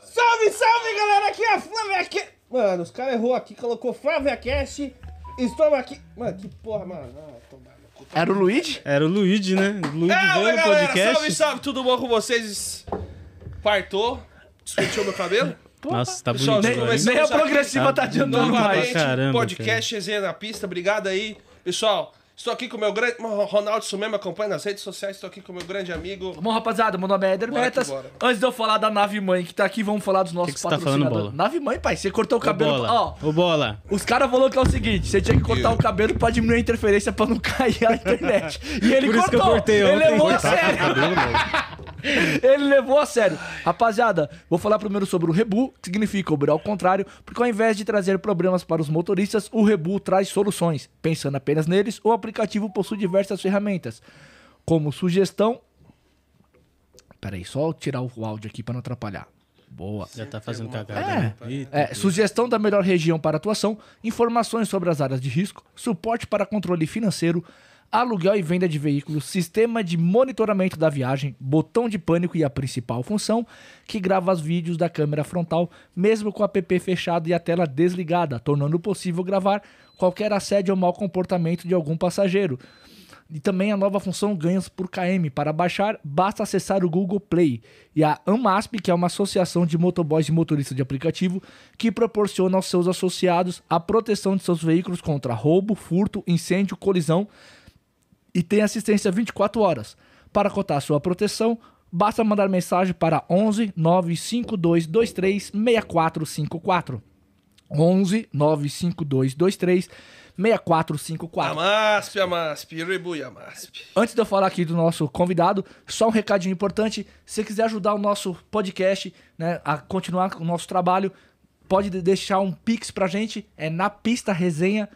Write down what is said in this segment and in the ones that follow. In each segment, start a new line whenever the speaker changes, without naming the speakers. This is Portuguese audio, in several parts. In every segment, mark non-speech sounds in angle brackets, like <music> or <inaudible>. Salve, salve, galera! Aqui é a Flávia Cast. Mano, os caras errou aqui, colocou Flávia Cast. Estamos aqui. Mano, que porra, mano. Ah, tomar no cu.
Era o Luigi?
Era o Luigi, né? O Luigi
Salve,
veio no
Tá galera!
podcast.
Salve, salve! Tudo bom com vocês? Partou? Discutiu meu cabelo?
Nossa, tá bonito.
Pessoal, já
agora, hein?
começou.
Nem a
Estamos
progressiva
aqui.
tá adiantando mais.
Novamente,
pra caramba,
podcast Resenha na Pista. Obrigado aí, pessoal. Estou aqui com o meu grande... Ronaldo Sumema, acompanha nas redes sociais. Estou aqui com o meu grande amigo...
Bom, rapaziada, meu nome é Eder
Bora
Metas.
que bora.
Antes de eu falar da Nave Mãe que tá aqui, vamos falar dos nossos
que você tá falando, Bola?
Nave Mãe, pai, você cortou o
Ô,
cabelo.
bola.
Ó,
Ô, bola.
os caras falaram que é o seguinte: você tinha que cortar
Eu.
o cabelo pra diminuir a interferência pra não <laughs> cair a internet. E ele cortou.
Por isso que eu cortei
ele
ontem.
levou a
Cortar
sério. <laughs> Ele levou a sério. Rapaziada, vou falar primeiro sobre o rebu, que significa obrar ao contrário, porque ao invés de trazer problemas para os motoristas, o rebu traz soluções. Pensando apenas neles, o aplicativo possui diversas ferramentas, como sugestão. Peraí, só tirar o áudio aqui para não atrapalhar. Boa.
Já tá fazendo cagada.
É.
né? Ih,
É, sugestão da melhor região para atuação, informações sobre as áreas de risco, suporte para controle financeiro, aluguel e venda de veículos, sistema de monitoramento da viagem, botão de pânico e a principal função, que grava os vídeos da câmera frontal, mesmo com o app fechado e a tela desligada, tornando possível gravar qualquer assédio ou mau comportamento de algum passageiro. E também a nova função ganhos por KM. Para baixar, basta acessar o Google Play. E a AMASP, que é uma associação de motoboys e motoristas de aplicativo, que proporciona aos seus associados a proteção de seus veículos contra roubo, furto, incêndio, colisão e tem assistência 24 horas. Para cotar sua proteção, basta mandar mensagem para 11 952 23 6454. 11 952 23 6454.
Amasp, Amasp, Rebu e Amasp.
Antes de eu falar aqui do nosso convidado, só um recadinho importante. Se você quiser ajudar o nosso podcast né, a continuar com o nosso trabalho, pode de- deixar um pix pra gente, é na pista resenha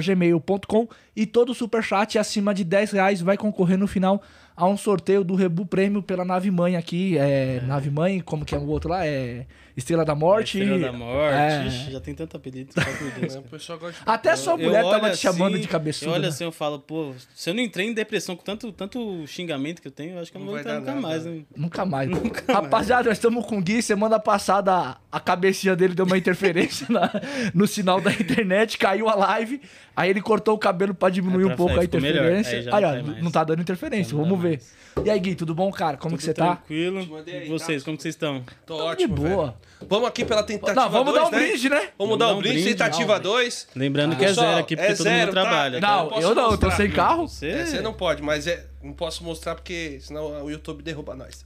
gmail.com e todo superchat acima de 10 reais vai concorrer no final a um sorteio do Rebu Prêmio pela Nave Mãe aqui, é, Nave Mãe, como que é o outro lá, é Estrela da Morte.
Estrela da morte.
É.
Ixi, já tem tanto apelido. só por Deus, <laughs>
O
cara.
pessoal gosta de...
Até sua
Eu
mulher tava
olho
te chamando
assim,
de cabeçudo.
Eu olho
né?
assim, eu falo, pô, se eu não entrei em depressão com tanto, tanto xingamento que eu tenho, eu acho que eu não,
Não
vou
vai
entrar
dar
nunca
nada.
mais, né?
Nunca mais. Rapaziada, nós estamos com o Gui. Semana passada a cabecinha dele deu uma interferência <laughs> na- no sinal da internet, caiu a live. Aí ele cortou o cabelo pra diminuir
É,
um
pra-
pouco a
ficou melhor.
interferência.
Aí
Aí,
já não
ó,
cai mais.
não tá dando interferência,
Já não
vamos
dá
ver. E aí, Gui, tudo bom, cara? Como que você tá?
tranquilo.
mandei aí,
E vocês,
tá?
como que vocês estão?
Tô
Tamo
ótimo,
de boa.
velho. Vamos aqui pela tentativa
Não, vamos dar um
dois, né?
brinde, né?
Vamos dar
Vamos
um
dar um
brinde,
brinde,
tentativa 2.
Lembrando que é
Pessoal,
zero aqui, porque
é
todo
zero,
mundo
tá?
trabalha.
Não,
tá?
Não,
posso
eu não, eu tô
mostrar.
sem carro.
Você...
É, você não pode, mas é, não posso mostrar porque senão o YouTube derruba nós.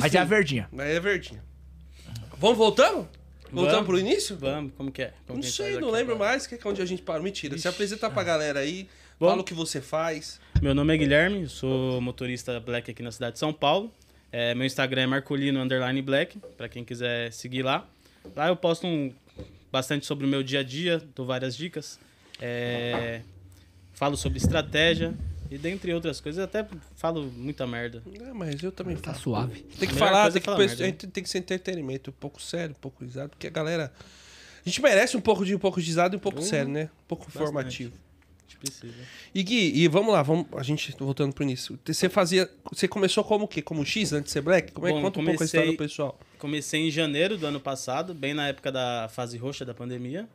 Mas é a verdinha.
Mas é verdinha. Vamos voltando? Voltando
Vamos.
pro início?
Vamos, como que é? Como
Não
que a gente
sei,
faz
não
aqui
lembro
agora?
mais que é onde a gente parou. Mentira, se apresenta pra galera aí, fala
Bom.
o que você faz.
Meu nome é Guilherme, sou motorista black aqui na cidade de São Paulo. É, meu Instagram é marcolino underline black, pra quem quiser seguir lá. Lá eu posto um- bastante sobre o meu dia a dia, dou várias dicas. É, falo sobre estratégia e dentre outras coisas, até falo muita merda.
É, mas eu também
Tá
faço.
suave.
Tem que
Melhor
falar,
coisa
tem
é
que,
falar
pens-
merda,
a gente tem que ser entretenimento, um pouco sério, um pouco risado, porque a galera. A gente merece um pouco de um pouco de risado e um pouco sério, né? Um pouco formativo.
A gente precisa.
E Gui, e vamos lá, vamos, a gente voltando pro início. Você fazia. Você começou como o quê? Como X antes de ser black? Como é que
Bom,
conta um pouco a
comecei-
história do pessoal?
Comecei em janeiro do ano passado, bem na época da fase roxa da pandemia.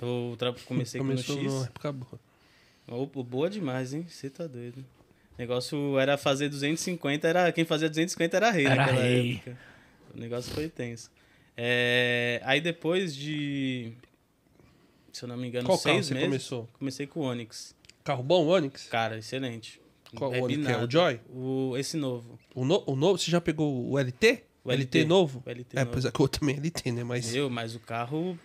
Eu tra- comecei com o X.
Começou na época boa.
Ô, pô, boa demais, hein? Você tá doido. O negócio era fazer 250, era quem fazia 250 era rei
Era
naquela
rei.
época. O negócio foi tenso. É, aí depois de, se eu não me engano,
Qual carro
seis
você
meses...
começou?
Comecei com o Onix.
Carro bom, Onix?
Cara, excelente.
Qual
É
Onix que é?
binário.
O Joy?
O- esse novo.
O, no- o novo, você já pegou o LT?
O
LT,
LT
novo?
O LT
é,
novo.
pois é, que eu também é LT, né? Mas.
Meu, mas o carro...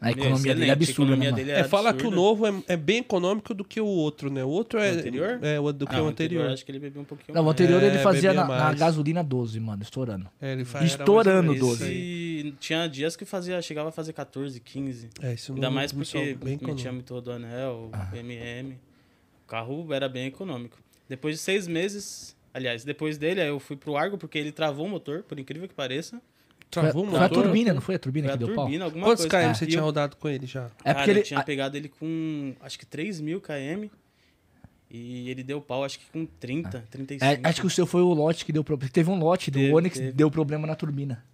A
meu,
economia dele é
excelente. A
absurda, né,
economia
mano?
dele
É, fala que o
absurda.
novo é, é bem econômico do que o outro, né? O outro é.
O anterior?
É, o do que
Ah,
o anterior.
Acho que ele bebeu um pouquinho
Não, o
mais.
anterior
É,
ele fazia
bebia
na, na
mais.
gasolina 12, mano, estourando.
É, ele faz- era mais ou
Estourando
menos isso
12.
aí.
Esse- tinha dias que fazia, chegava a fazer 14, 15.
É, isso
Ainda
não-
mais
não são
porque
bem
metia
econômico.
muito rodoanel, MM. O carro era bem econômico. Depois de seis meses, aliás, depois dele, aí eu fui pro Argo porque ele travou o motor, por incrível que pareça.
Travou o
foi, a- foi a
motor?
turbina, não foi a turbina
Foi a
que deu
turbina, alguma
Quantos
coisa.
KM você
Ah, E
tinha
eu-
rodado com ele já?
pau? É
Cara,
porque
eu
ele.
tinha pegado ele com, acho que 3 mil km. E ele deu pau, acho que com 30,
tipo
35.
é, acho que o seu foi o lote que deu problema. Teve um lote do
é Teve,
Onix
teve.
deu problema na turbina.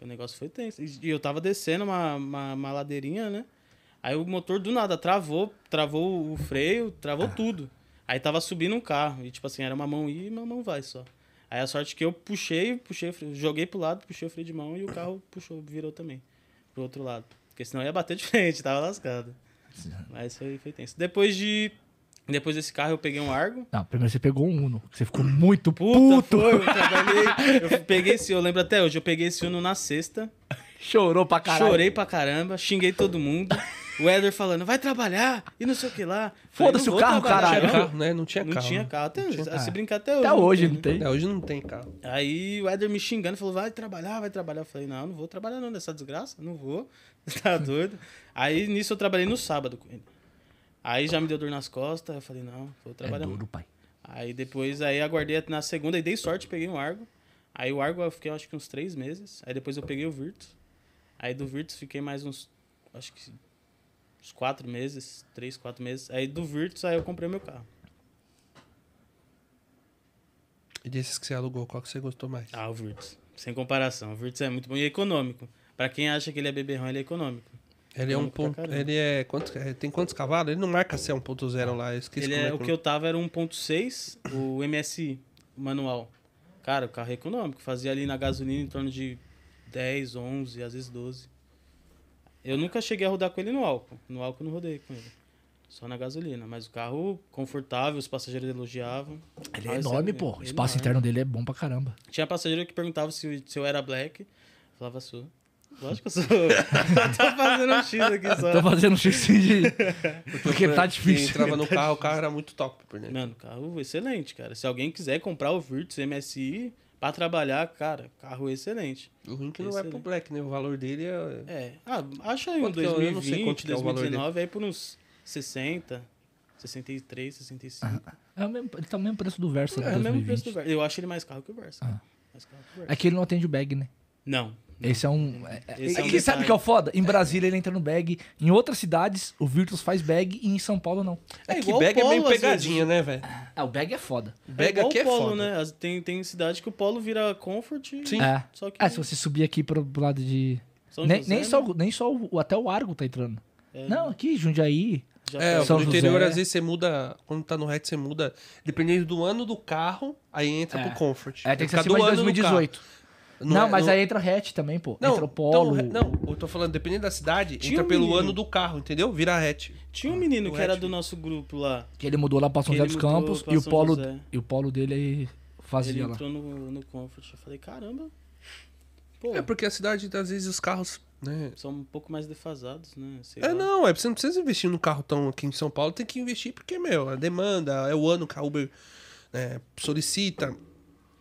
O negócio foi tenso. E e eu tava descendo uma, uma, uma ladeirinha, né? Aí o motor do nada travou, travou o freio, travou tudo. Aí tava subindo um carro. E tipo assim, era uma mão ir e uma mão vai só. Aí a sorte que eu puxei, puxei, o freio- joguei pro lado, puxei o freio de mão e o carro puxou, virou também. Pro outro lado. Porque senão ia bater de <laughs> frente, tava <laughs> lascado. Mas foi, foi tenso. Depois de. Depois desse carro eu peguei um Argo.
Não, primeiro você pegou um Uno. que Você ficou muito
Puta,
puto.
foi, eu trabalhei. Eu peguei esse, eu lembro até hoje, eu peguei esse Uno na sexta.
<laughs> Chorou pra caralho.
Chorei pra caramba, xinguei todo mundo. O Éder falando, vai trabalhar e não sei o que lá. Falei,
Foda-se
"Não
o
vou
carro,
trabalhar,
caralho."
não."
Tinha
carro, né? Não tinha
Não
carro.
tinha
né?
carro. Até,
carro.
Se brincar até hoje.
Até hoje né?
né?
não tem.
É, hoje não tem carro.
Aí o Éder me xingando, falou, vai trabalhar, vai trabalhar. Eu falei, não, não vou trabalhar não nessa desgraça, não vou. <laughs> Tá doido? Aí nisso eu trabalhei no sábado com ele. Aí já me deu dor nas costas, eu falei, não, vou
É
trabalhar.
duro, pai.
Aí depois, aí aguardei na segunda e dei sorte, peguei um Argo. Aí o Argo eu fiquei acho que uns três meses. Aí depois eu peguei o Virtus. Aí do Virtus fiquei mais uns, acho que uns quatro meses, três, quatro meses. Aí do Virtus aí eu comprei meu carro.
E desses que você alugou, qual que você gostou mais?
Ah, o Virtus. Sem comparação, o Virtus é muito bom e econômico. Pra quem acha que ele é beberrão, ele é econômico.
ele é um
econômico pra
ponto.
caramba.
Ele é. Quantos, é, tem quantos cavalos? Ele não marca se é 1.0 lá. Eu esqueci
Ele
como
é,
é
o que eu tava era 1.6, o MSI, o manual. Cara, o carro é econômico. Fazia ali na gasolina em torno de 10, 11, às vezes 12. Eu nunca cheguei a rodar com ele no álcool. No álcool eu não rodei com ele. Só na gasolina. Mas o carro confortável, os passageiros elogiavam.
Ele
Ah,
é
esse
enorme, pô. O espaço interno dele é bom pra caramba.
Tinha passageiro que perguntava se, se eu era black. Eu falava, sou. Lógico que eu sou. <laughs> Só tô fazendo um X aqui só.
Tô fazendo xixi
<laughs>
de... Porque tá
Quem
difícil.
é. entrava no carro, o carro era muito top, por dentro.
Mano, carro excelente, cara. Se alguém quiser comprar o Virtus MSI pra trabalhar, cara, carro excelente.
O ruim é que não vai pro
Excelente.
Black, né? O valor dele é.
É, ah, acha aí um
Quanto que é? Eu não sei
2020,
quanto que é o valor dele.
2019, aí por uns 60, 63, 65.
É o mesmo, ele tá o mesmo preço do Versa
é
de
o mesmo preço do
2020.
Versa. Eu acho ele mais caro que o Versa.
Ah.
Mais caro que o Versa.
É que ele não atende o bag, né?
Não.
Esse é um. É, é-
Esse é um
é que sabe
detalhe.
o que é o foda? Em Brasília ele entra no bag, em outras cidades o Virtus faz bag e em São Paulo não.
É,
que
igual o
bag é meio
Polo, às
pegadinha, né, velho?
Ah, o bag é foda.
É
Bag
igual
aqui
o
é
Polo,
foda.
né? As- Tem, tem cidade que o Polo vira Comfort. e-
Sim.
É.
Só que
Ah, se você subir aqui pro, pro lado de.
São
nem,
José,
nem só,
né?
o- nem só o, até o Argo tá entrando.
É.
Não, aqui, Jundiaí.
já
É,
pega.
São
no interior,
José.
às vezes você muda. Quando tá no hatch, você muda. Dependendo do ano do carro, aí entra
É.
pro comfort.
É, tem que ser
Por causa do
acima de
ano do carro.
2018. Não,
é-
mas aí entra o hatch também, pô.
Não,
entra o Polo.
então, não, eu tô falando, dependendo da cidade,
Tinha
entra
um
pelo
menino.
ano do carro, entendeu? Vira hatch.
Tinha um menino
o
que era
Hatfield.
do nosso grupo lá.
Que ele mudou lá pra São
Que
José
ele
dos
mudou
Campos
pra
e o,
São
polo,
José.
e o polo dele aí
Ele
fazia lá.
entrou no, no Comfort. Eu falei, caramba. Pô,
É porque a cidade, às vezes, os carros, né?
são um pouco mais defasados, né? Sei
É,
lá.
não, é, você não precisa investir no carro tão aqui em São Paulo, tem que investir porque, meu, a demanda, é o ano que a Uber né, solicita.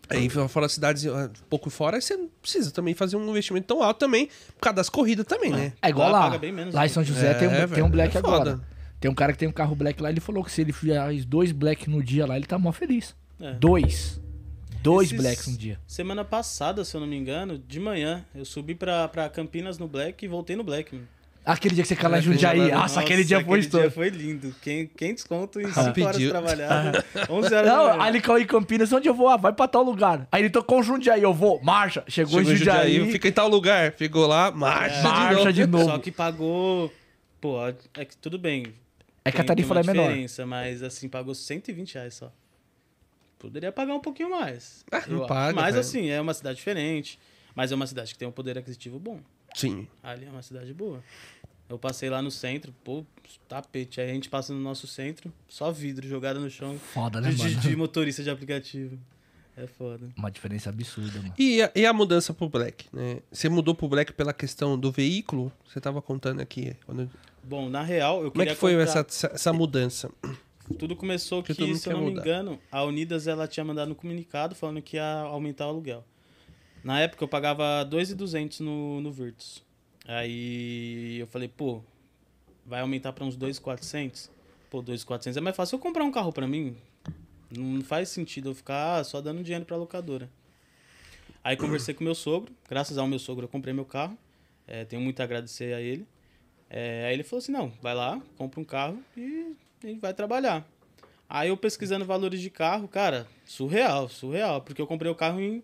Aí fora cidades é, um pouco fora, aí você não precisa também fazer um investimento tão alto também, por causa das corridas também, né?
É igual
Lá
lá.
paga bem menos,
lá em
né?
São José
É,
tem, um, tem
velho,
um black
é foda.
agora. Tem um cara que tem um carro black lá, ele falou que se ele fez dois black no dia lá, ele tá mó feliz.
É.
Dois. Dois
Esses-
blacks no dia.
Semana passada, se eu não me engano, de manhã, eu subi pra, pra Campinas no Black e voltei no
<laughs>
Black. mano.
Aquele dia que você cala em
Aquele dia
Jundiaí.
lá
Nossa,
no-
aquele dia foi
aquele dia
estouro.
foi lindo. Quem, quem desconto em 5 horas
Pediu.
<laughs>
trabalhadas, 11 horas da
Não,
manhã.
aí ele caiu em Campinas, onde eu vou? Ah, vai pra tal lugar. Aí ele tocou um Jundiaí, eu vou, marcha. Chegou,
Chegou
em Jundiaí,
fica em tal lugar, ficou lá, marcha, de
marcha
novo.
de novo.
Só que pagou... Pô, é que tudo bem.
É que a
tem-
tarifa
tem
lá
uma
é menor.
diferença, mas assim, pagou 120 reais só. Poderia pagar um pouquinho mais.
Ah, não
eu acho.
paga,
mas
velho.
assim, é uma cidade diferente. Mas é uma cidade que tem um poder aquisitivo bom.
Sim.
Ali é uma cidade boa. Eu passei lá no centro, pô, tapete. Aí a gente passa no nosso centro, só vidro jogado no chão.
Foda, né,
De, de-
mano?
de motorista de aplicativo. É foda.
Uma diferença absurda, mano.
E a, e a mudança pro Black, né? Você mudou pro Black pela questão do veículo? Você tava contando aqui. quando-
Bom, na real, eu
Como é
queria
que foi
contar-
essa, essa- essa mudança?
Tudo começou
Porque
que,
todo mundo
se eu
quer
não me
mudar.
engano, a Unidas ela tinha mandado um comunicado falando que ia aumentar o aluguel. Na época eu pagava 2.200 no no Virtus. Aí eu falei, pô, vai aumentar para uns 2.400? Pô, 2.400 é mais fácil eu comprar um carro para mim. Não faz sentido eu ficar só dando dinheiro para locadora. Aí conversei com meu sogro, graças ao meu sogro eu comprei meu carro. É, tenho muito a agradecer a ele. É, aí ele falou assim: não, vai lá, compra um carro e, e vai trabalhar. Aí eu pesquisando valores de carro, cara, surreal, surreal. Porque eu comprei o carro em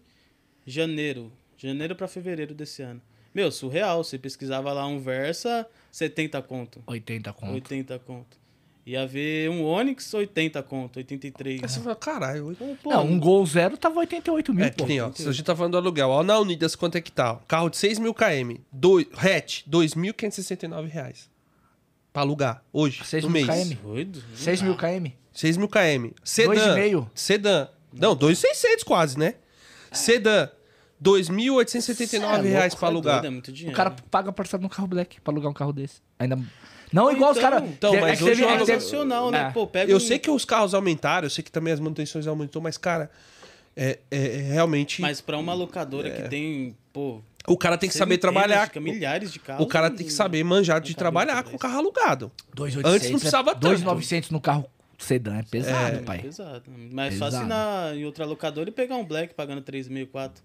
janeiro. De janeiro pra fevereiro desse ano. Meu, surreal. Você pesquisava lá um Versa, 70 conto.
80 conto.
80 conto. Ia ver um Onix, 80 conto, 83.
Aí você fala, caralho, oito-
Pô,
Não, um Gol Zero tava 88 mil,
É que
pô.
nem, ó. Se a gente tá falando do aluguel, ó, na Unidas quanto é que tá? ó? Carro de 6 mil km, dois, hatch, R$ 2.569 reais. Pra alugar, hoje,
6
no
mil
mês.
km.
doido.
6 mil km.
6 mil km. Sedã.
Dois e meio. É.
Sedã. Não, 2.600 quase, né? Sedã, R$ 2.879
Cê é
reais pra
Doido,
alugar.
É muito
O
dinheiro.
cara paga parcela no carro black pra alugar um carro desse. Ainda. Não, igual os
Então,
caras.
então,
Te-
mas
que
hoje
é
é
teve-
uma
que teve-
nacional, né?
É.
Pô, pega
Eu
um-
sei que os carros aumentaram, eu sei que também as manutenções aumentou, mas, cara, é, é- é realmente...
Mas pra uma locadora que tem, pô...
o cara É. tem que saber
centenas
trabalhar.
de- é Milhares de carros.
O cara tem que saber manjar de
Acabou
trabalhar
com
com o
isso.
carro alugado.
2,800,
Antes não precisava
é,
tanto.
2,900 no carro sedã é pesado,
É
pai.
pesado. Mas
Pesado.
fácil ir na, em outra locadora e pegar um Black pagando 3.004.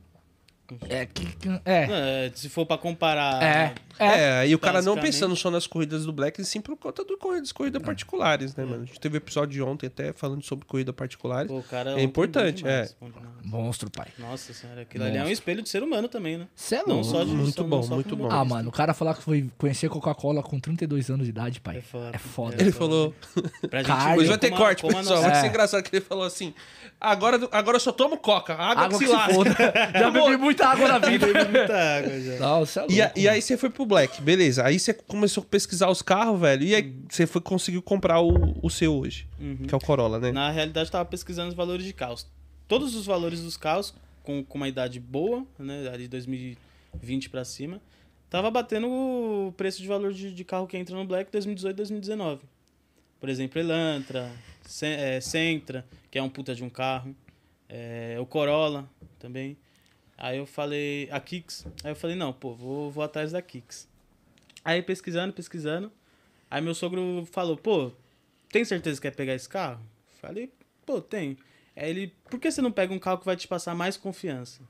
É, que, que- é,
É, se for pra comparar...
é, é.
É, e o cara não
Basicamente.
pensando só nas corridas do Black, e sim por conta do corridas, corridas particulares, né, mano? A gente teve um episódio de ontem até falando sobre corrida particulares.
É. Pô, o cara
é importante,
bom demais,
é.
bom demais.
Monstro, pai.
Nossa senhora, aquilo ali é um espelho de ser humano também, né?
Cê é
Não
louco.
só de
Muito
só- não
bom,
só
muito
como
bom.
Ah,
motorista.
mano, o cara falar que foi conhecer Coca-Cola com 32 anos de idade, pai. É
É
foda.
foda.
Ele
É, <laughs>
falou.
Pra gente
Caralho.
ver
Hoje vai ter
como a-
corte,
como a
pessoal.
nossa-
Mas
Ah, É.
isso é
<laughs>
engraçado que ele falou assim: agora, agora eu só tomo coca, água,
água
que
que
se
se
lasca.
foda. Já bebi muita água na vida.
Bebi muita água
<laughs>
já.
Não, cê é louco.
E, a- e aí você foi pro Black, beleza. Aí você começou a pesquisar os carros, velho. E
Uhum.
aí você foi, conseguiu comprar o, o seu hoje, que é o Corolla, né?
Na realidade, eu tava pesquisando os valores de carros. Todos os valores dos carros, com, com uma idade boa, né? ali De 2020 pra cima, tava batendo o preço de valor de, de carro que entra no Black 2018, 2019. Por exemplo, Elantra, Cen- é, Sentra, que é um puta de um carro. é, o Corolla também. Aí eu falei, a Kicks. Aí eu falei, não, pô, vou, vou atrás da Kicks. Aí pesquisando, pesquisando. Aí meu sogro falou, pô, tem certeza que quer pegar esse carro? Falei, pô, tenho. Aí ele, por que você não pega um carro que vai te passar mais confiança?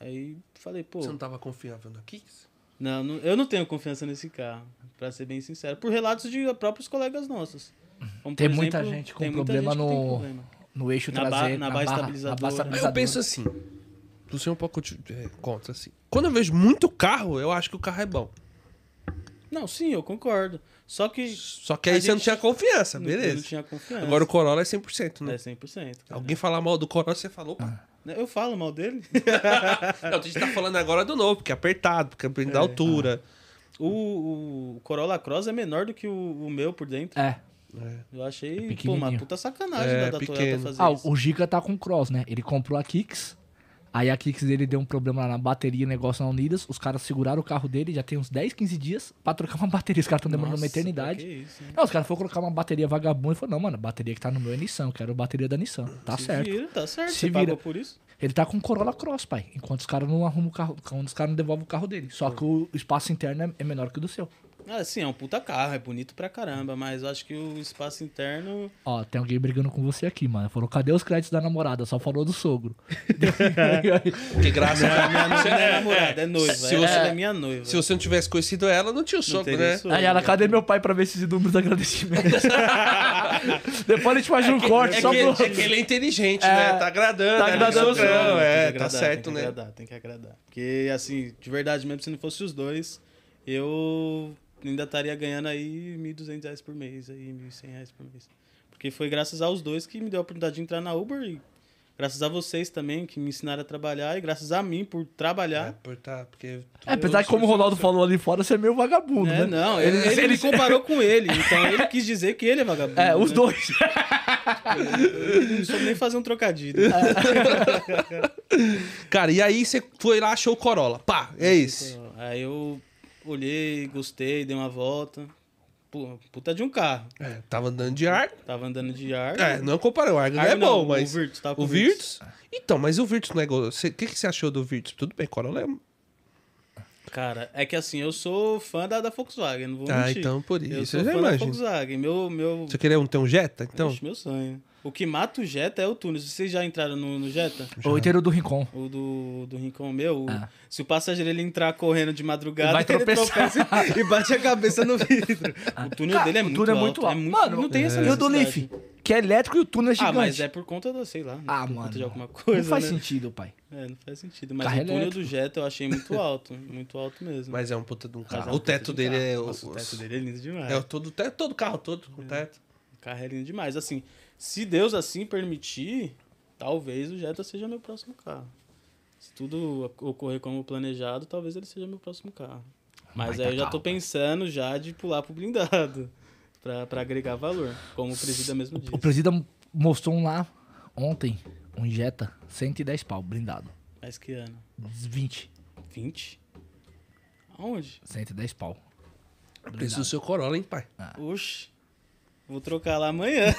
Aí falei, pô,
tava confiável na Kicks?
não, não- eu não tenho confiança nesse carro, pra ser bem sincero. Por relatos de próprios
<laughs>
colegas nossos. Como, por
Tem muita gente com
tem muita
problema
gente que tem
no-
problema.
No eixo
Na ba-
traseiro,
na
na,
barra
barra,
estabilizadora.
na barra
Aí eu
estabilizadora.
penso assim, tu ser um pouco de- é, contra, assim. Quando eu vejo muito carro, eu acho que o carro é bom.
Não, sim, eu concordo. Só que
Só que aí
A
você não
gente-
tinha confiança,
não- eu não
beleza.
tinha confiança.
Agora o Corolla é 100%, né?
É 100%. cara.
Alguém falar mal do Corolla, você falou, opa.
Eu falo mal dele.
Não, a gente tá falando agora do novo, porque é apertado, porque é da altura.
<laughs> O, o Corolla Cross é menor do que o, o meu por dentro.
É.
É.
Eu achei, pô,
Pequenininho.
uma puta sacanagem
É,
da, da
pequeno.
Toyota fazer
Ah,
isso.
o Giga tá com cross, né? Ele comprou a Kicks. Aí a Kicks dele deu um problema lá na bateria, negócio na Unidas. Os caras seguraram o carro dele, já tem uns 10, 15 dias pra trocar uma bateria. Os caras tão demorando é uma
Nossa, pra
eternidade.
que isso, né?
Não, os caras foram colocar uma bateria vagabunda e falou: não, mano, a bateria que tá no meu é Nissan, eu quero a bateria da Nissan. Tá
Se
certo.
vira, tá certo.
Se
Você
vira.
pagou por isso?
Ele tá com um Corolla Cross, pai. Enquanto os caras não arrumam o carro, quando os caras não devolvem o carro dele. Só que o espaço interno é- é menor que o do seu.
Ah, sim, é um puta carro, é bonito pra caramba, mas eu acho que o espaço interno.
Ó, tem alguém brigando com você aqui, mano. Falou, cadê os créditos da namorada? Só falou do
<laughs>
sogro.
Porque graças a
é. Não é namorada, é noiva.
Se você-
Se você é minha noiva.
Se você não tivesse conhecido ela, não tinha o sogro,
teria
né?
isso.
Aí ela, cadê meu pai pra ver esses números de agradecimento? <laughs> Depois a gente faz um corte
É que,
só pro...
é que ele é inteligente,
É.
né? Tá agradando.
Tá
né?
agradando o
Sogrão,
sogro.
É,
Tem que
tá
agradar,
certo,
tem que
né?
Agradar, tem que agradar. Porque, assim, de verdade mesmo, se não fosse os dois, eu ainda estaria ganhando aí R$ 1.200 reais por mês, aí R$ 1.100 reais por mês. Porque foi graças aos dois que me deu a oportunidade de entrar na Uber e graças a vocês também que me ensinaram a trabalhar e graças a mim por
É,
trabalhar.
por- tá, porque...
É, apesar que como o Ronaldo falou ali fora, você é meio vagabundo, né?
É, não, ele, ele
ele-
me comparou com ele, então ele quis dizer que ele <laughs> é vagabundo.
É, os
né?
dois.
Não soube nem fazer um trocadilho.
Cara, e aí você foi lá, achou o Corolla. Pá, é esse.
Aí eu olhei, gostei, dei uma volta. Pô, puta de um carro.
É, tava andando de ar.
Tava andando de ar.
É, não comparou. O Argo não é
Argo não,
bom,
o
mas.
Virtus, tava com
o
o Virtus.
Virtus? Então, mas o Virtus não é gol. O que, que você achou do Virtus? Tudo bem, Corolla é.
Cara, é que assim, eu sou fã da, da Volkswagen, não vou
Ah,
mentir.
então por
Eu
isso.
sou
Eu já
fã da
imagino.
Volkswagen. Meu, meu,
Você queria um, ter um Jetta, então?
Ixi, meu sonho. O que mata o Jetta é o túnel. Vocês já entraram no, no Jetta?
O inteiro do Rincon.
O do, do Rincão meu? o-
Ah.
Se o passageiro ele entrar correndo de madrugada,
Vai
<laughs> ele
tropeçar.
tropeça e- e bate a cabeça no vidro. O túnel
Cara,
dele é
o
muito
túnel é
alto.
muito alto.
É muito,
Mano,
não tem essa
E o do
necessidade.
Leaf? que é elétrico e o túnel é
Ah,
gigante.
mas é por conta da, sei lá, né?
Ah,
por
mano,
conta de alguma
Não
coisa,
faz
né?
sentido, pai.
É, não faz sentido. Mas
Carro
o túnel
elétrico.
do Jetta eu
<laughs>
achei muito alto, muito alto mesmo.
Mas é um puta de um
Mas é
carro.
um
O
puta
teto
de
dele
carro.
é. o-
Nossa, o teto dele é lindo demais.
É o todo, teto, todo carro, todo com teto.
O carro é lindo demais. Assim, se Deus assim permitir, talvez o Jetta seja meu próximo carro. Se tudo ocorrer como planejado, talvez ele seja meu próximo carro. Mas
Baita
aí eu já
carro,
tô
pai.
pensando já de pular pro blindado. <laughs> Pra, pra agregar valor, como o presida mesmo
O
disse.
presida mostrou um lá ontem, um Jetta, 110 pau, blindado.
Mas que ano?
20,
20? Aonde?
110 pau.
Preciso do seu Corolla, hein, pai?
Oxe. Vou trocar lá amanhã.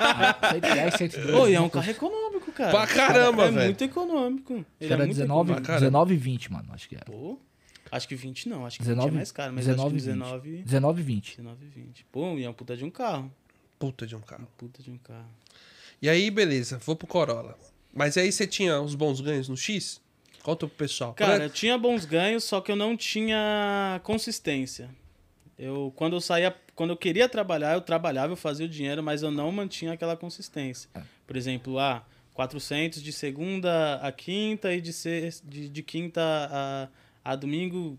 Ah, 110, 110.
Pô, e é um carro econômico, cara.
Pra caramba,
é
velho.
muito econômico. Ele é
Era
muito
19,
econômico, cara.
19 20, mano, acho que era.
Pô, acho que 20 não, acho que
19,
20 é mais caro, mas
19,
acho que 19,
19 20.
19 20. Pô, e é um puta de um carro.
Puta de um carro.
Puta de um carro.
E aí, beleza, vou pro Corolla. Mas aí você tinha uns bons ganhos no X? Conta pro pessoal.
Cara, é eu
Pra-
tinha bons ganhos, só que eu não tinha consistência. Eu, quando eu saía, quando eu queria trabalhar, eu trabalhava, eu fazia o dinheiro, mas eu não mantinha aquela consistência. Por exemplo, ah, 400 de segunda a quinta e de, sexta, de, de quinta a, a domingo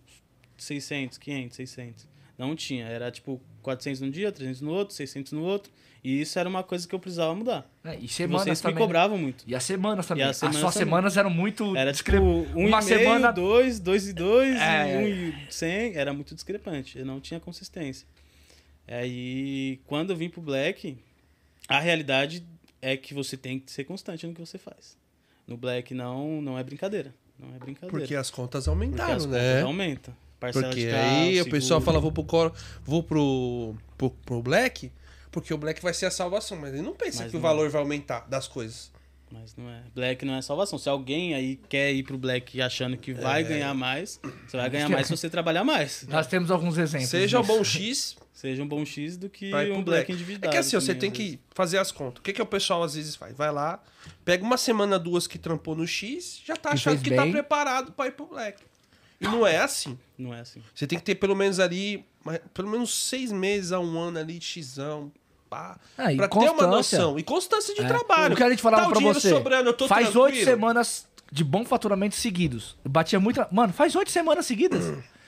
600, 500, 600. Não tinha, era tipo 400 num dia, 300 no outro, 600 no outro. E isso era uma coisa que eu precisava mudar.
É, e
E
semanas
vocês me
também.
cobravam muito.
E as semanas também.
E as
as
semanas
suas
também.
semanas eram muito
Era tipo
discre-
um
uma
e meio,
semana-
dois, dois e dois,
É.
e um e cem. Era muito discrepante. Eu não tinha consistência. Aí, quando eu vim pro Black, a realidade é que você tem que ser constante no que você faz. No Black não, não é brincadeira. Não é brincadeira.
Porque as contas
Porque
aumentaram,
as
né?
contas aumentam. Parcela
Porque
de carro,
aí o
seguro.
pessoal fala, vou pro Coro, vou pro, pro, pro Black, porque o Black vai ser a salvação, mas ele não pensa
Mas
que o
não.
valor vai aumentar das coisas.
Mas não é. Black não é salvação. Se alguém aí quer ir pro Black achando que vai
É.
ganhar mais, você vai ganhar mais se você trabalhar mais.
Nós temos alguns exemplos. né?
Seja o
disso.
bom
<laughs>
X
Seja um bom X do que
pra ir pro
um
Black.
Black individual.
é que assim, ó, você tem que fazer as contas. O que, que o pessoal às vezes faz? Vai lá, pega uma semana, duas que trampou no X, já tá
Que
achando
fez
que tá
bem.
preparado pra ir pro Black. E não é assim.
Não é assim.
Você tem que ter pelo menos ali, mas pelo menos seis meses a um ano ali de xão, pá,
Ah, e
pra ter
constância.
uma noção. E constância de
É.
trabalho.
O que a gente falava
tá o
pra
dinheiro
você.
sobrando, eu tô
faz oito
tranquilo.
semanas de bom faturamento seguidos. Eu batia muito. Mano, faz oito semanas seguidas.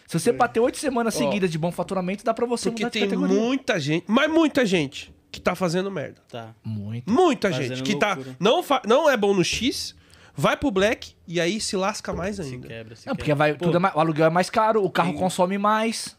Se você bater oito semanas
Ó.
seguidas de bom faturamento, dá pra você
É. Porque
mudar de
tem
tá categoria.
muita gente, mas muita gente que tá fazendo merda.
Tá.
Muito.
Muita
Fazendo
gente que tá
loucura.
não fa- não é bom no X, vai pro Black e aí se lasca mais
Se
ainda.
quebra, se
Não,
quebra.
porque vai,
Pô,
tudo é mais- o aluguel é mais caro, o carro
Tem-
consome mais.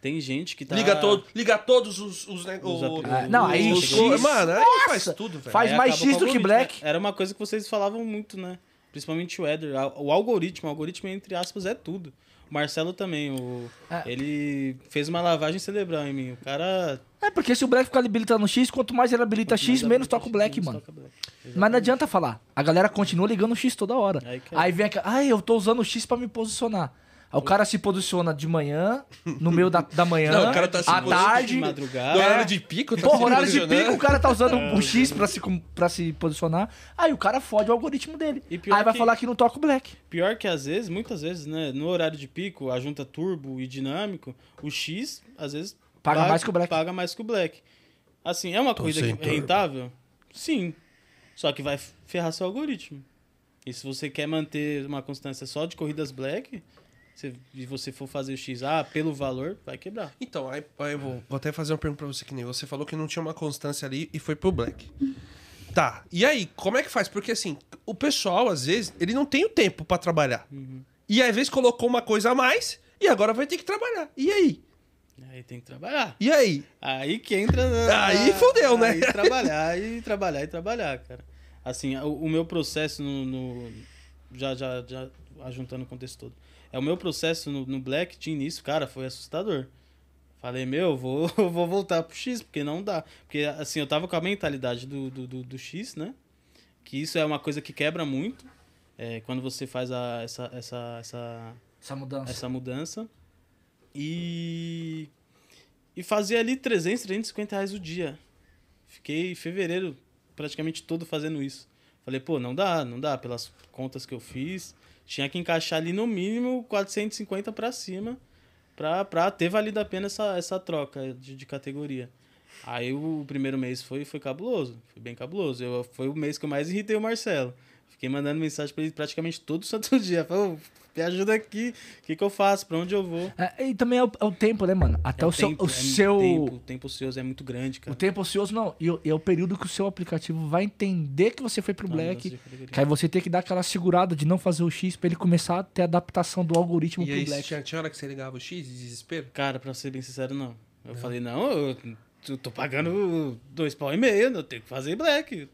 Tem gente que tá.
Liga, todo, liga todos os, os, né,
Os
o-
apli-
Ah, não, aí
os-
X-
mano, aí faz tudo, velho.
Faz
Aí
mais
acaba
X
com
do
o
que
algoritmo,
Black.
né? Era uma coisa que vocês falavam muito, né? Principalmente o Eder. A- O algoritmo, o algoritmo, entre aspas, é tudo. O Marcelo também, o...
É.
ele fez uma lavagem cerebral em mim. O cara.
É porque se o Black ficar habilitando X, quanto mais ele habilita Tá X, menos toca o Black,
menos
mano.
toca Black.
Mas não adianta falar. A galera continua ligando o X toda hora.
Aí
Aí,
que é.
vem aquela. Ai, eu tô usando o X pra me posicionar. Aí o cara se posiciona de manhã, no meio da, da manhã,
Não, o cara tá se
à
posicionando
tarde. é.
De
No
madrugada.
horário de pico, tá
Porra,
se
horário de
posicionando. É.
pico, o cara tá usando o X pra se, com- pra se posicionar. Aí o cara fode o algoritmo dele.
E pior
Aí vai
que-
falar que não toca o Black.
Pior que às vezes, muitas vezes, né? No horário de pico, a junta turbo e dinâmico, o X, às vezes.
Paga mais que o Black.
Paga mais que o Black. Assim, é uma coisa
sem
que-
turbo.
rentável? Sim. Só que vai ferrar seu algoritmo. E se você quer manter uma constância só de corridas Black, você- e você for fazer o X ah, pelo valor, vai quebrar.
Então, aí, aí eu vou, vou até fazer uma pergunta pra você, que nem você falou que não tinha uma constância ali e foi pro Black. Tá, e aí, como é que faz? Porque assim, o pessoal, às vezes, ele não tem o tempo pra trabalhar.
Uhum.
E às vezes colocou uma coisa a mais e agora vai ter que trabalhar. E aí?
Aí tem que trabalhar.
E aí?
Aí que entra. na-
Aí fudeu, né?
Aí trabalhar e trabalhar e trabalhar, cara. Assim, o, o meu processo no. no- já, já, já ajuntando o contexto todo. É o meu processo no, no Black de início, cara, foi assustador. Falei, meu, vou, <laughs> vou voltar pro X, porque não dá. Porque, assim, eu tava com a mentalidade do, do, do, do X, né? Que isso é uma coisa que quebra muito. é, quando você faz a, essa, essa, essa,
Essa mudança.
essa mudança. E. E fazia ali 300, 350 reais o dia. Fiquei fevereiro praticamente todo fazendo isso. Falei, pô, não dá, não dá. Pelas contas que eu fiz, tinha que encaixar ali no mínimo 450 pra cima pra, pra ter valido a pena essa, essa troca de, de categoria. Aí o primeiro mês foi, foi cabuloso, foi bem cabuloso. Eu, foi o mês que eu mais irritei o Marcelo. Fiquei mandando mensagem pra ele praticamente todo santo <laughs> dia. Falou, me ajuda aqui, o que, que eu faço, pra onde eu vou?
É, e também é o, é o tempo, né, mano? Até
É
o, seu.
tempo,
o,
é muito
seu
Tempo, o tempo seu é muito grande, cara.
o tempo ocioso, não. E o- e é o período que o seu aplicativo vai entender que você foi pro
Uma mudança
Black.
de categoria.
Que aí você tem que dar aquela segurada de não fazer o X pra ele começar a ter adaptação do algoritmo
E
Tipo, pro
aí,
Black.
tinha, tinha hora que você ligava o X de desespero?
Cara, pra ser bem sincero, não. Eu falei, não, eu t- tô pagando dois pau e meio, eu tenho que fazer black.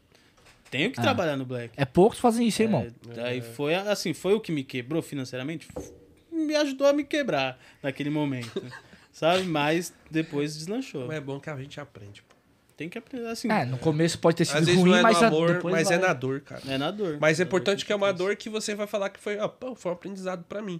Tenho que trabalhar no black.
É poucos fazem isso, hein, irmão.
É, daí foi assim, foi o que me quebrou financeiramente. f- Me ajudou a me quebrar naquele momento. <laughs> sabe? Mas depois deslanchou.
Mas é bom que a gente aprende. pô.
Tem que aprender assim.
É, no começo pode ter sido
Às vezes
ruim,
não é
mas
no
a-
amor,
depois
mas é
vai.
na dor, cara.
É na dor.
Mas é importante que é uma dor que você vai falar que foi, ó, pô, foi um aprendizado pra mim.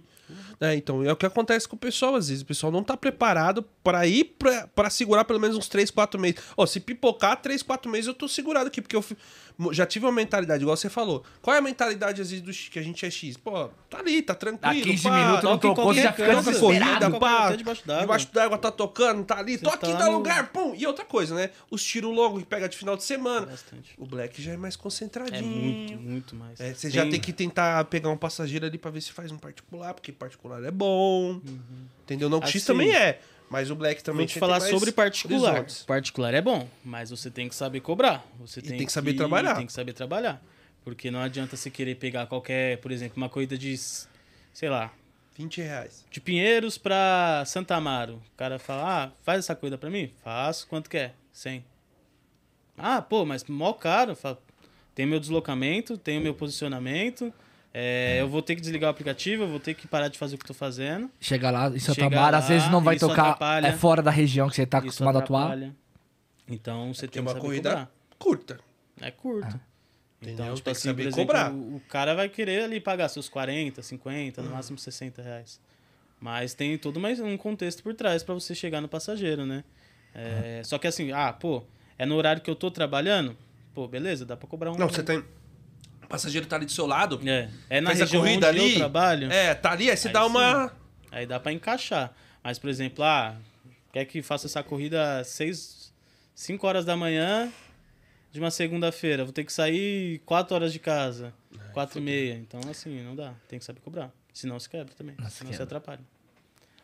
né? então, é o que acontece com o pessoal às vezes. O pessoal não tá preparado pra ir pra, pra segurar pelo menos uns 3, 4 meses. Ó, se pipocar 3, 4 meses, eu tô segurado aqui, porque eu fi- mo- já tive uma mentalidade, igual você falou. Qual é a mentalidade às vezes do X, que a gente é X? Pô, tá ali, tá tranquilo.
Dá 15
pá,
minutos, não
toca em
tocou, você já
qualquer
fica
canto,
Toca
desesperado.
corrida,
Qualquer
pá.
lugar, Tá debaixo d'água.
d'água tá tocando, tá ali,
Você
tô aqui,
tá
tá,
lá
no
no-
lugar, pum. E outra coisa, né? Os tiros longos que pega de final de semana.
Bastante.
O Black já é mais
É
concentradinho.
muito, muito mais.
É, você já tem que tentar pegar um passageiro ali pra ver se faz um particular, porque particular é bom. Entendeu? Não, que X
Assim,
também é. Mas o Black também
Vou te
tem
falar
mais
sobre particular.
horizontes.
Particular é bom, mas você tem que saber cobrar. Você
E tem que saber trabalhar.
Tem que saber trabalhar. Porque não adianta você querer pegar qualquer, por exemplo, uma corrida de, s- sei lá,
20 reais.
de Pinheiros pra Santa Amaro. O cara fala, ah, faz essa corrida pra mim? Faço. Quanto que é? 100. Ah, pô, mas mó caro. Eu falo, Tem meu deslocamento, tem o meu posicionamento. é, eu vou ter que desligar o aplicativo, eu vou ter que parar de fazer o que eu tô fazendo.
Chega lá em Santa
Chega
Mara,
lá,
às vezes não vai
isso
tocar.
atrapalha.
É fora da região que você tá
Isso
acostumado a atuar.
atrapalha. Então você
Tem
tem que
É uma
saber
corrida
cobrar.
curta.
É curto.
Ah. Entendeu?
Então, tipo
Tem que
assim,
saber
por exemplo,
cobrar.
o o cara vai querer ali pagar seus 40, 50, no máximo 60 reais. Mas tem todo mais um contexto por trás pra você chegar no passageiro, né? É, Só que assim, ah, pô, é no horário que eu tô trabalhando? Pô, beleza, dá pra cobrar um.
Não, você tem. O passageiro tá ali do seu lado.
É, é na
fez a
região onde
corrida ali.
eu trabalho,
É, tá ali, aí você
Aí
dá
sim.
uma.
aí dá pra encaixar. Mas, por exemplo, ah, quer que faça essa corrida às 6, 5 horas da manhã de uma segunda-feira. Vou ter que sair 4 horas de casa, 4 e meia. Então, assim, não dá. Tem que saber cobrar. Senão se quebra também. senão se
quebra.
atrapalha.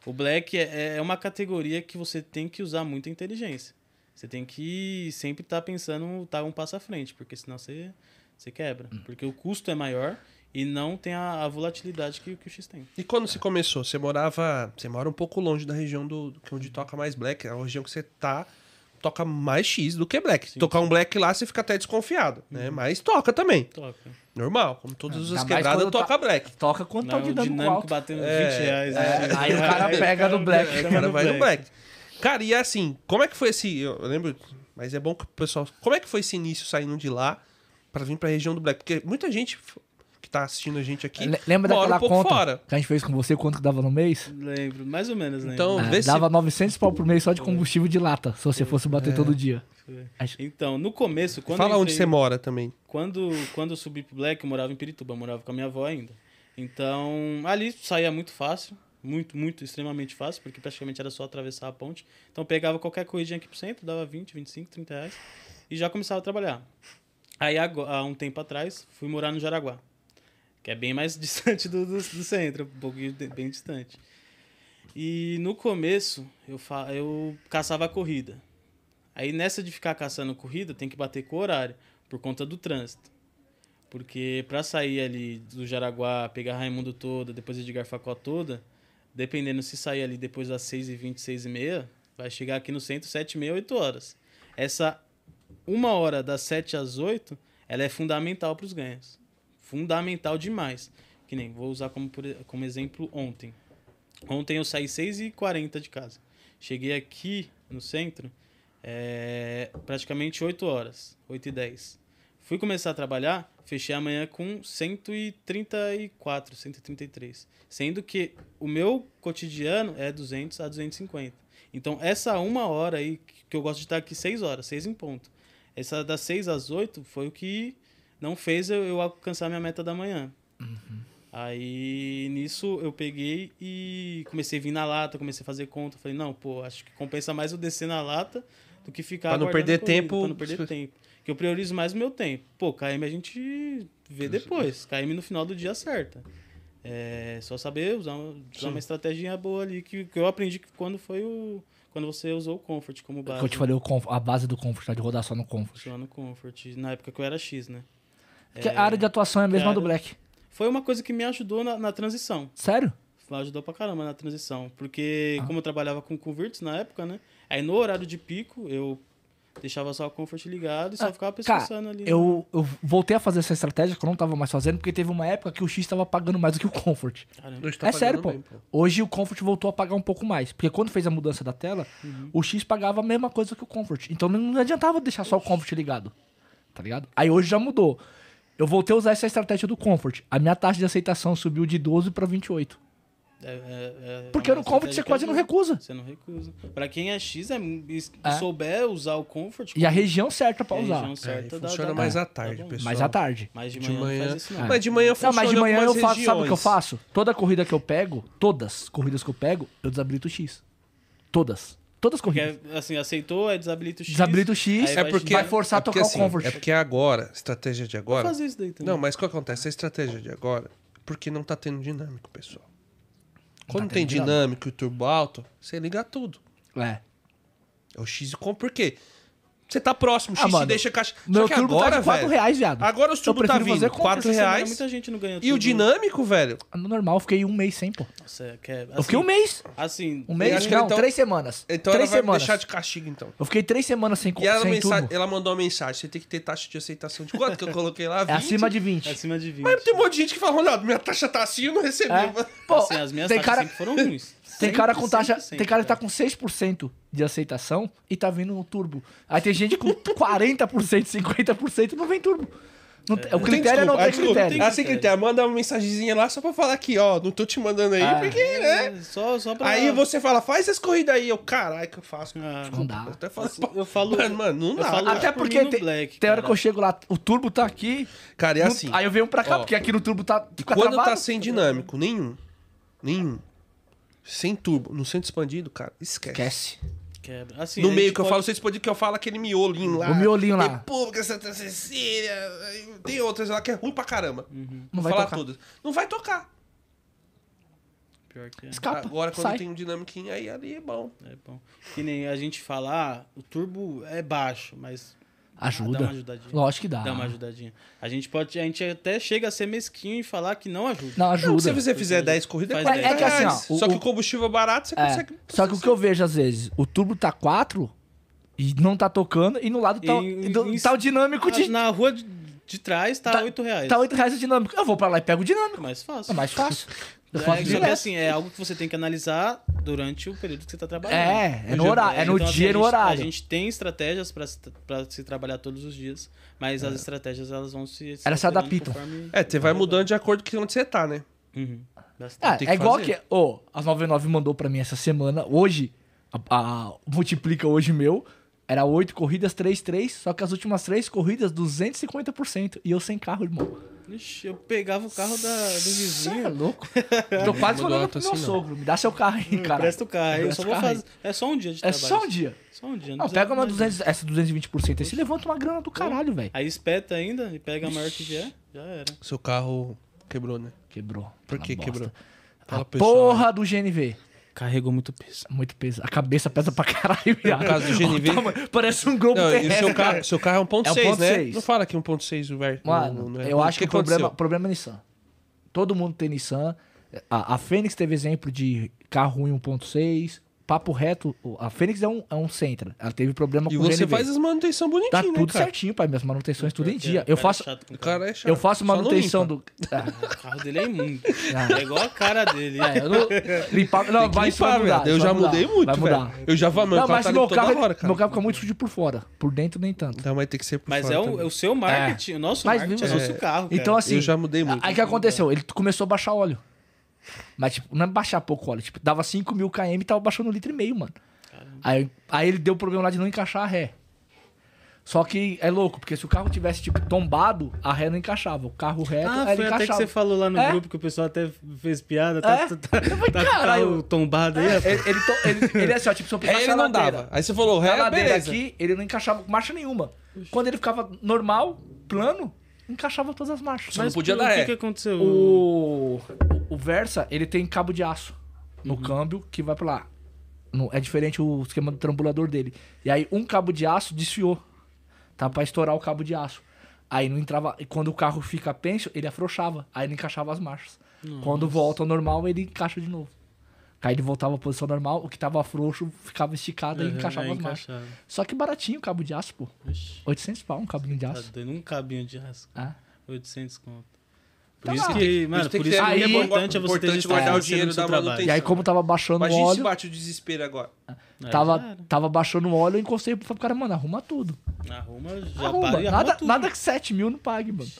O black é, é uma categoria que você tem que usar muita inteligência. Você tem que sempre estar pensando, estar um passo à frente, porque senão você, você quebra. Porque o custo é maior e não tem a, a volatilidade que, que o X tem.
E quando você começou? Você morava. Você mora um pouco longe da região do, do que onde toca mais black. É a região que você tá. Toca mais X do que black. Tocar um black lá, você fica até desconfiado,
Uhum.
né? Mas toca também.
Toca.
Normal. Como todas
Ainda
as
mais
quebradas,
quando tá-
toca
<laughs>
black.
Toca quanto tá
Não,
o
o
dinâmico
dinâmico
alto.
batendo
É,
20 reais.
é,
né?
aí o cara pega no black.
Aí o cara vai no black. Cara, e assim, como é que foi esse. Eu lembro, mas é bom que o pessoal. Como é que foi esse início saindo de lá pra vir pra região do black? Porque muita gente f- que tá assistindo a gente aqui.
Le- Lembra
mora
daquela
um pouco
conta
fora.
que a gente fez com você, quanto que dava no mês?
Lembro, mais ou menos lembro.
Então,
Ah,
vê se.
dava 900 pau por mês só de combustível de lata, se você fosse bater todo dia.
Então, no começo, quando
Fala
eu
onde
entrei-
você mora também.
Quando, quando eu subi pro Black, eu morava em Pirituba, eu morava com a minha avó ainda. Então, ali saía muito fácil, muito, muito, extremamente fácil, porque praticamente era só atravessar a ponte. Então, eu pegava qualquer corridinha aqui pro centro, dava 20, 25, 30 reais, e já começava a trabalhar. Aí, ago- há um tempo atrás, fui morar no Jaraguá, que é bem mais <laughs> distante do, do, do centro, um pouquinho de- bem distante. E no começo, eu, fa- eu caçava a corrida. Aí nessa de ficar caçando corrida, tem que bater com o horário, por conta do trânsito. Porque pra sair ali do Jaraguá, pegar Raimundo toda, depois Edgar Facó toda, dependendo se sair ali depois das 6h20, 6h30, vai chegar aqui no centro 7h30, 8 horas. Essa uma hora das 7 às 8, ela é fundamental pros ganhos. Fundamental demais. Que nem, vou usar como, por- como exemplo ontem. Ontem eu saí 6h40 de casa. Cheguei aqui no centro é, praticamente 8 horas, 8 e 10. Fui começar a trabalhar, fechei amanhã com 134, 133. Sendo que o meu cotidiano é 200 a 250. Então, essa uma hora aí, que- que eu gosto de estar aqui 6 horas, 6 em ponto. Essa das 6 às 8 foi o que não fez eu, eu alcançar minha meta da manhã.
Uhum.
Aí nisso eu peguei e comecei a vir na lata, comecei a fazer conta. Falei, não, pô, acho que compensa mais eu descer na lata do que ficar
Pra não
aguardando
perder
corrida,
tempo-
Pra
<laughs>
não perder tempo. Que eu priorizo mais o meu tempo. Pô, KM a gente vê depois. KM no final do dia acerta. É só saber usar, uma- usar uma estratégia boa ali, que, que eu aprendi que quando foi o... Quando você usou o Comfort como base.
Que eu te falei, É o conf- a base do Comfort, tá? De rodar só no Comfort.
Lá no Comfort, na época que eu era X, né?
Porque a área de atuação é a mesma
que a
do
área-
Black.
Foi uma coisa que me ajudou na, na transição.
Sério?
Ajudou pra caramba na transição. Porque
Ah.
como eu trabalhava com converts na época, né? Aí no horário de pico, eu deixava só o Comfort ligado e só ficava pesquisando
Ah, Cara,
ali.
eu, eu voltei a fazer essa estratégia que eu não tava mais fazendo, porque teve uma época que o X tava pagando mais do que o Comfort.
Caramba.
Hoje tá
é sério,
pagando
pô.
bem, pô.
Hoje o Comfort voltou a pagar um pouco mais. Porque quando fez a mudança da tela,
Uhum.
o X pagava a mesma coisa que o Comfort. Então não adiantava deixar só o Comfort ligado. Tá ligado? Aí hoje já mudou. Eu voltei a usar essa estratégia do Comfort. A minha taxa de aceitação subiu de 12 pra 28.
É- é- é
Porque
uma
no Comfort você
estratégia que
quase não
ajuda.
recusa.
né? Você não recusa. Pra quem é X, é, e s-
É.
souber usar o Comfort... é
E a região certa pra
a
usar.
região
É,
certa
e
dá-
funciona
dá-
mais
dá-
à tarde,
dá Tá bom.
pessoal.
Mais à tarde.
Mas de
De
manhã, não
manhã.
faz isso não.
Mas de manhã
Não,
funciona.
mas de manhã eu
algumas
faço, sabe o que eu
regiões.
faço? Toda corrida que eu pego, todas corridas que eu pego, eu desabilito o X. Todas. Todas as
Porque,
corridas.
assim, aceitou, é desabilita o X.
Desabilita o X,
aí
É
vai
porque
vai
xingar.
forçar
é porque,
a tocar
assim,
o Comfort.
É porque agora, estratégia de agora.
Faz isso daí também.
Não, mas o que acontece? A estratégia de agora, porque não tá tendo dinâmico, pessoal. Quando
tá
tem
tendo dinâmico.
dinâmico e turbo alto, você liga tudo.
É.
É o X e com por quê? Você tá próximo, o
Ah,
X
mano,
te deixa caixa. Só
Meu
que
turbo tá
agora,
de 4
velho,
reais, viado.
Agora os
Eu
turbo tá
prefiro fazer
vindo,
compra
4
Essa semana
reais.
Muita gente não ganhou
E o
tudo.
dinâmico, velho?
No normal, eu fiquei um mês sem, pô.
Nossa, é que é-
eu
assim,
fiquei um mês.
Assim,
Um mês?
acho que
não,
então-
três semanas.
Então
três
ela vai me
semanas.
deixar de castigo, então.
Eu fiquei três semanas sem, co-
E ela,
sem
mensa-
turbo.
ela mandou uma mensagem, você tem que ter taxa de aceitação de quanto que eu coloquei lá?
É acima de 20.
acima de Assim, 20.
Mas tem um monte de gente que fala, Ronaldo, minha taxa tá assim e eu não recebi. <laughs>
É.
mano."
Pô,
assim, as minhas
tem
taxas
cara,
sempre foram ruins.
tem
Sempre,
cara com taxa.
sempre, sempre,
tem cara que tá com 6% de aceitação e tá vindo um turbo. Aí tem
<laughs>
gente com 40%, 50% e não vem turbo. Não tem- o
Tem
critério é
desculpa,
não ter
ah, desculpa,
critério.
Ah, sem critério. Manda uma mensagenzinha lá só pra falar aqui, ó. Não tô te mandando aí,
Ah.
porque, né?
É, Só, só pra...
Aí você fala, faz as corridas aí. Eu, caralho, que eu faço.
Ah,
Não dá.
Eu até falo,
assim, eu falo...
Mano, mano, não
eu
dá.
falo
Até
por mim
porque
no
tem,
Black,
tem hora que
cara.
eu chego lá, o turbo tá aqui.
Cara, é
não-
assim.
aí eu venho pra cá,
ó.
porque aqui no turbo tá. Fica
Quando
travado.
tá sem dinâmico, nenhum. Nenhum. Sem turbo, no centro expandido, cara, esquece.
Esquece.
Quebra. Assim,
No
a
meio
gente
que eu
pode-
falo centro expandido, que eu falo é aquele miolinho lá.
O miolinho lá.
República, Santa Cecília. Tem outras lá que é ruim pra caramba.
Não
Vou
vai
falar
tocar.
todas. Não vai tocar.
Pior que é.
Escapa.
Agora, quando
sai.
tem um dinamiquinho, aí ali é bom.
É bom. Que nem a gente falar, o turbo é baixo, mas
Ah, Ajuda.
dá uma ajudadinha.
Lógico que dá.
Dá uma ajudadinha. A gente pode, a gente até chega a ser mesquinho e falar que não ajuda.
Não,
Não,
ajuda.
se você fizer 10 corridas, é
Faz
40
dez.
É que assim, ó,
reais.
o-
Só que
o-
o combustível é barato, você
É,
consegue.
Só que o que eu vejo às vezes, o turbo tá 4 e não tá tocando, e no lado tá,
E-
do-
e- Ah,
tá o dinâmico de.
Na rua de, de trás tá,
Tá-
8 reais.
Tá 8 reais o dinâmico. Eu vou pra lá e pego o dinâmico.
Mais
É
fácil.
mais fácil. Eu faço
É, só que
direto.
assim, é algo que você tem que analisar durante o período que você tá trabalhando.
É, é no horário, é no
assim,
dia e
a
no
gente-
horário.
A gente tem estratégias pra se, pra se trabalhar todos os dias, mas as estratégias elas vão se.
É. Elas se
alterando
adaptam.
conforme-
É, você vai mudando de acordo com onde você tá, né?
Uhum, bastante.
Ah,
tem
é
que
igual
fazer.
que. Ô, as 99 mandou pra mim essa semana. Hoje, a, a- multiplica hoje meu. Era 8 corridas, 3, 3. Só que as últimas 3 corridas, 250%. E eu sem carro, irmão.
Ixi, eu pegava o carro da, do
Cê é
vizinho.
louco.
mandou
<laughs> Tô quase falando
alto
pro meu
assim, não.
sogro. Me dá seu carro aí, cara.
Presta o carro. Eu
Presta
só
o
vou
carro aí.
fazer. É só um dia de
É
trabalho.
só um dia.
Só um dia.
Não,
precisa
pega uma
mais.
200, essa 220% aí, você levanta uma grana do caralho, velho.
Aí espeta ainda e pega a maior que vier. Já era.
Seu carro quebrou, né?
Quebrou.
Por
Fala
que
bosta.
quebrou?
A
Fala, pessoal, né?
porra do GNV.
Carregou muito peso.
Tá Muito peso. A cabeça pesa pra caralho, viado.
No caso do GNV?
O tamanho- <laughs> Parece um globo
Não, e o
terrestre.
seu carro, seu carro é 1.6,
É 1.6.
né? Não fala que 1.6 o ver-
Mano,
não- não é-
eu acho que, o problema, o
aconteceu?
problema é Nissan. Todo mundo tem Nissan. A, a Fênix teve exemplo de carro ruim 1.6. Papo reto, o- a Fênix é um, é um Sentra. Ela teve problema
E
com o
você
GNV.
faz as manutenções
Tá
bonitinhas, né,
tudo
cara?
certinho, pai. Minhas manutenções tudo em
Porque
dia.
o
Eu
cara é
faço,
chato com o
O
carro.
cara é chato.
eu
Só
faço
não
manutenção
limpa.
do... <laughs> Ah,
O carro dele é imundo.
Ah.
É igual a cara dele.
É, eu não. Limpar, não,
Tem que
vai, isso vai
limpar,
mudar,
velho. Eu
isso
já
vai mudar,
mudei muito,
vai mudar.
velho. Eu já vou... Meu
não,
carro
mas
tá
meu
limpo
carro,
toda
ele-
hora, cara.
meu carro fica muito sujo por fora. Por dentro, nem tanto.
Então vai ter que ser por
Mas
fora
é o,
também.
é o seu marketing. O nosso
Mas
marketing é o
viu-
nosso carro.
Então,
cara.
assim.
Eu já mudei muito.
Aí o que aconteceu? Ele começou a baixar óleo. Mas, tipo, não é baixar pouco óleo. Tipo, dava 5 mil km e tava baixando um litro e meio, mano. Aí, aí ele deu problema lá de não encaixar a ré. Só que é louco, porque se o carro tivesse, tipo, tombado, a ré não encaixava. O carro reto,
Ah,
ela
foi até
encaixava.
que você falou lá no
É?
grupo que o pessoal até fez piada.
É?
Tá, tá, tá,
Eu falei,
tá com o
caralho. É.
carro tombado aí. rapaz.
Ele, ele, to-
<laughs>
ele, ele é assim, ó, tipo, se eu
Ré
puxasse
ele
a
não
ladeira-
dava. Aí você falou,
a
ré,
ladeira
beleza.
aqui, ele não encaixava com marcha nenhuma. Quando ele ficava normal, plano, encaixava todas as marchas.
Só não podia
o
dar
que,
ré.
que aconteceu?
O, o Versa, ele tem cabo de aço no câmbio que vai pra lá. No- é diferente o esquema do trambulador dele. E aí um cabo de aço desfiou. Tá pra estourar o cabo de aço. Aí não entrava. E quando o carro fica penso, ele afrouxava. Aí não encaixava as marchas. Quando volta ao normal, ele encaixa de novo. Aí ele voltava à posição normal, o que tava frouxo ficava esticado e
Aham, é
encaixava
Uhum, aí
as marchas.
encaixava.
Só que baratinho o cabo de aço, pô.
Ixi,
800 pau um cabinho de
tá
aço.
doido. Um cabinho de rasca.
Ah.
800 conto. Por
Tá
isso
lá.
que, mano,
tem
por
que ter
isso que é
aí-
importante é você ter
importante
gestão
guardar o
financeira
dinheiro
no seu
da
trabalho.
E
manutenção.
aí, como tava baixando o
Imagina se
óleo,
bate o desespero agora.
Aí já
tava,
era.
tava baixando o óleo, eu encostei pro cara, mano, arruma tudo.
Arruma, já
Arruma.
para e arruma
nada,
tudo.
nada que 7 mil não pague, mano.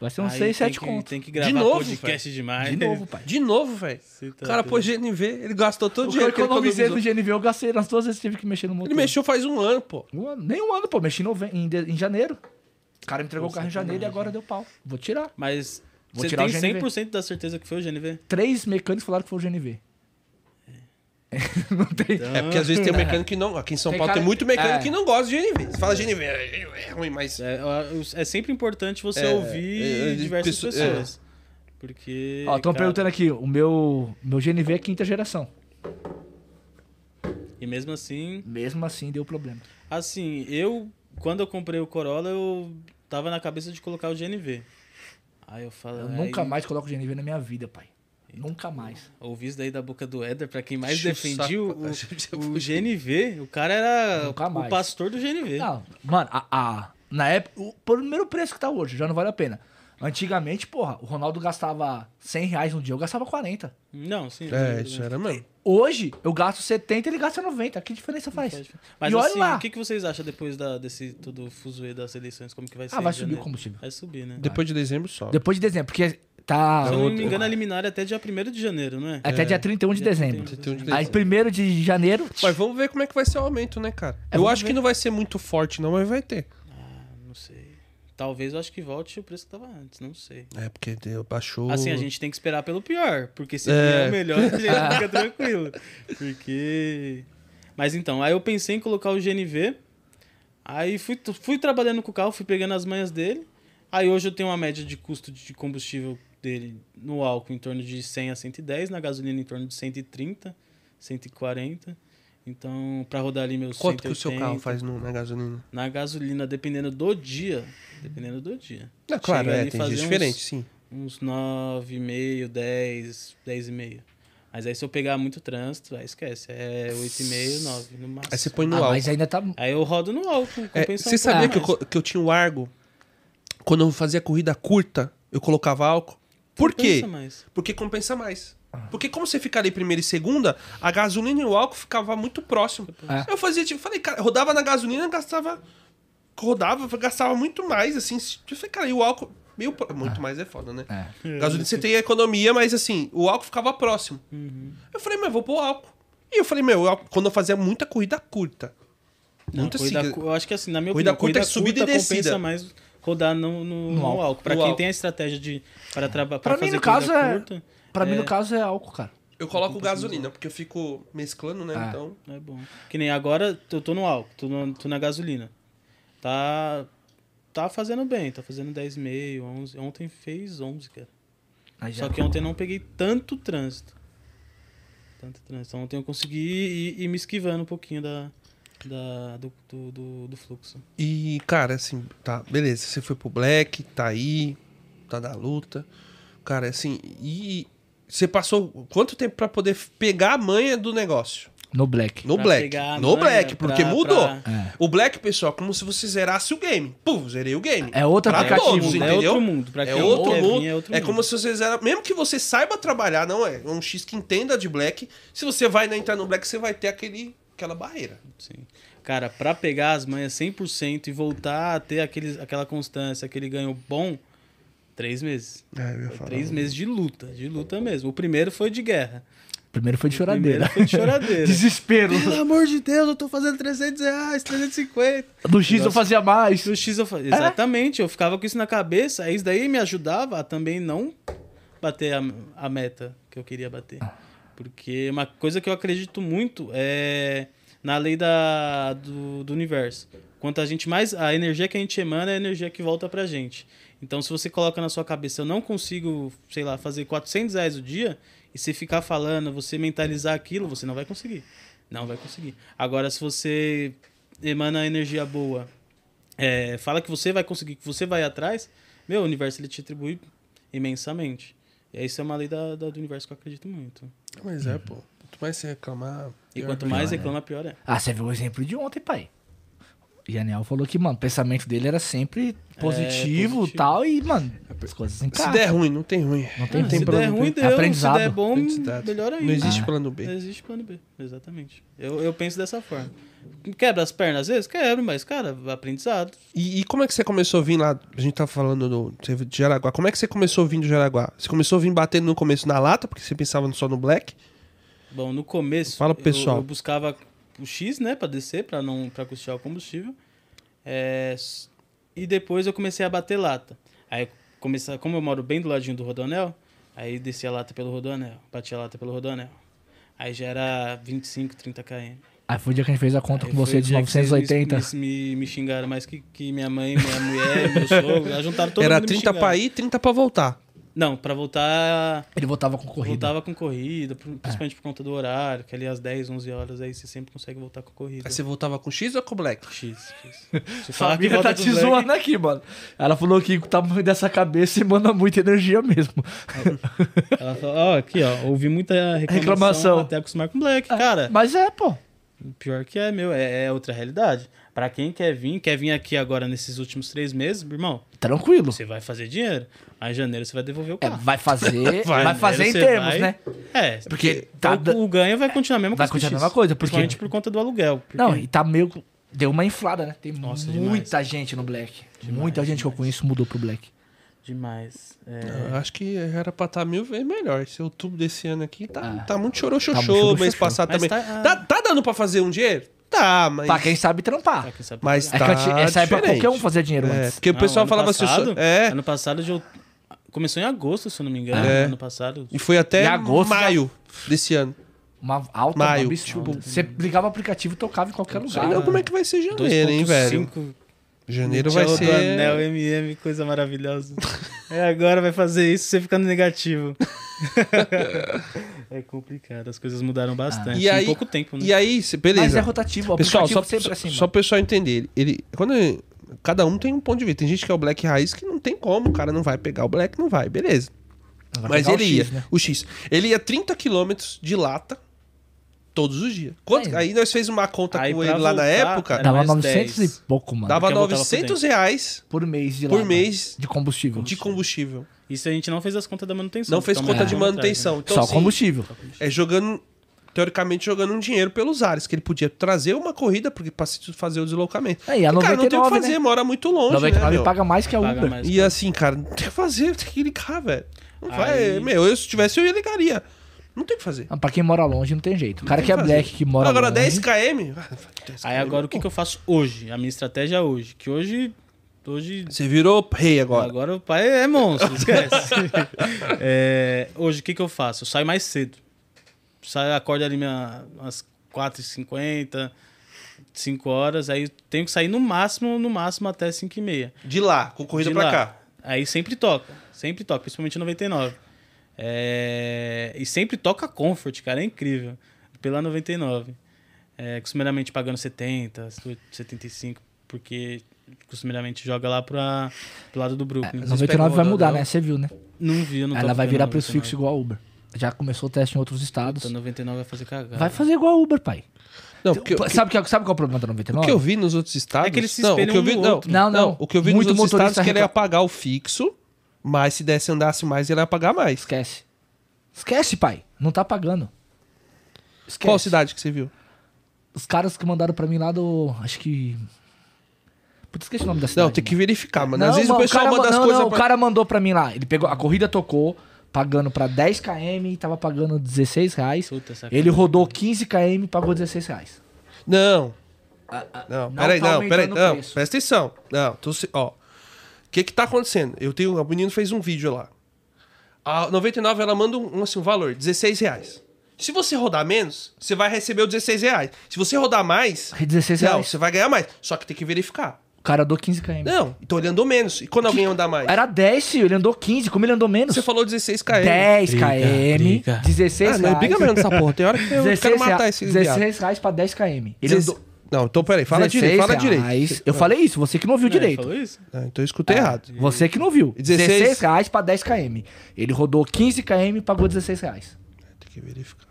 Vai ser uns
Aí
6,
tem
7
que-
conto.
Tem que gravar
novo,
podcast demais.
De novo, pai.
De novo, velho.
Você tá
O cara
doido.
pôs GNV, ele gastou todo o
O que eu
dinheiro que ele
economizei
economizou.
do GNV, eu gastei nas duas vezes que tive que mexer no motor.
Ele mexeu faz um ano, pô.
Um ano, nem um ano, pô. Mexi em, nove... em, de- em janeiro. O cara me entregou o carro em janeiro e agora deu pau. Vou tirar.
Mas
Vou
você
tirar
tem
o GNV.
100% da certeza que foi o GNV?
Três mecânicos falaram que foi o GNV. <laughs> não tem.
Então,
É porque às vezes tem um mecânico que não. Aqui em São
Tem
Paulo
cara-
tem muito mecânico
é.
que não gosta de GNV. Você fala GNV, é, é ruim, mas.
É, é- é sempre importante você
É,
ouvir
é, é,
diversas
pessoa-
pessoas. Porque.
Ó, estão
cara,
perguntando aqui, o meu, meu GNV é quinta geração.
E mesmo assim,
Mesmo assim, deu problema.
assim, eu, quando eu comprei o Corolla, eu tava na cabeça de colocar o GNV. Aí eu falo.
Eu nunca
aí,
mais coloco GNV na minha vida, pai. Nunca mais.
Ouvi isso daí da boca do Éder, pra quem mais
Enche o
defendia o,
saco.
o GNV, o cara era
Nunca mais.
o pastor do GNV.
Não, mano, a, a- na época, o primeiro preço que tá hoje, já não vale a pena. Antigamente, porra, o Ronaldo gastava 100 reais um dia, eu gastava 40.
Não, sim.
É,
não,
isso
não.
era mesmo.
Tá. Hoje, eu gasto 70 e ele gasta 90. Que diferença faz?
Mas
e olha
assim,
lá.
o que, que vocês acham depois da, desse todo fuzuê das eleições? Como que vai ser?
Ah, vai
em
subir o
janeiro?
combustível.
Vai subir, né?
Depois de dezembro só.
Depois de dezembro, porque tá...
Se eu não me engano, a liminar é até dia 1 de janeiro, não é?
Até dia 31 de
Dia um
dezembro.
31 de
Aí,
dezembro.
1 de janeiro...
Mas vamos ver como é que vai ser o aumento, né, cara?
É,
eu
vamos
acho que não vai ser muito forte, não, mas vai ter.
Ah, Não sei. Talvez eu acho que volte o preço que tava antes, não sei.
É, porque deu, baixou.
Assim, a gente tem que esperar pelo pior, porque se
É.
vier o
<laughs>
melhor, a gente fica tranquilo. Porque. Mas então, aí eu pensei em colocar o GNV. Aí fui, fui trabalhando com o carro, fui pegando as manhas dele. Aí hoje eu tenho uma média de custo de combustível dele no álcool em torno de 100 a 110, na gasolina em torno de 130, 140. Então, pra rodar ali meus
Quanto que o seu
180,
carro faz no- na gasolina?
Na gasolina, dependendo do dia, dependendo do dia.
Não, claro,
Chega
é,
ali
tem
fazer
dias
uns-
diferentes, sim.
uns 9,5, 10, 10,5. Mas aí se eu pegar muito trânsito, aí esquece. É 8,5, 9 no máximo.
Aí você põe no
Ah,
álcool.
mas ainda tá...
Aí eu rodo no álcool,
É,
compensa
você
um pouco
sabia que eu,
mais.
co- que eu tinha o Argo? Quando eu fazia corrida curta, eu colocava álcool. Por quê?
Compensa mais.
Porque compensa mais. Porque como você fica ali primeira e segunda, a gasolina e o álcool ficava muito próximo.
É.
Eu fazia tipo, falei, cara, rodava na gasolina, gastava rodava, gastava muito mais assim. Eu falei, cara, e o álcool meio pro- muito mais é foda, né?
É.
Gasolina você tem a economia, mas assim, o álcool ficava próximo. Eu falei, mas eu vou pôr álcool. E eu falei, meu, o álcool- quando eu fazia muita corrida curta.
Não,
Muito
corrida
assim,
cu- Eu acho que assim, na minha
corrida
opinião,
curta é subida e
compensa
descida.
mais rodar no, no, no
álcool.
álcool. Pra
No
quem
álcool.
tem a estratégia de... Pra, traba, pra
Pra
fazer
mim, no
corrida
caso, é...
curta,
Pra mim,
é-
no caso, é álcool, cara.
Eu coloco gasolina, porque eu fico mesclando, né?
Ah.
Então.
É bom. Que nem agora, eu tô no álcool, tô, no- tô na gasolina. Tá... Tá fazendo bem, tá fazendo 10,5, 11. Ontem fez 11, cara.
Aí já-
Só que é um ontem eu não peguei tanto trânsito. Tanto trânsito. Ontem eu consegui ir, ir me esquivando um pouquinho da, da- do, do, do- do fluxo.
E, cara, assim, tá, beleza. Você foi pro Black, tá aí, tá da luta. Cara, assim, e você passou quanto tempo pra poder pegar a manha do negócio?
No Black.
No
Pra
Black.
pegar a
No
manha,
Black, porque
pra-
mudou.
pra-
É.
O Black, pessoal, é como se você zerasse o game. Pum, zerei o game.
É outro
pra
aplicativo,
todos,
né? É
entendeu?
outro mundo. Pra
é
quem
outro
quer vir,
mundo.
é outro
É
mundo.
como se você zera. Mesmo que você saiba trabalhar, não é? É um X que entenda de Black. Se você vai né, entrar no Black, você vai ter aquele, aquela barreira.
Sim. Cara, pra pegar as manhas 100% e voltar a ter aquele, aquela constância, aquele ganho bom, três meses.
É, eu ia
Foi três meses de luta, de luta mesmo. O primeiro foi de guerra.
Primeiro foi de
Primeiro
choradeira.
foi de choradeira.
<laughs>
<laughs>
Desespero.
Pelo amor de Deus, eu tô fazendo 300 reais, 350.
Do X eu fazia mais.
Do X eu fa- Exatamente, eu ficava com isso na cabeça. Aí isso daí me ajudava a também não bater a, a meta que eu queria bater. Porque uma coisa que eu acredito muito é na lei da, do, do universo. Quanto a gente mais. A energia que a gente emana é a energia que volta pra gente. Então, se você coloca na sua cabeça, eu não consigo, sei lá, fazer 400 reais o dia, e você ficar falando, você mentalizar aquilo, você não vai conseguir. Não vai conseguir. Agora, se você emana energia boa, é, fala que você vai conseguir, que você vai atrás, meu, o universo ele te atribui imensamente. E isso é uma lei da, da- do universo que eu acredito muito.
Mas é, pô. Quanto mais você reclamar.
E
pior né?
quanto
vai.
mais reclama, pior é.
Ah, você viu o exemplo de ontem, pai. Janiel falou que, mano, o pensamento dele era sempre positivo e
positivo.
tal. E, mano, as coisas
Se
encaixam.
der ruim, não tem ruim.
Não tem
Ah, se der
problema.
ruim,
É
deu. Se
aprendizado.
der bom,
Aprendizado.
melhor ainda. Ah,
Não existe plano B.
Não existe plano B, exatamente. Eu, eu penso dessa forma. Quebra as pernas às vezes? Quebra, mas, cara, aprendizado.
E, e como é que você começou a vir lá? A gente tá falando do, você veio de Jaraguá. Como é que você começou a vir de Jaraguá? Você começou a vir batendo no começo na lata, porque você pensava só no black.
Bom, no começo.
Fala,
eu-
pessoal.
Eu, buscava o X, né, pra descer, pra não pra custear o combustível. É, s- e depois eu comecei a bater lata. Aí, eu comecei, como eu moro bem do ladinho do Rodonel, aí descia a lata pelo Rodonel, batia a lata pelo Rodonel. Aí já era 25, 30 km.
Aí foi o dia que a gente fez a conta
Aí
com você
foi o
de
dia que vocês
980.
Me, me, me xingaram mais que, que minha mãe, minha mulher, meu sogro. já Juntaram todo
Era
mundo e me
30 pra
xingaram.
ir, 30 pra voltar.
Não, pra voltar
Ele voltava com corrida. É.
Voltava com corrida, pr- principalmente por conta do horário, que ali às 10, 11 horas, aí você sempre consegue voltar com corrida.
Aí você voltava com X ou com black?
X, X. Se falar que
Família
volta
tá
com
te
black-
zoando aqui, mano. Ela falou que o tamanho dessa cabeça emana muita energia mesmo.
Ela falou, ó, aqui, ó, ouvi muita reclamação,
Reclamação.
até acostumar com black. Cara,
Mas é, pô.
pior que é, meu, é, é outra realidade. Pra quem quer vir, quer vir aqui agora nesses últimos três meses, meu irmão,
Tranquilo.
você vai fazer dinheiro. Aí em janeiro você vai devolver o
É,
carro.
vai
<laughs>
fazer. vai,
Janeiro
fazer em
você
termos,
vai-
né?
É,
Porque
porque
tá
o,
da-
o ganho vai continuar a mesma
Vai
coisa. que
continuar a
o
mesma
X,
coisa, porque-
Principalmente por conta do aluguel. porque-
Não, e tá meio. Deu uma inflada, né? Tem
Nossa,
muita gente no Black. muita gente que eu conheço mudou pro Black.
Demais. É...
Eu acho que era pra estar mil vezes melhor. Esse outubro desse ano aqui tá,
Ah.
tá muito choroxoxô,
Tá muito
mês
choroxoxô.
passado
Mas
também. Tá,
tá-
tá dando pra fazer um dinheiro? Tá, mas.
Pra quem sabe trampar.
pra quem sabe
Mas
É
tá
que eu te- essa época
diferente.
qualquer um fazia dinheiro
É,
antes.
porque o
Não,
pessoal
Ah, ano
falava assim.
passado-
só- É.
Ano passado de out- começou em agosto, se eu não me engano. né,
É.
Ano passado.
E foi até
Em agosto já-
maio desse ano.
Uma alta uma
Maio,
absurda.
tipo-
Você ligava o aplicativo e tocava em qualquer
Não sei
lugar.
não
né?
como é que vai ser janeiro, hein, velho?
2.5.
Janeiro
Tchau
vai
um
do Anel
ser.
MM,
<laughs>
coisa maravilhosa. é, agora vai fazer isso você ficando negativo. <laughs> é complicado, as coisas mudaram bastante.
E aí-
em pouco tempo, né?
E aí, cê-
Mas é
beleza.
rotativo, o
Pessoal,
aplicativo
só,
sempre assim,
só
mano.
o pessoal entender. Ele, quando cada um tem um ponto de vista. Tem gente que é o Black Raiz que não tem como. O cara não vai pegar o Black, não vai. Beleza.
Vai
Mas
pegar o
ele ia,
X, né?
o X. Ele ia 30 quilômetros de lata todos os dias. Quanto-
Aí.
aí nós fez uma conta
Aí
com
pra
ele lá na
voltar,
época.
era
Dava
mais
900
10.
e pouco, mano.
Dava
que eu voltava
900
pra
reais
Por mês de
Por
lá,
mês.
né? De combustível.
de combustível.
Isso a gente não fez as contas da manutenção.
Não fez
Então,
conta
mais
de
um atrás,
manutenção.
né?
Então,
Só
assim,
combustível.
É jogando, teoricamente, jogando um dinheiro pelos ares, que ele podia trazer uma corrida porque pra se fazer o deslocamento.
É, e a
E, cara, não tem o que
99,
fazer,
né?
mora muito longe,
99
né, meu?
paga mais que a
Paga
Uber.
mais
E assim, cara, não tem o que fazer, tem que ligar, velho. Não vai,
Aí-
meu, eu se tivesse eu ia ligaria. Não tem o que fazer.
Ah, pra quem mora longe, não tem jeito. O cara
tem
que é
que
black,
fazer.
que mora
Agora
longe...
10 km.
Aí agora o que, que eu faço hoje? A minha estratégia é hoje. Que hoje. Hoje
Você virou rei agora.
Agora o pai é monstro, esquece. <laughs> É, hoje, o que, que eu faço? Eu saio mais cedo. Saio, acordo ali minha, umas 4h50, 5 horas. Aí tenho que sair no máximo, no máximo até 5h30.
De lá, com corrida
De
pra
lá.
cá.
Aí sempre toca. Sempre toca, principalmente em 99. É, e sempre toca Comfort, cara. É incrível. Pela 99. É, costumeiramente pagando 70, 75, porque costumeiramente joga lá pra, pro lado do Brooklyn.
É,
Vocês pegam
99
o
vai mudar,
Rodel?
né? Você viu, né?
Não vi, eu não tô
Ela vai
vendo
virar
99.
preço fixo igual a Uber. Já começou o teste em outros estados.
Então 99 vai fazer cagada.
Vai fazer igual a Uber, pai.
Não,
Então,
porque,
Pô,
o que-
sabe, que, sabe qual é o problema da
o
99?
que eu vi nos outros estados.
É que eles se
não, o que
espelham
eu
um
vi,
no
não,
outro.
Não, não.
O que eu vi
Muito
nos outros estados
motorista
é que ele ia
reclama.
pagar o fixo, mas se desse andasse mais, ele ia pagar mais.
Esquece. Esquece, pai. Não tá pagando. Esquece.
Qual cidade que você viu?
Os caras que mandaram pra mim lá do... Acho que... Putz, esqueci o nome da cidade.
Não, tem que verificar, mano.
Não,
Às vezes
mano,
o pessoal
cara
manda
man-
as
não,
coisas
não,
pra...
o cara mandou pra mim lá. Ele pegou... A corrida tocou. pagando pra 10 km e tava pagando 16 reais.
Puta, sacanagem.
Ele rodou 15 km e pagou 16 reais.
Não. Não,
não
peraí,
tá
não,
aumentando
peraí,
o
não,
preço.
presta atenção. Não, tô se- ó. O que que tá acontecendo? Eu tenho, o menino fez um vídeo lá. A 99, ela manda um, um, assim, um valor, 16 reais. Se você rodar menos, você vai receber o 16 reais. Se você rodar mais,
É 16
não,
reais.
você vai ganhar mais. Só que tem que verificar.
O cara andou 15 km.
Não, então ele andou menos. E quando alguém andar mais?
Era 10, filho. Ele andou 15. Como ele andou menos?
Você falou 16 km.
10
Briga,
km,
briga.
16
Ah,
reais.
não, briga mesmo nessa porra. Tem hora que eu
16
quero matar
rea-
esse
16
viado.
reais pra 10 km. Ele
Dezesse-
andou
Não, então peraí, fala
16
direito, fala
reais.
direito.
Eu falei isso, você É, que não ouviu
Não, ele
direito.
né, Falou isso?
Ah, então eu escutei errado.
Você que não viu.
16
16, reais pra 10 km. Ele rodou 15 km e pagou 16 reais.
Tem que verificar.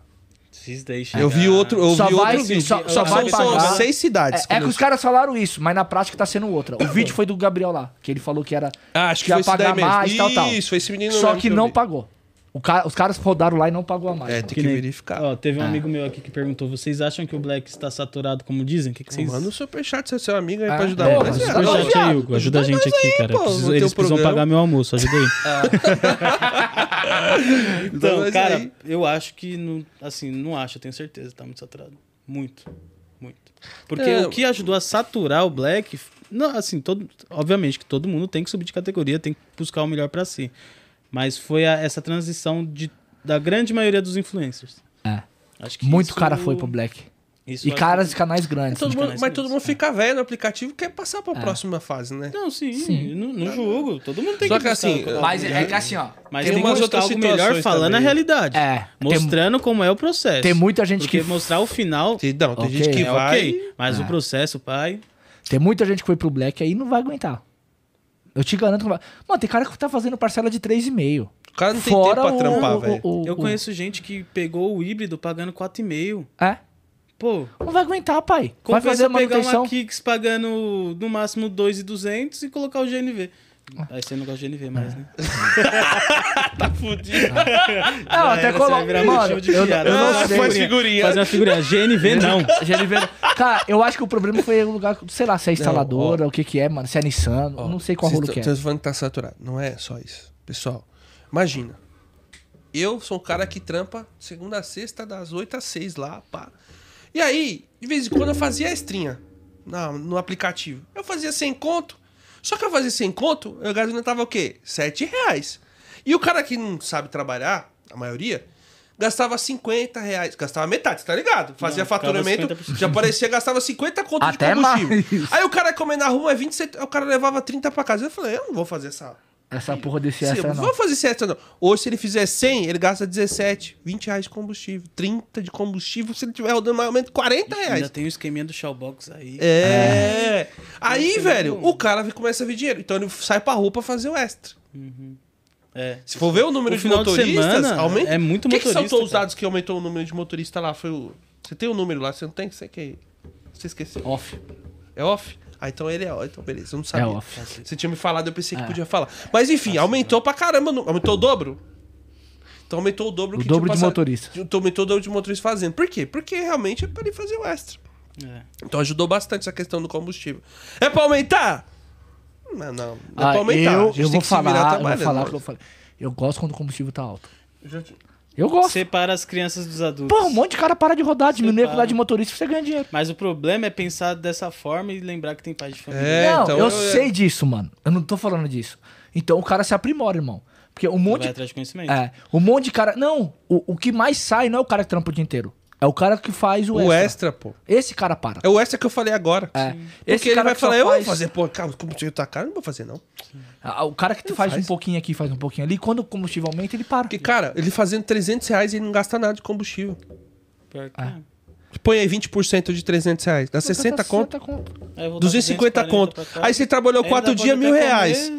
Vocês deixam.
Eu vi outro, eu
Só
vi
vai-
outro vídeo.
só-
Só
só vai
são, são
pagar-
seis cidades.
É, é que
quando
os caras falaram isso, mas na prática tá sendo outra. O vídeo foi do Gabriel lá, que ele falou que era
eu- Ah, acho que
ia
foi esse daí
pagar
mesmo.
mais,
Isso,
tal, tal.
foi esse menino
Só
mesmo
que
eu
não
vi.
pagou. O ca- Os caras rodaram lá e não pagou a mais.
É, tem que,
nem-
verificar.
Ó, teve um
Ah.
amigo meu aqui que perguntou: vocês acham que o Black está saturado, como dizem? O que, que vocês.
Manda o superchat se é seu amigo aí pra
Ah,
ajudar.
porra,
nós.
super
Ah,
chat.
não,
Superchat aí, Hugo. Ajuda a gente aqui, cara. Eu
pô,
preciso-
no
eles
teu
precisam
programa. Ah.
pagar meu almoço, ajuda aí.
Então,
<laughs> Então,
mas
cara,
aí-
eu acho que não, assim, não acho, eu tenho certeza, tá muito saturado. Muito. Muito. Porque
É.
o que ajudou a saturar o Black, não, assim, todo, obviamente que todo mundo tem que subir de categoria, tem que buscar o melhor pra si. Mas foi a- essa transição de, da grande maioria dos influencers.
É.
Acho que
Muito
isso-
cara foi pro Black.
isso
E
acho
caras de
que-
canais grandes. tipo-
todo mundo-
canais
mas todo mundo
grandes,
fica velho no aplicativo e quer passar pra próxima fase, né?
Não, sim, não, não julgo. Todo mundo tem
Só que
buscar
assim,
o-
Mas é, é que assim, ó.
Mas
Tem
tem,
umas
que buscar
outras
algo melhor
situações
falando a
também.
realidade.
É,
Mostrando como é o processo.
Tem muita gente
Porque
que-
mostrar o final
Tem- Não, tem
Ok.
gente que
é
vai.
ok. Mas o processo, pai.
Tem muita gente que foi pro Black aí e não vai aguentar. Eu te garanto que não vai. Mano, tem cara que tá fazendo parcela de 3,5.
O cara não tem tempo pra trampar, velho.
Eu conheço gente que pegou o híbrido pagando 4,5.
É?
Pô,
Não vai aguentar, pai. Vai fazer a
compensa pegar um
manutenção.
uma Kicks pagando no máximo 2,200 e colocar o GNV. Aí você não gosta de
É.
GNV mais, né?
Não,
Já
Ah, até
era, É, você vai
coloca.
virar
Mano,
motivo de
eu,
piada.
eu não
Ah,
sei.
faz figurinha. É.
Fazer uma figurinha.
<laughs>
GNV
<laughs>
não.
GNV. Cara, eu acho que o problema foi o lugar, sei lá, se é instaladora, o que que é, mano, se é Nissan,
Ó,
não sei qual
vocês
rolo
tão-
que é.
Vocês falando que tá saturado. Não é só isso. Pessoal, imagina. Eu sou um cara que trampa segunda a sexta, das 8 às 6 lá, pá. E aí, de vez em quando eu fazia a estrinha na- no aplicativo. Eu fazia sem conto. Só que eu fazia sem conto, a gasolina tava o quê? 7 reais. E o cara que não sabe trabalhar, a maioria, gastava 50 reais. Gastava metade, você tá ligado? Fazia
Não, ficava
faturamento,
50%.
já parecia, gastava 50 conto
Até
de combustível.
mais.
Aí o cara comendo na rua é 20 cent- o cara levava 30 pra casa. Eu falei, eu não vou fazer essa.
Essa porra desse
eu
extra,
não
não.
vou fazer esse extra, não. Hoje, se ele fizer 100, ele gasta 17, 20 reais de combustível, 30 de combustível, se ele tiver rodando mais ou menos 40
Ainda
reais.
tem o esqueminha do Shellbox aí.
É. Aí,
Esse é
velho,
bom.
o cara começa a ver dinheiro. Então ele sai pra rua pra fazer o extra.
é.
Se for ver o número
O
de
final de
motoristas,
semana
aumenta.
é muito
O que, que são
motorista,
todos os
cara.
dados que aumentou o número de motorista lá? Foi o. Você tem o número lá? Você não tem? Você que. Você esqueceu?
Off.
É off? Ah, então ele é off. Então beleza, eu não sabia.
É off. É.
Você tinha me falado, eu pensei que podia falar. Mas enfim, aumentou pra caramba. não- Aumentou o dobro? Então aumentou o dobro
O
que
dobro de
tinha passado-
motorista.
Então, Aumentou o dobro de motoristas fazendo. Por quê? Porque realmente é pra ele fazer o extra.
É.
Então ajudou bastante essa questão do combustível. É pra aumentar? Não, não. Não é
Ah,
pra aumentar. A
eu,
gente
eu,
tem
vou
que se virar tá
falar, eu vou
trabalhando.
falar o que eu falei. Eu gosto quando o combustível tá alto.
Eu já te-
Eu gosto.
Separa as crianças dos adultos.
Porra, um monte de cara para de rodar, diminui a
para.
quantidade de motorista você ganha dinheiro.
Mas o problema é pensar dessa forma e lembrar que tem pai de família.
É,
não,
então,
eu,
eu-
sei disso, mano. Eu não tô falando disso. Então o cara se aprimora, irmão. Porque um
Vai
monte.
atrás de conhecimento.
É, um monte de cara. Não, o, o que mais sai não é o cara que trampa o dia inteiro. É o cara que faz o,
O
extra.
extra, pô.
Esse cara para.
É o extra que eu falei agora.
É.
Porque ele vai
que só
falar, eu vou
faz-
fazer, pô, cara, o combustível tá caro, eu não vou fazer, não.
Ah, O cara que faz, um pouquinho aqui, faz um pouquinho ali, quando o combustível aumenta, ele para.
Porque, cara, ele fazendo 300 reais e ele não gasta nada de combustível.
Pior que é.
Põe aí 20% de 300 reais.
tá
Dá 60 conto.
Aí voltar
250
240
conto.
pra casa.
Aí você trabalhou
Ainda
quatro
pode
dias,
até
mil
comer.
reais.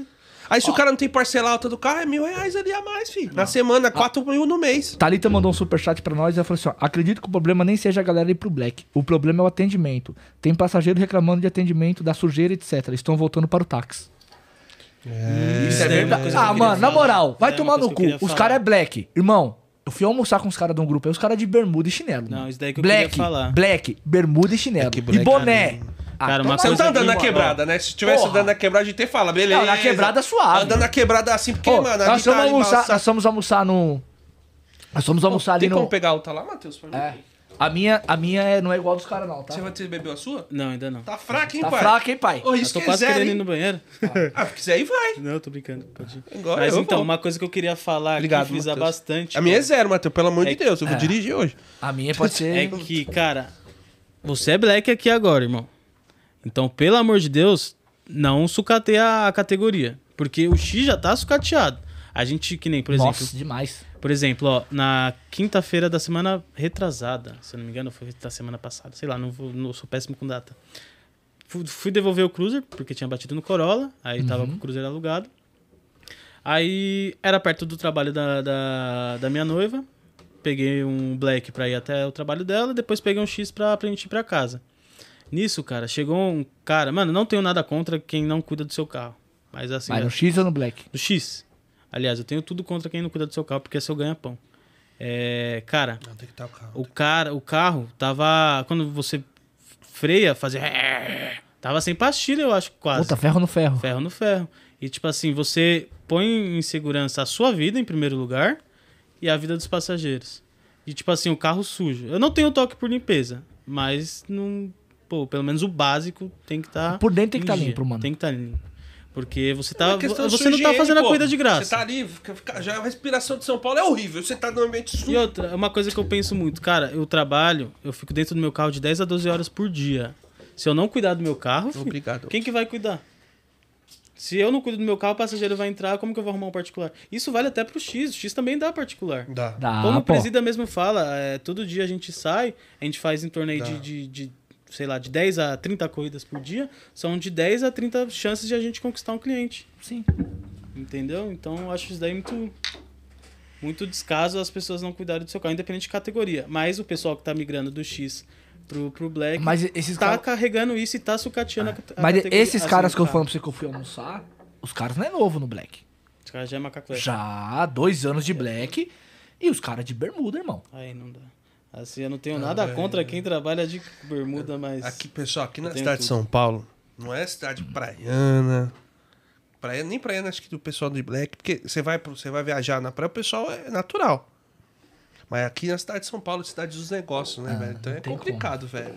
Aí se o cara não tem parcela alta do carro, é mil reais ali a mais, filho. Na
Ah.
semana, quatro mil no mês.
Thalita mandou um superchat pra nós e ela falou assim: ó, acredito que o problema nem seja a galera ir pro black. O problema é o atendimento. Tem passageiro reclamando de atendimento, da sujeira, etc. Estão voltando para o táxi.
Isso é verdade. coisa que eu
Ah,
queria
mano, na
falar.
moral, vai
É uma
tomar no
coisa que
cu.
eu queria
Os
falar.
caras é black. Irmão, eu fui almoçar com os caras de um grupo aí, os caras de bermuda e chinelo.
Não,
mano.
isso daí que eu
black,
queria falar.
Black, bermuda e chinelo.
É que
e
black,
boné. Ah,
Cara, uma
Você não tá
coisa
andando
que-
na quebrada, né? Se tivesse
Porra.
andando na quebrada, a gente até fala, beleza.
Não, na quebrada é suave.
Andando na quebrada assim, porque,
Ô,
mano,
nós,
ali tá
fomos almoçar,
embaçado.
nós fomos almoçar no. Nós fomos almoçar ali
Tem
no.
como pegar outra lá, Matheus? pra mim?
É. A minha, a minha é- não é igual dos caras, não, tá?
Você vai ter bebeu a sua?
Não, ainda não.
Tá fraca, hein,
Tá
pai?
fraca, hein, pai?
Ô,
Eu
isso
tô
que
quase
é zero,
querendo ir
hein?
no Tá banheiro.
Ah, quiser aí, vai.
<laughs> Não, eu tô brincando. pode ir.
Agora
Mas
eu
então,
vou.
uma coisa que eu queria falar
Obrigado,
que visa
Matheus.
bastante.
A minha é
cara,
zero, Matheus, pelo amor de
É-
Deus. Eu vou dirigir hoje.
A minha pode ser.
<laughs> é que, cara, você é black aqui agora, irmão. Então, pelo amor de Deus, não sucateia a categoria. Porque o X já tá sucateado. A gente, que nem, por exemplo,
Nossa, demais.
Por exemplo, ó, na quinta-feira da semana retrasada, se eu não me engano, foi da semana passada, sei lá, não, vou, não sou péssimo com data. Fu- Fui devolver o Cruiser, porque tinha batido no Corolla, aí tava com o Cruiser alugado. Aí era perto do trabalho da, da, da minha noiva, peguei um Black pra ir até o trabalho dela, depois peguei um X pra, pra gente ir pra casa. Nisso, cara, chegou um cara, mano, não tenho nada contra quem não cuida do seu carro, mas assim...
Vai
né?
no X ou no Black?
do X. Aliás, eu tenho tudo contra quem não cuida do seu carro, porque é seu ganha-pão. É, cara,
Não, tem que estar o carro.
o cara, o carro tava quando você freia, fazia tava sem pastilha, eu acho, quase.
Puta, ferro no ferro.
Ferro no ferro. E tipo assim, você põe em segurança a sua vida em primeiro lugar e a vida dos passageiros. E tipo assim, o carro sujo. Eu não tenho toque por limpeza, mas não, pô, pelo menos o básico tem que estar
Por dentro tem que tá limpo, mano.
Tem que estar limpo. Porque você
É
tá
uma questão de
você não tá
higiene,
fazendo a
pô.
corrida de graça.
Você tá ali, fica- fica- já a respiração de São Paulo é horrível. Você tá num ambiente
E
sujo.
outra, é uma coisa que eu penso muito, cara, eu trabalho, eu fico dentro do meu carro de 10 a 12 horas por dia. Se eu não cuidar do meu
É
carro, filho,
Obrigado.
<laughs> quem que vai cuidar? Se eu não cuido do meu carro, o passageiro vai entrar, como que eu vou arrumar um particular? Isso vale até pro X, o X também dá particular.
Dá.
Dá,
como o
Ah, pô.
presida mesmo fala, é, todo dia a gente sai, a gente faz em torno aí de, de- de, sei lá, de 10 a 30 corridas por dia, são de 10 a 30 chances de a gente conquistar um cliente.
Sim.
Entendeu? Então eu acho isso daí muito. Muito descaso as pessoas não cuidarem do seu carro, independente de categoria. Mas o pessoal que tá migrando do X pro, pro Black
Mas esses
tá
caras.
carregando isso e tá sucateando a, cate- a
Mas
categoria.
esses
Assim,
caras que eu
cara,
falo pra você que eu fui almoçar, os caras não é novo no Black.
Os caras já é macaco velho.
Já, dois anos de Black. E os caras de bermuda, irmão.
Aí não dá. Assim, eu não tenho nada contra quem trabalha de bermuda, mas.
Aqui, pessoal, aqui na
tenho
cidade de
tudo.
São Paulo, não é cidade praiana. praia- nem praiana, acho que do pessoal do Black, porque você vai, pro- você vai viajar na praia, o pessoal é natural. Mas aqui na cidade de São Paulo, cidade dos negócios, né, velho? Então é
Ah, tem Ah,
complicado, velho.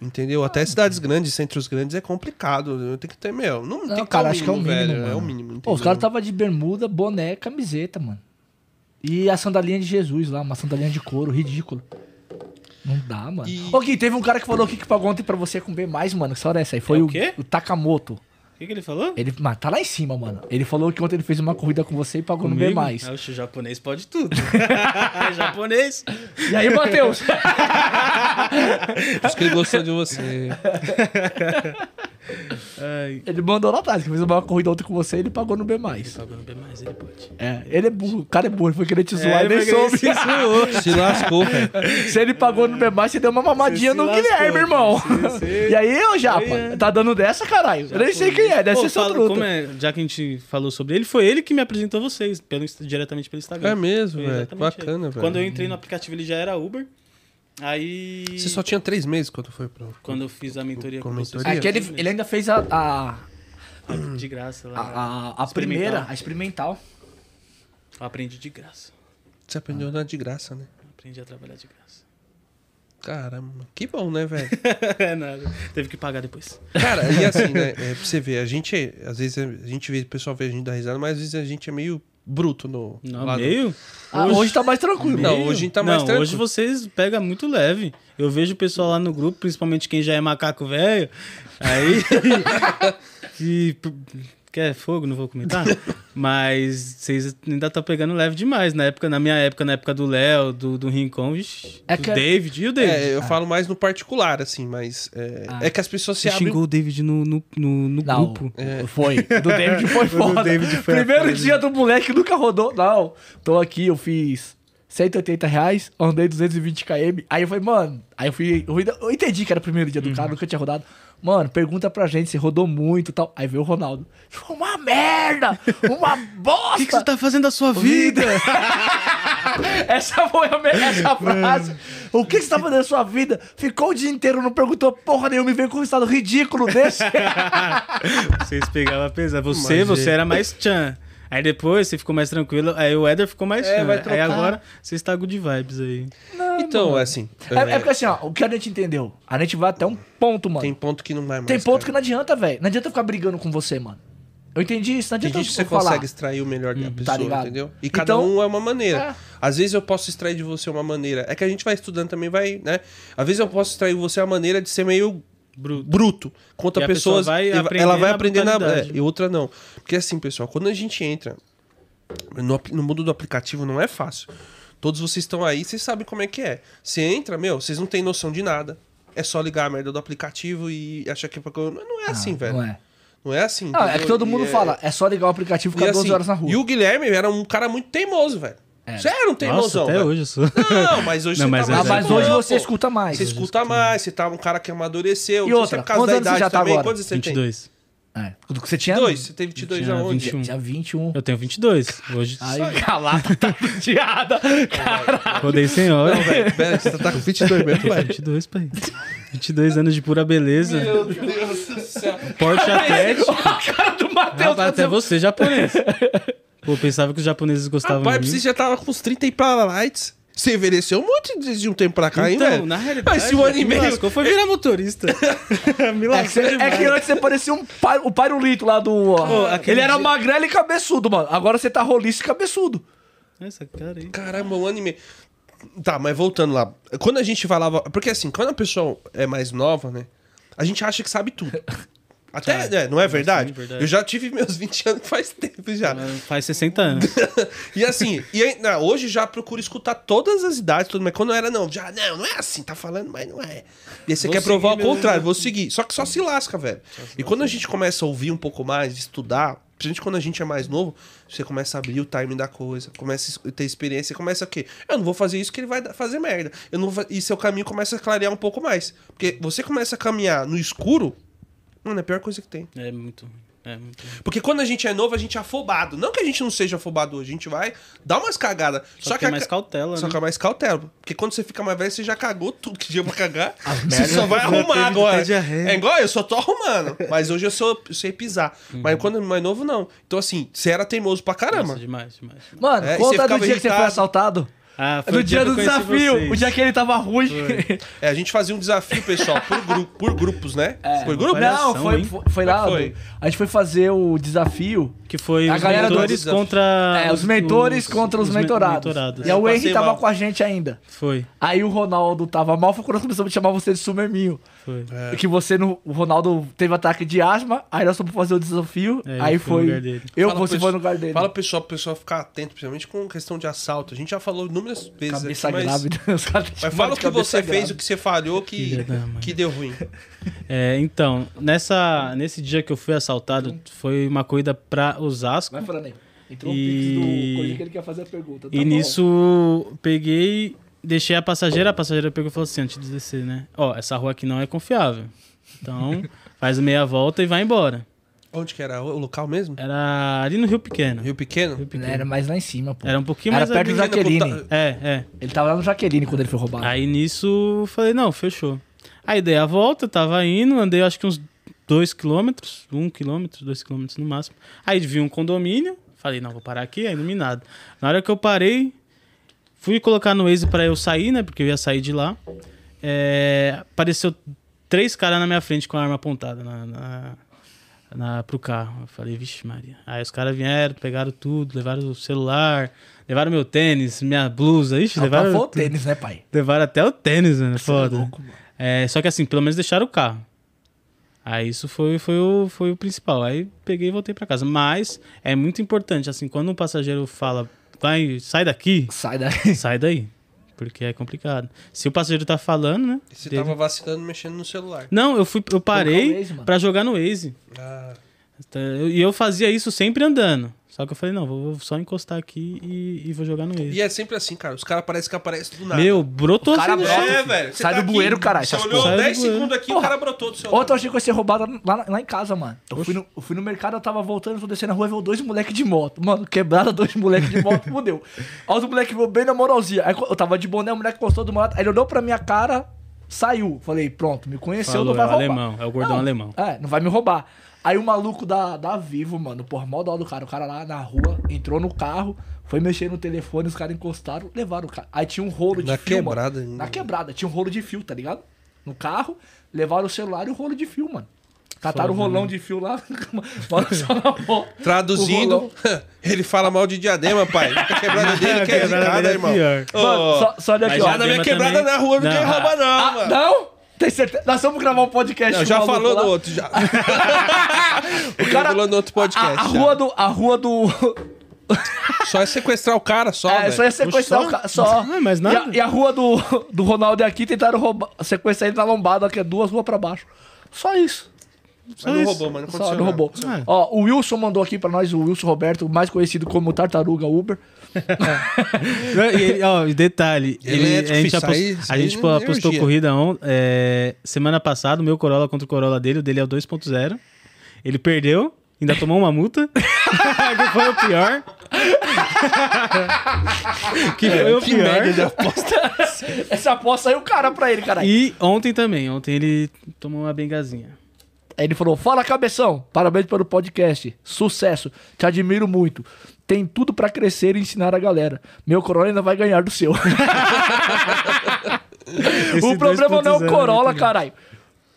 Entendeu? Até cidades grandes, centros grandes, é complicado. Tem que ter, meu. Não,
Não,
tem que
cara,
ter
acho que é o mínimo.
velho.
mano.
É o mínimo.
Pô, os
entendeu?
caras tá tava de bermuda, boné, camiseta, mano. E a sandalinha de Jesus lá, uma sandalinha de couro, ridícula. Não dá, mano.
E-
Ô, Gui, teve um cara que falou aqui que pagou ontem pra você comer mais, mano. Que história é essa aí? Foi
É o
o,
quê?
o Takamoto.
O que, que ele falou?
Ele, mano, tá lá em cima, mano. Ele falou que ontem ele fez uma corrida com você e pagou no B+. mais.
Ah, o japonês pode tudo. <laughs> japonês.
E aí, Matheus?
<laughs>
Acho que ele
<laughs>
gostou de você.
Ai,
ele mandou lá atrás que fez uma corrida ontem com você e ele pagou no B+. mais.
pagando bem mais, ele pode.
É, ele é burro. O cara é burro. Ele foi querer te zoar e nem soube. <laughs>
Se lascou, velho.
Se ele pagou no bebê, você deu uma mamadinha
Você se
no
lascou.
Guilherme, irmão.
Você-
<laughs> E aí, ô Japa,
Olha.
tá dando dessa, caralho? Eu nem sei quem é, deve
é. Pô,
ser seu
fala-
truta.
como é, já que a gente falou sobre ele, foi ele que me apresentou a vocês, pelo, Insta- diretamente pelo Instagram.
É mesmo,
Foi
velho. Que
exatamente
Bacana,
ele.
velho.
Quando eu entrei no aplicativo, ele já era Uber. Aí.
Você só tinha três meses quando foi pro.
Quando eu fiz a mentoria com,
Com
vocês.
mentoria?
Aqui ele, ele ainda fez a, a,
Aprendi De graça lá.
a, a, a
Experimental.
primeira, a experimental.
Eu aprendi de graça.
Você aprendeu nada de graça, né?
Aprendi a trabalhar de graça. <laughs>
Caramba, que bom, né, velho?
é nada. Teve que pagar depois.
<laughs> Cara, e assim, né? É, pra você ver, a gente, é- às vezes, a gente vê, o pessoal vê a gente dar risada, mas às vezes a gente é meio bruto no.
Não,
lado-
meio?
Ah, hoje, tá mais tranquilo.
Não, hoje a gente tá mais
Não,
tranquilo.
hoje vocês pegam muito leve. Eu vejo o pessoal lá no grupo, principalmente quem já é macaco velho.
<laughs>
Aí. que quer fogo, não vou comentar. Mas vocês ainda tá pegando leve demais. Na época, na minha época, na época do Léo, do, do Rincon, vixi,
É
do
que é-
David. E o David?
É, eu falo mais no particular, assim, mas. É, é que as pessoas se
Você
abrem.
xingou o David no, no, no, no
Não,
grupo.
foi. Do David
<laughs>
foi foda.
é. David foi a
Primeiro
foda.
dia do moleque nunca rodou. Não, tô aqui, eu fiz 180 reais, andei 220 km. Aí eu falei, mano, aí eu fui. Eu, ainda- eu entendi que era o primeiro dia do
Uhum.
cara, nunca tinha rodado. Mano, pergunta pra gente se rodou muito e tal. Aí veio o Ronaldo. Ficou uma merda! Uma bosta!
<laughs> O que, que você tá fazendo da sua vida?
<laughs> Essa foi a me- essa frase O que, que você tá fazendo na sua vida? Ficou o dia inteiro, não perguntou porra nenhuma e veio com um estado ridículo
<laughs>
desse.
Vocês pegavam pesado. Você,
Imagina.
você era mais tchan. Aí depois você ficou mais tranquilo, aí o Éder ficou mais
É,
tchan.
vai
aí
trocar.
agora você está good vibes aí.
Então, é assim.
É, é porque assim, ó, o que a gente entendeu? A gente vai até um ponto, mano.
Tem
Tem,
ponto que não vai mais.
ponto
cara.
que não adianta, velho. Não adianta eu ficar brigando com você, mano. Eu entendi isso, não
Tem
adianta
gente que
eu
você
um falar. Uhum. Tá
consegue extrair o melhor da pessoa,
ligado?
entendeu? E cada
Então-
um é uma maneira.
É.
Às vezes eu posso extrair de você uma maneira. É que a gente vai estudando também, vai, né? Às vezes eu posso extrair de você a maneira de ser meio
Bruto.
bruto. Quanto
E
a
a pessoa
pessoas.
vai
e-
aprender
ela vai
na
aprender na. É,
brutalidade.
e outra não. Porque assim, pessoal, quando a gente entra no, apli- no mundo do aplicativo, não é fácil. Todos vocês estão aí, vocês sabem como é que é. Você entra, meu, vocês não têm noção de nada. É só ligar a merda do aplicativo e achar que é pra. Não é assim, velho.
Não é.
Não é assim.
Não, é que
entendeu?
todo
E
mundo
é-
fala, é só ligar o aplicativo e ficar
e
12
assim,
horas na rua.
E o Guilherme era um cara muito teimoso, velho. Você era um teimosão.
até
velho.
hoje eu sou.
Não, mas hoje
Não,
você
mas
tá
Ah,
mais.
hoje-
mas
evoluído,
hoje você
pô.
escuta mais.
Você escuta mais, você tá um cara que amadureceu.
E
não sei se
outra,
é por causa
quantos
da
anos você
idade
já tá
também.
agora?
<laughs>
Quantos você
22.
É, do que você tinha? um.
tem? Dois. Você um. tem 22
Tinha
aonde?
21.
Tinha 21.
Eu tenho 22. Hoje
Aí, calada, tá
<laughs>
judiada.
É,
rodei sem hora.
Pera, você tá com 22 mesmo,
Ué,
velho.
22, pai. 22 anos de pura beleza.
Meu Deus do céu.
Porsche Atlético.
<laughs> O cara do Matheus.
Rapaz, até
tá-
você, japonês. Pô, eu pensava que os japoneses gostavam
Rapaz,
de
você
mim.
já tava com uns 30 e pra lights. Você envelheceu muito de um tempo pra cá, hein, velho? Mas se um ano e
Então, me
meio.
lascou, foi
<laughs>
virar motorista. me
É que,
lascou
você- é
demais.
que antes você parecia um pai, o pirulito lá do. ó,
aquele
ele era
dia-
magrelo e cabeçudo, mano. Agora você tá roliço e cabeçudo.
Essa cara aí.
Caramba, um ano e meio. Tá, mas voltando lá. Quando a gente falava. Porque assim, quando a pessoa é mais nova, né? A gente acha que sabe tudo. Até, né, não é verdade?
verdade.
Eu já tive meus 20 anos faz tempo já.
Faz 60 anos.
<laughs> E assim, e aí, não, hoje já procuro escutar todas as idades, tudo, mas quando eu era, não, já, não, não é assim, tá falando, mas não é. E aí você
Vou
quer provar ao
seguir meu-
contrário, vou seguir. Só que só se lasca, velho. E quando a gente começa a ouvir um pouco mais, estudar, principalmente quando a gente é mais novo, você começa a abrir o timing da coisa, começa a ter experiência, começa a quê? Eu não vou fazer isso que ele vai dar- fazer merda. Eu não vou, fa- e seu caminho começa a clarear um pouco mais. Porque você começa a caminhar no escuro, mano, é a pior coisa que tem.
É muito ruim. É muito ruim.
Porque quando a gente é novo, a gente é afobado. Não que a gente não seja afobado hoje, a gente vai dar umas cagadas. Só,
Só, que,
a
é mais
ca-
cautela,
Só
né?
que é mais cautela. Porque quando você fica mais velho, você já cagou tudo que tinha pra <laughs> cagar. Você
merda
só vai
já
arrumar
teve-
agora.
teve diarreia.
É igual eu, só tô arrumando. Mas hoje eu, sou, eu sei pisar. Mas quando é mais novo, não. Então, assim, você era teimoso pra caramba.
Nossa, demais, demais. demais.
Mano,
É, e você
conta do
ficava
dia que você foi
irritado.
assaltado.
Ah,
É do dia, do
que eu conheci
desafio.
vocês.
O dia que ele tava ruim. <laughs>
É, a gente fazia um desafio, pessoal, por, gru- por grupos, né? por grupos?
É. Não,
Palhação,
foi,
hein?
foi, foi lá.
Foi.
do- A gente foi fazer o desafio.
que foi
A
os
galera do
mentores
desafio.
contra...
É, os mentores contra os
me-
mentorados.
mentorados.
E aí o
Passei
Henry tava
mal.
com a gente ainda.
Foi,
Aí o Ronaldo tava mal, foi quando nós começamos a chamar você de sumeminho.
foi.
Que você não. O Ronaldo teve ataque de asma, aí nós fomos fazer o desafio.
É, eu
aí
fui no
foi.
lugar dele.
Eu,
Fala,
você
pessoal-
foi no lugar dele.
Fala, pessoal, pro pessoal ficar atento, principalmente com questão de assalto. A gente já falou inúmeras vezes
cabeça
aqui, mas...
grávida. <laughs> Os caras te
Mas
chamam
fala
de
o que você
cabeça
fez, o
grávida.
que você falhou, que,
Filha da mãe.
que deu ruim.
É, então, nessa, nesse dia que eu fui assaltado, foi uma corrida pra Osasco.
Vai falando aí. Entrou
E-
um pix do Coisa que ele quer fazer a pergunta. tá
e
bom.
nisso, peguei, deixei a passageira, a passageira pegou e falou assim, antes de descer, né? Ó, essa rua aqui não é confiável.
<laughs>
Então, faz meia volta e vai embora.
Onde que era? O local mesmo?
É.
Era ali no Rio Pequeno.
Rio Pequeno?
Rio
Não,
Pequeno.
Né, Era mais lá em cima, pô.
Era um pouquinho
Era
mais
perto do
ali.
Jaqueline.
É, é.
Ele tava lá no Jaqueline quando ele foi roubado.
Aí nisso, eu falei, não, fechou. Aí dei a volta, tava indo, andei acho que uns dois quilômetros, um quilômetro, dois quilômetros no máximo. Aí vi um condomínio, falei, não, vou parar aqui, é iluminado. Na hora que eu parei, fui colocar no Waze pra eu sair, né, porque eu ia sair de lá. É, apareceu três caras na minha frente com a arma apontada na, na, na- pro carro. Eu falei, vixe Maria. Aí os caras vieram, pegaram tudo, levaram o celular, levaram meu tênis, minha blusa, ixi,
Não,
levaram...
pra o
tudo.
tênis, né, pai?
Levaram até o tênis, mano. Foda.
louco, mano.
É, só que assim, pelo menos deixaram o carro. Aí isso foi, foi, o, foi o principal. Aí peguei e voltei pra casa. Mas é muito importante, assim, quando um passageiro fala, vai, sai daqui,
Sai daí.
sai daí. Porque é complicado. Se o passageiro tá falando, né?
Você
dele-
tava vacilando, mexendo no celular.
Não, eu fui, eu
Colocar o
parei
Waze, mano.
pra jogar no Waze. Então,
Ah,
Tá, eu- E eu fazia isso sempre andando. Só que eu falei, não, vou, vou só encostar aqui e, e vou jogar no Waze.
E é sempre assim, cara. Os caras parecem que aparecem do nada.
Meu, brotou
O cara
assim do
brota,
chão.
é,
filho.
velho. Você
Sai do
aqui,
bueiro, caralho,
Você
essas
olhou
porra.
10
Sai do bueiro.
segundos aqui, o
Porra.
cara brotou do seu lado.
Ontem eu achei que eu ia ser roubado lá, lá em casa, mano. Eu fui, no, eu fui no mercado, eu tava voltando, eu descendo na rua e veio dois moleques de moto. Mano, quebrada dois moleques de
<laughs>
moto, fudeu. Aí os moleques veio bem na moralzinha. Aí eu tava de boné, o moleque postou do moto. Aí ele olhou pra minha cara, saiu. Falei, pronto, me conheceu,
Falou,
não vai
é o
roubar.
alemão, é o gordão
Não,
alemão.
É, não vai me roubar. Aí o maluco da, da Vivo, mano, porra, mó dó do cara. O cara lá na rua, entrou no carro, foi mexer no telefone, os caras encostaram, levaram o cara. Aí tinha um rolo de
Na
fio. mano.
quebrada ainda.
Na quebrada, tinha um rolo de fio, tá ligado? No carro, levaram o celular e o rolo de fio, mano. Cataram o rolão de fio lá, <laughs> bota só na mão. O
Traduzindo,
rolão.
<laughs> ele fala mal de diadema, pai. A quebrada
<laughs>
<laughs>
dele que é
Quebrada
zicada,
dele é
irmão.
pior.
Ô,
Mano, só, só olha aqui,
Mas
ó.
já
lá na minha
Diadema
quebrada
também.
na rua não
Não.
quer roubar, não,
Ah,
mano.
não? Tem certeza? Nós vamos gravar um podcast.
Não,
com
já
o maluco
falou
lá.
no outro, já.
<laughs> O cara,
falou no outro podcast,
A, a
já.
rua do. A rua do.
Só é sequestrar o cara, só,
É,
velho.
só ia sequestrar
Só?
o cara. Só.
Ah, mas nada.
E a, e a rua do, do Ronaldo é aqui tentaram roubar, sequestrar ele na lombada, que é duas ruas pra baixo. Só isso.
Mas
Só
não
isso.
roubou, mano. Não
Só
aconteceu
não roubou.
nada. Ah.
Ó, o Wilson mandou aqui pra nós, o Wilson Roberto, mais conhecido como Tartaruga Uber.
E ele- ó, e detalhe, ele-
Elétrico,
a gente,
filho,
apos-
isso aí- isso
a
aí
gente
é
apostou
energia.
corrida on, é, semana passada, o meu Corolla contra o Corolla dele, o dele é o 2.0. Ele perdeu, ainda tomou uma multa, <laughs> que foi o pior. que foi o
Que
pior.
merda de aposta.
<laughs> Essa aposta aí o cara pra ele, caralho.
E ontem também, ontem ele tomou uma bengazinha.
Aí ele falou: Fala cabeção, parabéns pelo podcast, sucesso, te admiro muito. Tem tudo pra crescer e ensinar a galera. Meu Corolla ainda vai ganhar do <laughs> seu. o problema não é o Corolla, caralho.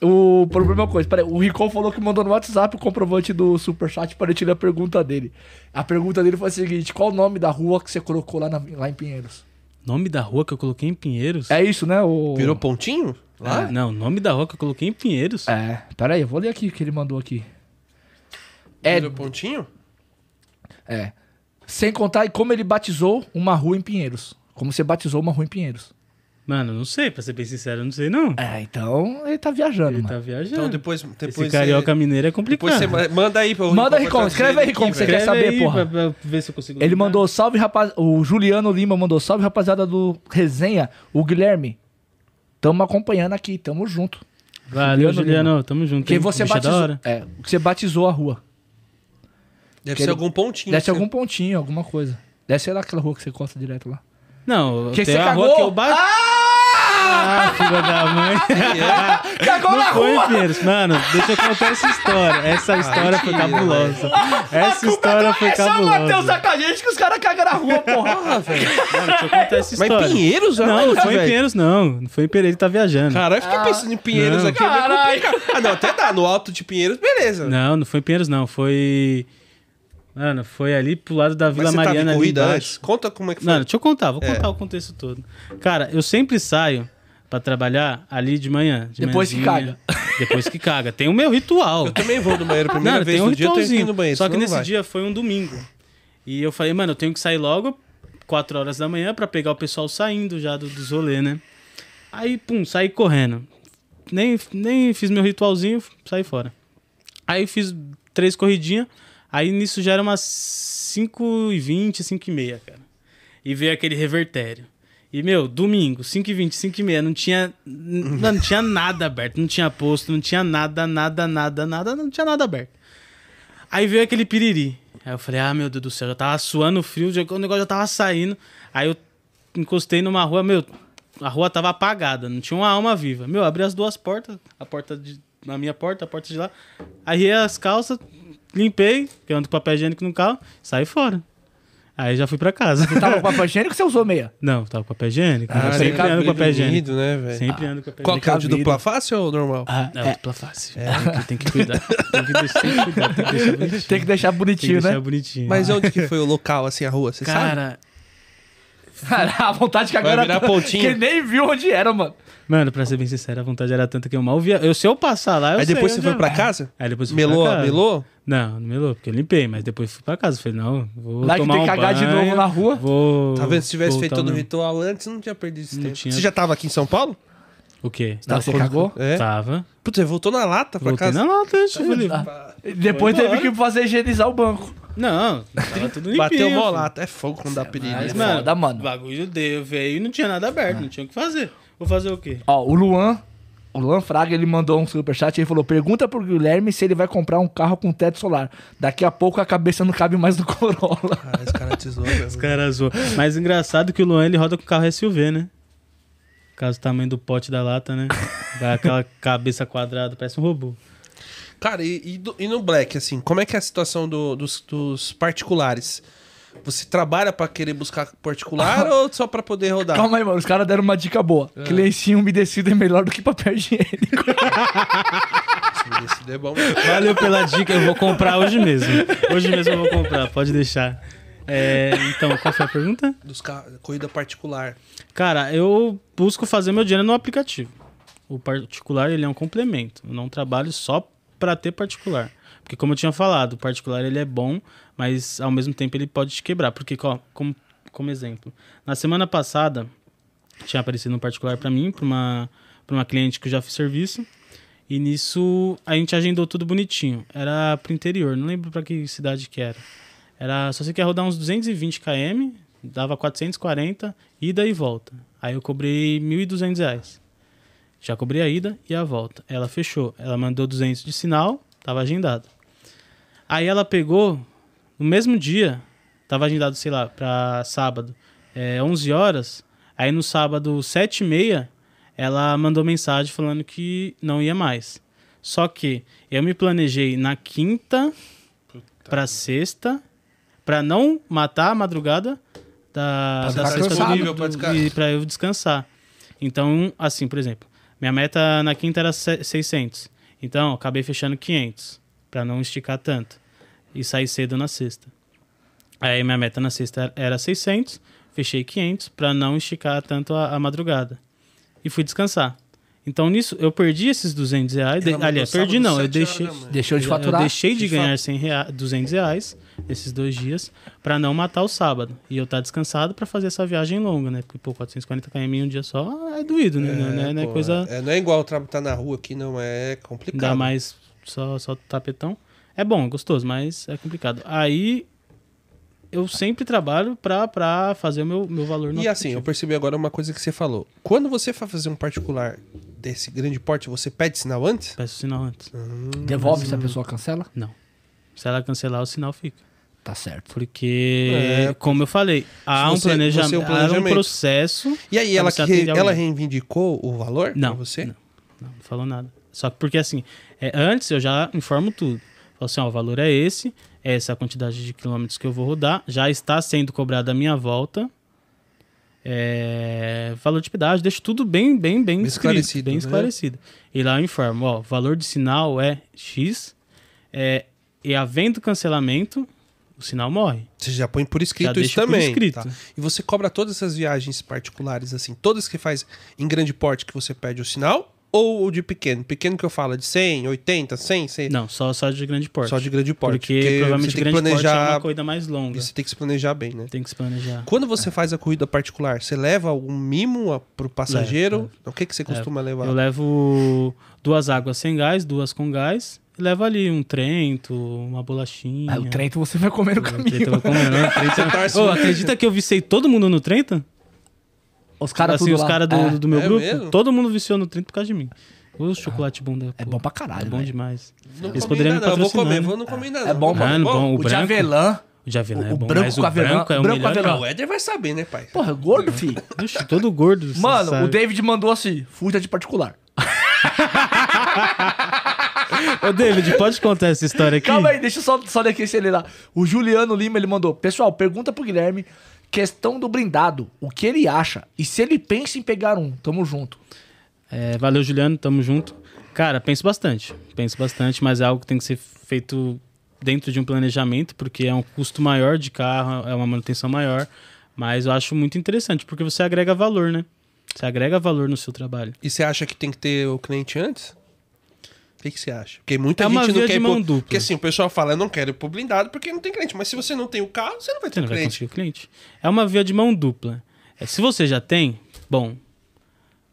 O problema é uma coisa. Peraí, o Ricon falou que mandou no WhatsApp o comprovante do Superchat para eu tirar a pergunta dele. A pergunta dele foi a seguinte: qual o nome da rua que você colocou lá, na- lá em Pinheiros?
Nome da rua que eu coloquei em Pinheiros?
É isso, né? O...
Virou pontinho?
Ah, não, nome da rua que eu coloquei em Pinheiros?
É, peraí, eu vou ler aqui o que ele mandou aqui. É
Virou pontinho?
É. Sem contar e como ele batizou uma rua em Pinheiros. Como você batizou uma rua em Pinheiros.
Mano, não sei, pra ser bem sincero, eu não sei não.
É, então ele tá viajando,
Ele
mano.
tá viajando.
Então depois, depois
Esse carioca
você,
mineiro é complicado.
depois você ma- manda aí pra
Manda, Ricom, escreve aí, Ricom, que você quer
Escreve
saber,
aí
porra.
Pra, pra ver se eu consigo
Ele
lembrar.
mandou salve, rapaz. O Juliano Lima mandou salve, rapaziada do Resenha. O Guilherme. Tamo acompanhando aqui, tamo junto.
Valeu,
Juliano
Juliano. Tamo junto.
Quem
hein?
você
Bicho é Da
batizou.
hora.
É, que você batizou a rua.
Deve
Que
ser
ele-
algum pontinho.
Deve ser
que
algum pontinho, alguma coisa. Deve ser lá aquela rua que você costa direto lá.
Não,
Que
tem
você
a
cagou?
rua que eu bati. Ah, filha da
<laughs>
mãe.
Cagou na
Não foi,
rua! Ah,
Pinheiros. Mano, deixa eu contar essa história. Essa história foi
mentira,
cabulosa. Essa história foi
É só bater o
cabulosa.
saco a gente que os caras cagam na rua, <laughs> porra.
Mano, deixa eu contar essa
Mas
história.
Pinheiros,
Não, não
aonde,
foi em
velho?
Pinheiros, não. Não foi em Pinheiros, ele tá viajando.
Caralho, eu fiquei pensando em Pinheiros
Não.
aqui. é meio
Ah. Caralho.
complicado. Ah, não, até dá. No alto de Pinheiros, beleza.
Não, não foi em Pinheiros, não. Foi. Mano, foi ali pro lado da Vila
Mas você
Mariana. é
tava em
ali
corrida
embaixo.
antes? Conta como é que foi.
Mano, deixa eu contar, vou contar o contexto todo. Cara, eu sempre saio pra trabalhar ali de manhã. de
Depois que
manhãzinha. <laughs> Depois que caga. Tem o meu
<laughs>
ritual.
Eu também vou no banheiro. Primeira
Não,
vez
tem um
no dia eu tenho que ir
ritualzinho.
no banheiro.
Só que
senão
nesse
não vai.
dia foi um domingo. E eu falei, mano, eu tenho que sair logo, 4 horas da manhã, pra pegar o pessoal saindo já do, dos rolê, né? Aí, pum, saí correndo. Nem, nem fiz meu ritualzinho, saí fora. Aí fiz três corridinhas. Aí nisso já era umas 5h20, 5h30, cara. E veio aquele revertério. E, meu, domingo, 5h20, 5h30, não tinha. n- Não, não tinha nada aberto. Não tinha posto, não tinha nada, nada, nada, nada, não tinha nada aberto. Aí veio aquele piriri. Aí eu falei, ah, meu Deus do céu, já tava suando frio, já- o negócio já tava saindo. Aí eu encostei numa rua, meu, a rua tava apagada, não tinha uma alma viva. Meu, abri as duas portas, a porta de. Na minha porta, a porta de lá. Aí as calças, limpei, que eu ando com papel higiênico no carro, saí fora. Aí já fui pra casa.
Tava com papel higiênico ou você usou meia?
Não, tava com papel higiênico.
Ah,
eu sempre
tem
ando com papel higiênico.
preprevenido, né, velho?
Sempre ando com papel
Qual
higiênico.
que é o de
Precavido.
dupla face ou normal?
Ah,
Não, dupla face. É, tem que cuidar. Tem que deixar, tem que cuidar, tem que deixar bonitinho.
<laughs>
Tem que deixar
Tem que
bonitinho,
deixar
né?
bonitinho. Ah,
Mas onde que foi o local, assim, a rua? Você sabe?
Cara,
<laughs> Cara, a vontade que
Vai
agora. tá-
virar pontinho.
Que nem viu onde era, mano.
Mano, pra ser bem sincero, a vontade era tanta que eu mal via. Eu, se eu passar lá, eu
Aí
sei
depois você
onde
foi
é.
pra casa?
Aí depois eu fui
Melou,
pra casa.
melou?
Não, não melou, porque eu limpei, mas depois fui pra casa. Falei, não, vou
Lá que
tomar
tem
um
que cagar de
banho,
novo na rua.
Vou
Talvez Tá se tivesse
voltar
feito todo o
meu-
ritual antes, não tinha perdido esse tempo.
tinha.
Você já tava aqui em São Paulo?
O quê?
Tá, você cagou?
É.
Tava.
Putz, você voltou na lata pra
Voltei
casa?
na lata, eu falei.
Depois teve que fazer higienizar o banco.
Não, tava tudo limpinho.
Bateu mó
filho.
lata. É fogo quando dá perigo.
mas-
né?
Foda,
Mano,
mano.
o bagulho deu, veio e não tinha nada aberto, não tinha o que fazer. Vou fazer o quê?
Ó, o Luan, o Luan Fraga, ele mandou um superchat e ele falou: pergunta pro Guilherme se ele vai comprar um carro com teto solar. Daqui a pouco a cabeça não cabe mais no <laughs> Corolla.
Ah, esse cara é tesoura.
Os <laughs>
velho.
caras zoam. Mas engraçado que o Luan ele roda com carro SUV, né? Caso o tamanho do pote da lata, né? Vai <laughs> aquela cabeça quadrada, parece um robô.
Cara, e, e do- e no Black, assim, como é que é a situação do- dos, dos particulares? Você trabalha pra querer buscar
<laughs>
particular ou só pra poder rodar?
Calma aí, mano. Os caras deram uma dica boa: que lencinho umedecido é melhor do que papel <laughs> higiênico.
Isso é bom mesmo.
Valeu pela dica, eu vou comprar hoje mesmo. Hoje mesmo eu vou comprar, pode deixar. É, então, qual foi a pergunta?
Dos carros, corrida particular.
Cara, eu busco fazer meu dinheiro no aplicativo. O particular, ele é um complemento. Eu não trabalho só pra ter particular. Porque como eu tinha falado, o particular ele é bom, mas ao mesmo tempo ele pode te quebrar. Porque, ó, como, como exemplo, na semana passada tinha aparecido um particular pra mim, pra uma, pra uma cliente que eu já fiz serviço. E nisso a gente agendou tudo bonitinho. Era pro interior, não lembro pra que cidade que era. Era, só sei que ia rodar uns 220 km, dava 440, ida e volta. Aí eu cobrei 1.200 reais. Já cobrei a ida e a volta. Ela fechou. Ela mandou 200 de sinal, tava agendado. Aí ela pegou, no mesmo dia, tava agendado, sei lá, pra sábado, é, 11 horas. Aí no sábado, 7 e meia, ela mandou mensagem falando que não ia mais. Só que eu me planejei na quinta pra sexta, pra não matar a madrugada
Pra
da, da
ficar
sexta
cansado.
domingo
Pra descansar.
e pra eu descansar. Então, assim, por exemplo, minha meta na quinta era se- 600. Então, eu acabei fechando 500 pra não esticar tanto e sair cedo na sexta. Aí minha meta na sexta era 600, fechei 500 pra não esticar tanto a, a madrugada. E fui descansar. Então nisso eu perdi esses 200 reais.
Ela
De,
mandou
aliás,
sábado,
perdi não, eu
sete horas
deixei
da manhã.
Deixou de
eu-
faturar.
Eu deixei de,
De
ganhar 100 rea- 200 reais esses dois dias pra não matar o sábado. E eu tá descansado pra fazer essa viagem longa, né? Porque, pô, 440 km em um dia só é doído, né? não, é, não é
pô,
coisa.
é, não é igual o trabalho tá na rua aqui, não. É complicado.
Dá mais só, só tapetão. É bom, é gostoso, mas é complicado. Aí eu sempre trabalho pra, pra fazer o meu, meu valor no
E assim, eu
aplicativo.
percebi agora uma coisa que você falou. Quando você for fazer um particular desse grande porte, você pede sinal antes?
Peço sinal antes.
Devolve se a pessoa cancela?
Não. Se ela cancelar, o sinal fica.
Tá certo.
Porque,
É,
como eu falei, há um,
você-
planeja-
você é um
há um
planejamento.
processo.
E aí,
pra
ela,
você
que-
atender
ela
alguém.
reivindicou o valor
Não,
pra você?
não. Não, não falou nada. Só que porque assim, é, antes eu já informo tudo. Falo assim, ó, o valor é esse, é essa a quantidade de quilômetros que eu vou rodar, já está sendo cobrada a minha volta. É, valor de pedágio, deixo tudo bem, bem, bem, escrito,
esclarecido,
bem
né?
esclarecido. E lá eu informo, ó, valor de sinal é X, é, e havendo cancelamento, o sinal morre.
Você já põe por
Já
escrito
deixa
isso
por
também.
escrito.
tá? E você cobra todas essas viagens particulares, assim, todas que faz em grande porte que você pede o sinal ou o de pequeno? Pequeno que eu falo, é de 100, 80, 100, 100
Não, só, só de grande porte.
só de grande porte.
Porque, provavelmente
você tem que
grande porte é
planejar,
uma coisa mais longa.
você tem que se planejar bem, né?
Tem que se planejar.
Quando você faz a corrida particular, você leva algum mimo a- pro passageiro? O que, que você costuma levar?
Eu levo duas águas sem gás, duas com gás. E levo ali um Trento, uma bolachinha.
Aí Ah, o Trento é você vai comer no
Um
caminho.
Trento eu vou comer, né? Um Trento-
Você torce
Ô,
o-
acredita que eu vicei todo mundo no Trento?
Os caras
assim,
tudo
os
lá.
caras do,
É,
do meu
É
grupo.
mesmo?
Todo mundo viciou no Trento por causa de mim. O chocolate bom da
é
porra.
bom pra caralho.
É bom
velho.
demais.
Não
Eles
comi
poderiam
ainda
me
não, vou
patrocinar,
comer,
né?
vou não comer nada.
É bom,
não.
mano.
Mano, bom,
o
o branco-
Javelã.
O Javelã
O-
é
o
bom,
branco
mas
com
o
avelã-
branco é o
branco com
melhor.
avelã.
Ah, o Éder vai saber, né, pai?
Porra, gordo, fi.
Ixi, todo gordo. você
Mano,
sabe.
o David mandou assim: fuja de particular.
Ô, David, pode contar essa história aqui?
Calma aí, deixa eu só, só ler aqui esse ele lá. O Juliano Lima, ele mandou. Pessoal, pergunta pro Guilherme questão do blindado. O que ele acha? E se ele pensa em pegar um? Tamo junto.
É, valeu, Juliano, tamo junto. Cara, penso bastante. Penso bastante, mas é algo que tem que ser feito dentro de um planejamento, porque é um custo maior de carro, é uma manutenção maior. Mas eu acho muito interessante, porque você agrega valor, né? Você agrega valor no seu trabalho.
E você acha que tem que ter o cliente antes? O que, que você acha? Porque muita
É uma
gente não
via
quer
de
ir
mão
pro-
dupla.
Porque assim, o pessoal fala, eu não quero ir pro blindado porque não tem cliente. Mas se você não tem o carro, você não vai ter
Você não vai
cliente.
conseguir o cliente. É uma via de mão dupla. É, se você já tem, bom.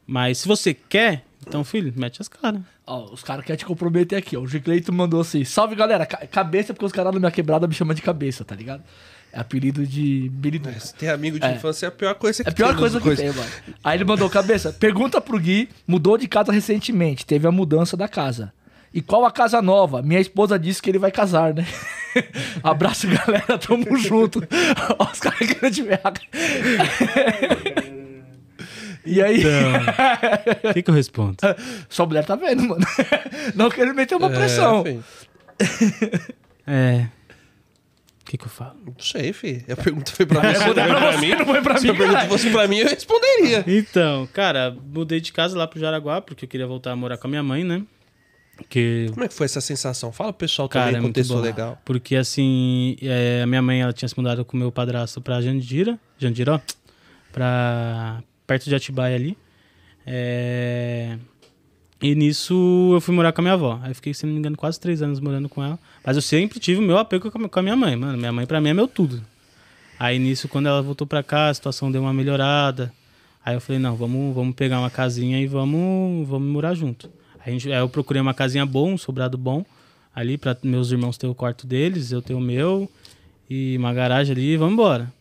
Mas se você quer, então, filho, mete as caras.
Ó, os caras querem te comprometer aqui, ó. O Gicleito mandou assim: salve galera, Ca- cabeça, porque os caras da minha quebrada me chamam de cabeça, tá ligado? É apelido de Bilidum.
Se Ter amigo de infância é a pior coisa que
É a pior
tem,
coisa
né?
que tem, mano. Aí ele mandou cabeça. Pergunta pro Gui, mudou de casa recentemente, teve a mudança da casa. E qual a casa nova? Minha esposa disse que ele vai casar, né? <laughs> Abraço, galera. <laughs> Tamo junto. Ó, os caras querendo te ver. E aí?
<laughs> O que, que eu respondo?
<laughs> Sua mulher tá vendo, mano. Não que ele meteu uma
É,
pressão.
filho.
É. O que, que eu falo?
Não sei, filho. A pergunta foi pra você.
Não é pra você, não foi pra
Se a
mim, tá
pergunta
caralho.
fosse pra mim, eu responderia.
Então, cara, mudei de casa lá pro Jaraguá, porque eu queria voltar a morar com a minha mãe, né? Porque
Como é que foi essa sensação? Fala pro pessoal
Cara,
também,
é muito
contexto
bom.
legal.
Porque assim, é, a minha mãe ela tinha se mudado com o meu padrasto pra Jandira, Jandira, ó, pra perto de Atibaia ali. É, e nisso eu fui morar com a minha avó. Aí fiquei, se não me engano, quase três anos morando com ela. Mas eu sempre tive o meu apego com a- com a minha mãe, mano. Minha mãe pra mim é meu tudo. Aí nisso, quando ela voltou pra cá, a situação deu uma melhorada. Aí eu falei, não, vamos, vamos pegar uma casinha e vamos, vamos morar junto. Aí, a gente, aí eu procurei uma casinha boa, um sobrado bom, ali para meus irmãos ter o quarto deles, eu ter o meu, e uma garagem ali, e vamos embora.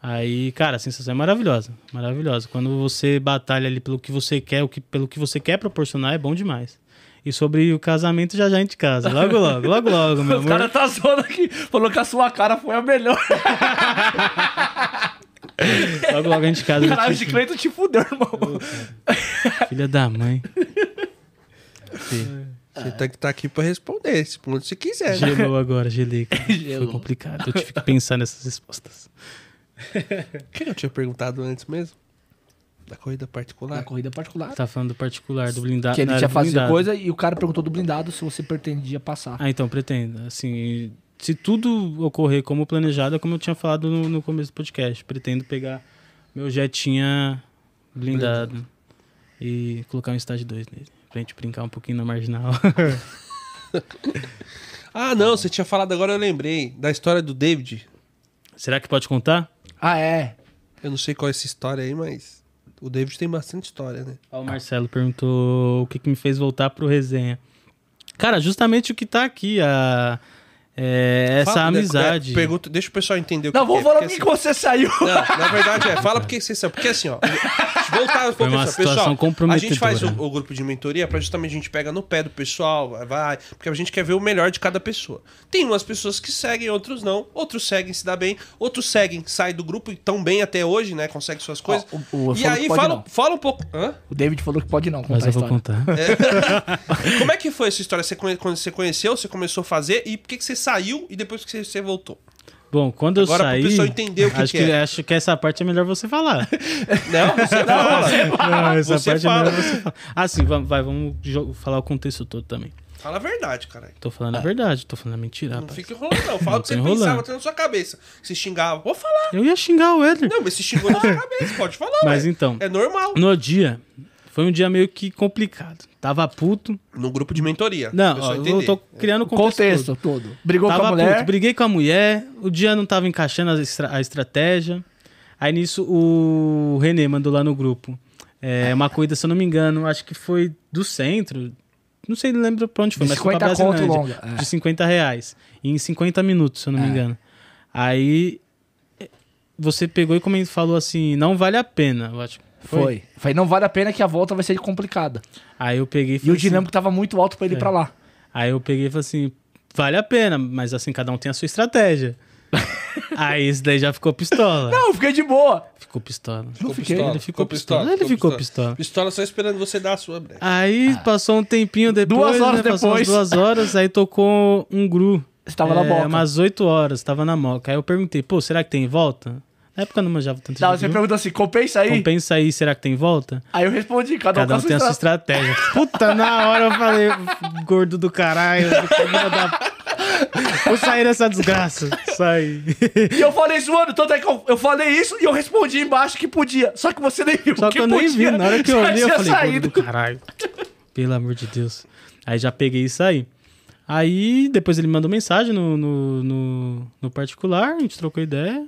Aí, cara, a sensação é maravilhosa, maravilhosa. Quando você batalha ali pelo que você quer, o que, pelo que você quer proporcionar, é bom demais. E sobre o casamento, já já a gente casa. Logo, logo, logo, logo, meu
Os
amor.
caras tá zoando aqui. Falou que a sua cara foi a melhor.
Logo, logo a gente casa.
Caralho, o
Tipo,
Gicleito te fudeu, irmão.
Filha da mãe.
É.
Você tem que estar aqui pra responder, se por onde você quiser. né?
Gelou agora,
<laughs>
gelei. cara. Foi
Gelou.
complicado. Eu tive que pensar nessas respostas.
Quem eu tinha perguntado antes mesmo? Da corrida particular?
Na corrida particular.
Tá falando do particular, do blindado.
Que ele
da
tinha
área do
fazer
Tá, blindado.
coisa e o cara perguntou do blindado se você pretendia passar.
Ah, então, pretendo. Assim, se tudo ocorrer como planejado, é como eu tinha falado no, no começo do podcast. Pretendo pegar meu jetinha blindado e colocar um estágio 2 nele. Pra gente brincar um pouquinho na marginal. <laughs>
Ah, não, você tinha falado agora, eu lembrei. Da história do David.
Será que pode contar?
Ah, é.
Eu não sei qual é essa história aí, mas. O David tem bastante história, né?
Ó, o Marcelo perguntou o que, que me fez voltar pro resenha. Cara, justamente o que tá aqui, a, é, essa
Fala, né,
amizade.
é, pergunta, deixa o pessoal entender o
Não,
que
vou
é,
falar
porque
que
assim-
você saiu. <laughs>
Não, na verdade é. Fala porque vocês são. Porque assim, ó. deixa eu Voltar um pouco
uma
pessoal.
situação
Pessoal, A gente
comprometedora.
faz o, o grupo de mentoria pra justamente a gente pega no pé do pessoal, vai, vai, porque a gente quer ver o melhor de cada pessoa. Tem umas pessoas que seguem, outros não. Outros seguem, se dá bem. Outros seguem, saem do grupo e tão bem até hoje, né? Consegue suas coisas.
Ah, o- o-
e
falou que
aí
pode
fala,
não.
fala um pouco. Hã?
O David falou que pode não contar
Mas
a
eu vou
história.
contar.
Como é <laughs> que foi essa história? Você, come- quando você conheceu, você começou a fazer e por que, que você saiu e depois que você, você voltou?
<laughs> Bom, quando eu
Agora, pro
saí.
pessoal entender o que
acho
que é.
Acho que essa parte é melhor você falar.
Não, você <laughs> fala.
Não, essa
Você
parte
fala.
é melhor você falar. Ah, sim, vamos, vai, vamos jo- falar o contexto todo também.
Fala a verdade, caralho.
Tô falando a verdade, tô falando a mentira,
Ah. Não
rapaz.
fica enrolando, não. Fala o que você
Não tô
pensava
enrolando.
até na sua cabeça. Você xingava. Vou falar.
Eu ia xingar o Éder.
Não, mas se xingou
<laughs>
na sua cabeça, pode falar.
Mas
ué.
então.
É normal.
No dia, foi um dia meio que complicado. Tava puto.
No grupo de mentoria.
Não,
pra
ó,
pessoa
eu
entender.
tô criando o contexto. todo.
Contexto todo. Brigou com
Tava
a mulher.
puto, briguei com a mulher, o dia não tava encaixando a, estra- a estratégia. Aí nisso o Renê mandou lá no grupo. É, uma corrida, se eu não me engano, acho que foi do centro. Não sei, não lembro pra onde foi,
De
mas foi pra
50 conto
Brasilândia.
longa, é.
De 50 reais. Em 50 minutos, se eu não me engano. Aí é, você pegou e comen- falou assim, não vale a pena, eu acho. que
Foi. Falei, não vale a pena que a volta vai ser complicada.
Aí eu peguei
E o
falei assim,
dinâmico tava muito alto pra ele ir
É.
pra lá.
Aí eu peguei e falei assim, vale a pena, mas assim, cada um tem a
<laughs>
sua estratégia. Aí isso daí já ficou pistola.
Não, eu fiquei de boa.
Ficou pistola.
Não fiquei.
Ele ficou pistola. Ele ficou pistola. Ah,
Pistola só esperando você dar a sua, né? Breck.
Aí passou um tempinho depois.
Duas horas
né? Passou umas
depois.
duas horas, aí tocou um gru. É,
Você tava na moca.
Umas oito horas, tava na moca. Aí eu perguntei, pô, será que tem volta? Na época eu não manjava tanto
Não,
de
você
gru.
perguntou assim, compensa aí?
Compensa aí, será que tem volta?
Aí eu respondi, cada,
Cada um
com
tem a sua
sua estrada.
estratégia. Puta, na hora eu falei, gordo do caralho.
<laughs>
filha da- Vou sair dessa desgraça. Saí.
E eu falei zoando, tanto é que eu, eu falei isso e eu respondi embaixo que podia. Só que você nem viu
Só que, eu nem
podia. né?
vi. Na hora que
<laughs>
eu
Já
olhei, eu
tinha
falei, gordo
saído.
do
<laughs>
caralho. Pelo amor de Deus. Aí já peguei e saí. Aí depois ele me mandou mensagem no, no, no, no particular, a gente trocou ideia.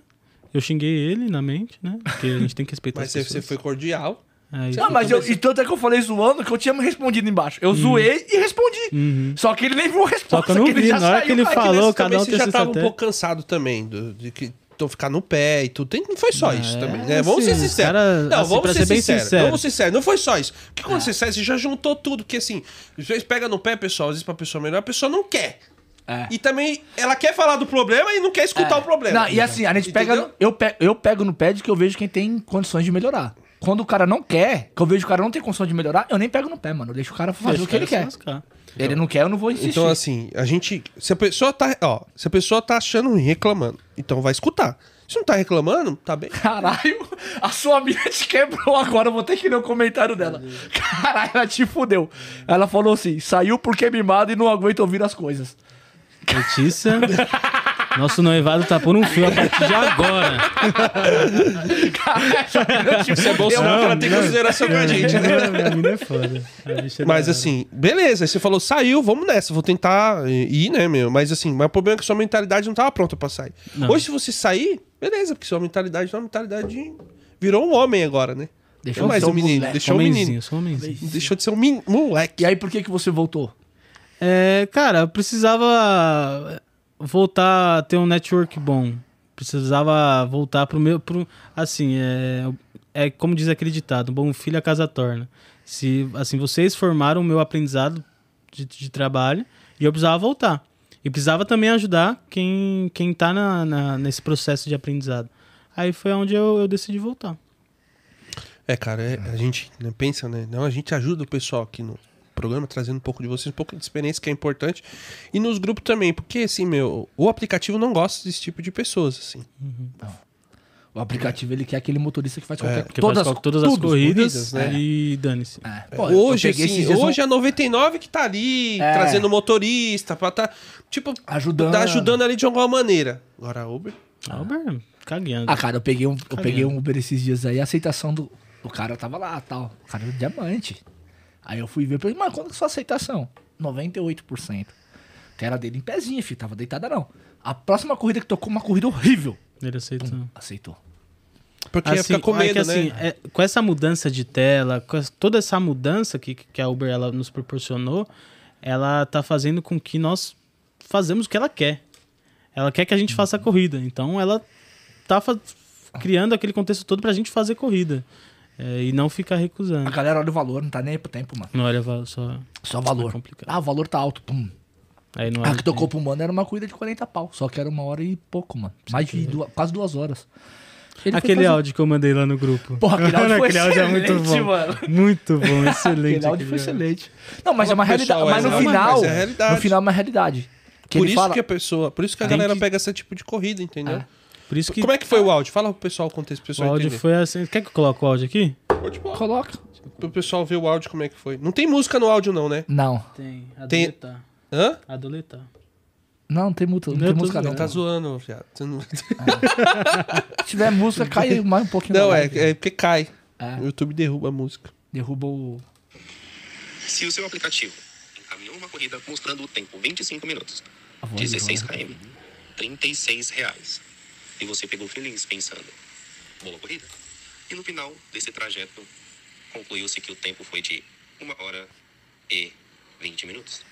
Eu xinguei ele na mente, né? Porque a gente tem que respeitar
Mas
as
você, você
pessoas.
foi cordial.
Aí,
Não, mas eu, e tanto é que eu falei zoando que eu tinha me respondido embaixo. Eu zoei e respondi. Uhum. Só que ele nem viu a resposta.
Só que eu não vi, na hora que ele
Ai,
É
falou,
Nesse
cada
também
um
você
tem
já
seu
tava um
estratégia.
pouco cansado também, do- de que então ficar no pé e tudo. Tem- não foi só isso também, né? Vamos
assim,
ser
os
sinceros.
cara,
não,
assim, pra
vamos ser, É.
ser bem
sinceros.
sincero.
Vamos ser sinceros. Não foi só isso. Porque quando você sai, você já juntou tudo. Porque assim, às vezes pega no pé, pessoal. Às vezes pra pessoa melhor, a pessoa não quer.
É.
E também ela quer falar do problema e não quer escutar o problema.
Não, e assim, a gente pega. no-
Entendeu?
Eu, pe- eu pego no pé de que eu vejo quem tem condições de melhorar. Quando o cara não quer, que eu vejo que o cara não tem condição de melhorar, eu nem pego no pé, mano. Eu deixo o cara fazer
Deixa
o que ele
cara
quer.
se lascar.
Ele não quer, eu não vou insistir.
Então, assim, a gente. Se a pessoa tá. Ó, se a pessoa tá achando ruim, reclamando, então vai escutar. Se não tá reclamando, tá bem.
Caralho, a sua amiga te quebrou agora, eu vou ter que ler o comentário dela. Caralho, ela te fudeu. Ela falou assim: saiu porque mimado e não aguenta ouvir as coisas.
<laughs>
Letícia. Nosso noivado tá por um fio a partir de agora.
<laughs>
Caralho, essa amiga
<laughs>
te
é
fudeu.
Bolsonaro ela tem consideração com a gente, né?
A mina é foda. A bicha é
Mas
da-
assim, beleza. Aí você falou, saiu, vamos nessa, vou tentar ir, né, meu? Mas assim, mas o problema é que sua mentalidade não tava pronta pra sair.
Não.
Hoje, se você sair, beleza, porque sua mentalidade é uma mentalidade de. Virou um homem agora, né?
Deixa
Não
eu
mais
ser
um menino,
moleque.
deixou um
Homenzinho,
menino.
sou homenzinho.
Deixou de ser um min- moleque.
E aí, por que, que você voltou?
É, cara, eu precisava voltar a ter um network bom. Precisava voltar pro meu. Pro, assim, é, é como diz aquele ditado: bom filho a casa torna. Se, assim, vocês formaram o meu aprendizado de, de trabalho e eu precisava voltar. E precisava também ajudar quem, quem tá na, na- nesse processo de aprendizado. Aí foi onde eu, eu decidi voltar.
É, cara, é- a gente né, pensa, né? Não, a gente ajuda o pessoal aqui no programa, trazendo um pouco de vocês, um pouco de experiência que é importante. E nos grupos também, porque assim, meu, o aplicativo não gosta desse tipo de pessoas, assim.
O aplicativo, ele quer aquele motorista que faz qualquer
Porque todas, É, faz, co- todas as
tudo.
corridas,
corridas, né?
e dane-se.
É. Pô, eu- eu
hoje,
peguei esses
assim,
dias um-
hoje é a 99 que tá ali,
É. Ah.
trazendo motorista, pra tá, tipo,
Ajudando.
tá ajudando ali de alguma maneira. Agora, a Uber,
Ah, Uber, cagueando.
Ah, cara, eu peguei um, eu peguei um Uber esses dias aí, a aceitação do. O cara tava lá, tal. O cara era um diamante. Aí eu fui ver, falei, mano, quanto que é a sua aceitação? 98%. Que era dele em pezinha, filho, tava deitada não. A próxima corrida que tocou, uma corrida horrível.
Ele aceitou.
Aceitou.
porque ia ficar com
é
medo,
que,
né?
assim, é, com essa mudança de tela, com as- toda essa mudança que, que a Uber ela nos proporcionou, ela tá fazendo com que nós fazemos o que ela quer. Ela quer que a gente faça a corrida. Então ela tá fa- criando aquele contexto todo pra gente fazer corrida. É, e não ficar
A
recusando.
galera olha o valor, não tá nem aí pro tempo, mano.
Não olha va- só.
Só valor.
É complicado.
ah, o valor tá alto. Pum.
Aí não
A
olha
Ah, que tocou pro humano era uma corrida de 40 pau. Só que era uma hora e pouco, mano. Mais de duas, quase duas horas. Ele foi
Aquele
fazer-
áudio que eu mandei lá no grupo. é
Porra, aquele
<laughs>
áudio foi excelente,
bom.
mano.
Muito bom, excelente.
Aquele áudio foi excelente. Não, mas é uma
Fala pro
realidade.
pessoal
Mas
aí,
no
né?
final.
Mas é a realidade.
No final é uma realidade. Que
por
ele
isso
fala.
que a pessoa, por isso que a
Tem
galera
que-
pega esse tipo de corrida, entendeu?
É.
Por isso que
Como é que foi o áudio? Fala pro pessoal o contexto, pro
o
pessoal
áudio
entender.
foi assim. Quer que eu coloque o áudio aqui?
Pode falar.
Coloca.
Pro pessoal ver o áudio como é que foi. Não tem música no áudio não, né?
Não.
Tem.
Tem-
Adoletar.
Hã?
Adoletar.
Não, não tem, multa, não
Não,
tem
tô
música, não.
zoando.
Tá zoando, viado. Você Não,
Se tiver música, cai mais um pouquinho.
não
na
é,
live.
é porque cai.
É.
O YouTube derruba a música.
Derruba o.
Se o seu aplicativo encaminhou uma corrida mostrando o tempo 25 minutos,
A voz do
16
João.
km, 36 reais, e você pegou feliz pensando, boa corrida, e no final desse trajeto concluiu-se que o tempo foi de 1 hora e 20 minutos,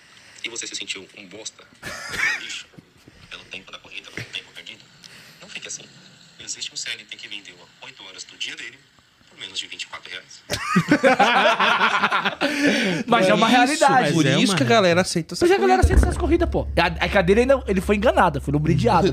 e você se sentiu um bosta, um lixo, pelo tempo da corrida, pelo tempo perdido, não fique assim. Existe um CLT que vendeu 8 horas do dia dele por menos de 24 reais.
Mas é uma
Isso,
realidade.
Por
Mas é
isso
uma
que a galera aceita essa
Mas é a galera
corrida.
aceita essas corridas, pô. É A, a cadeira ainda. Ele foi enganado, foi lubridiado,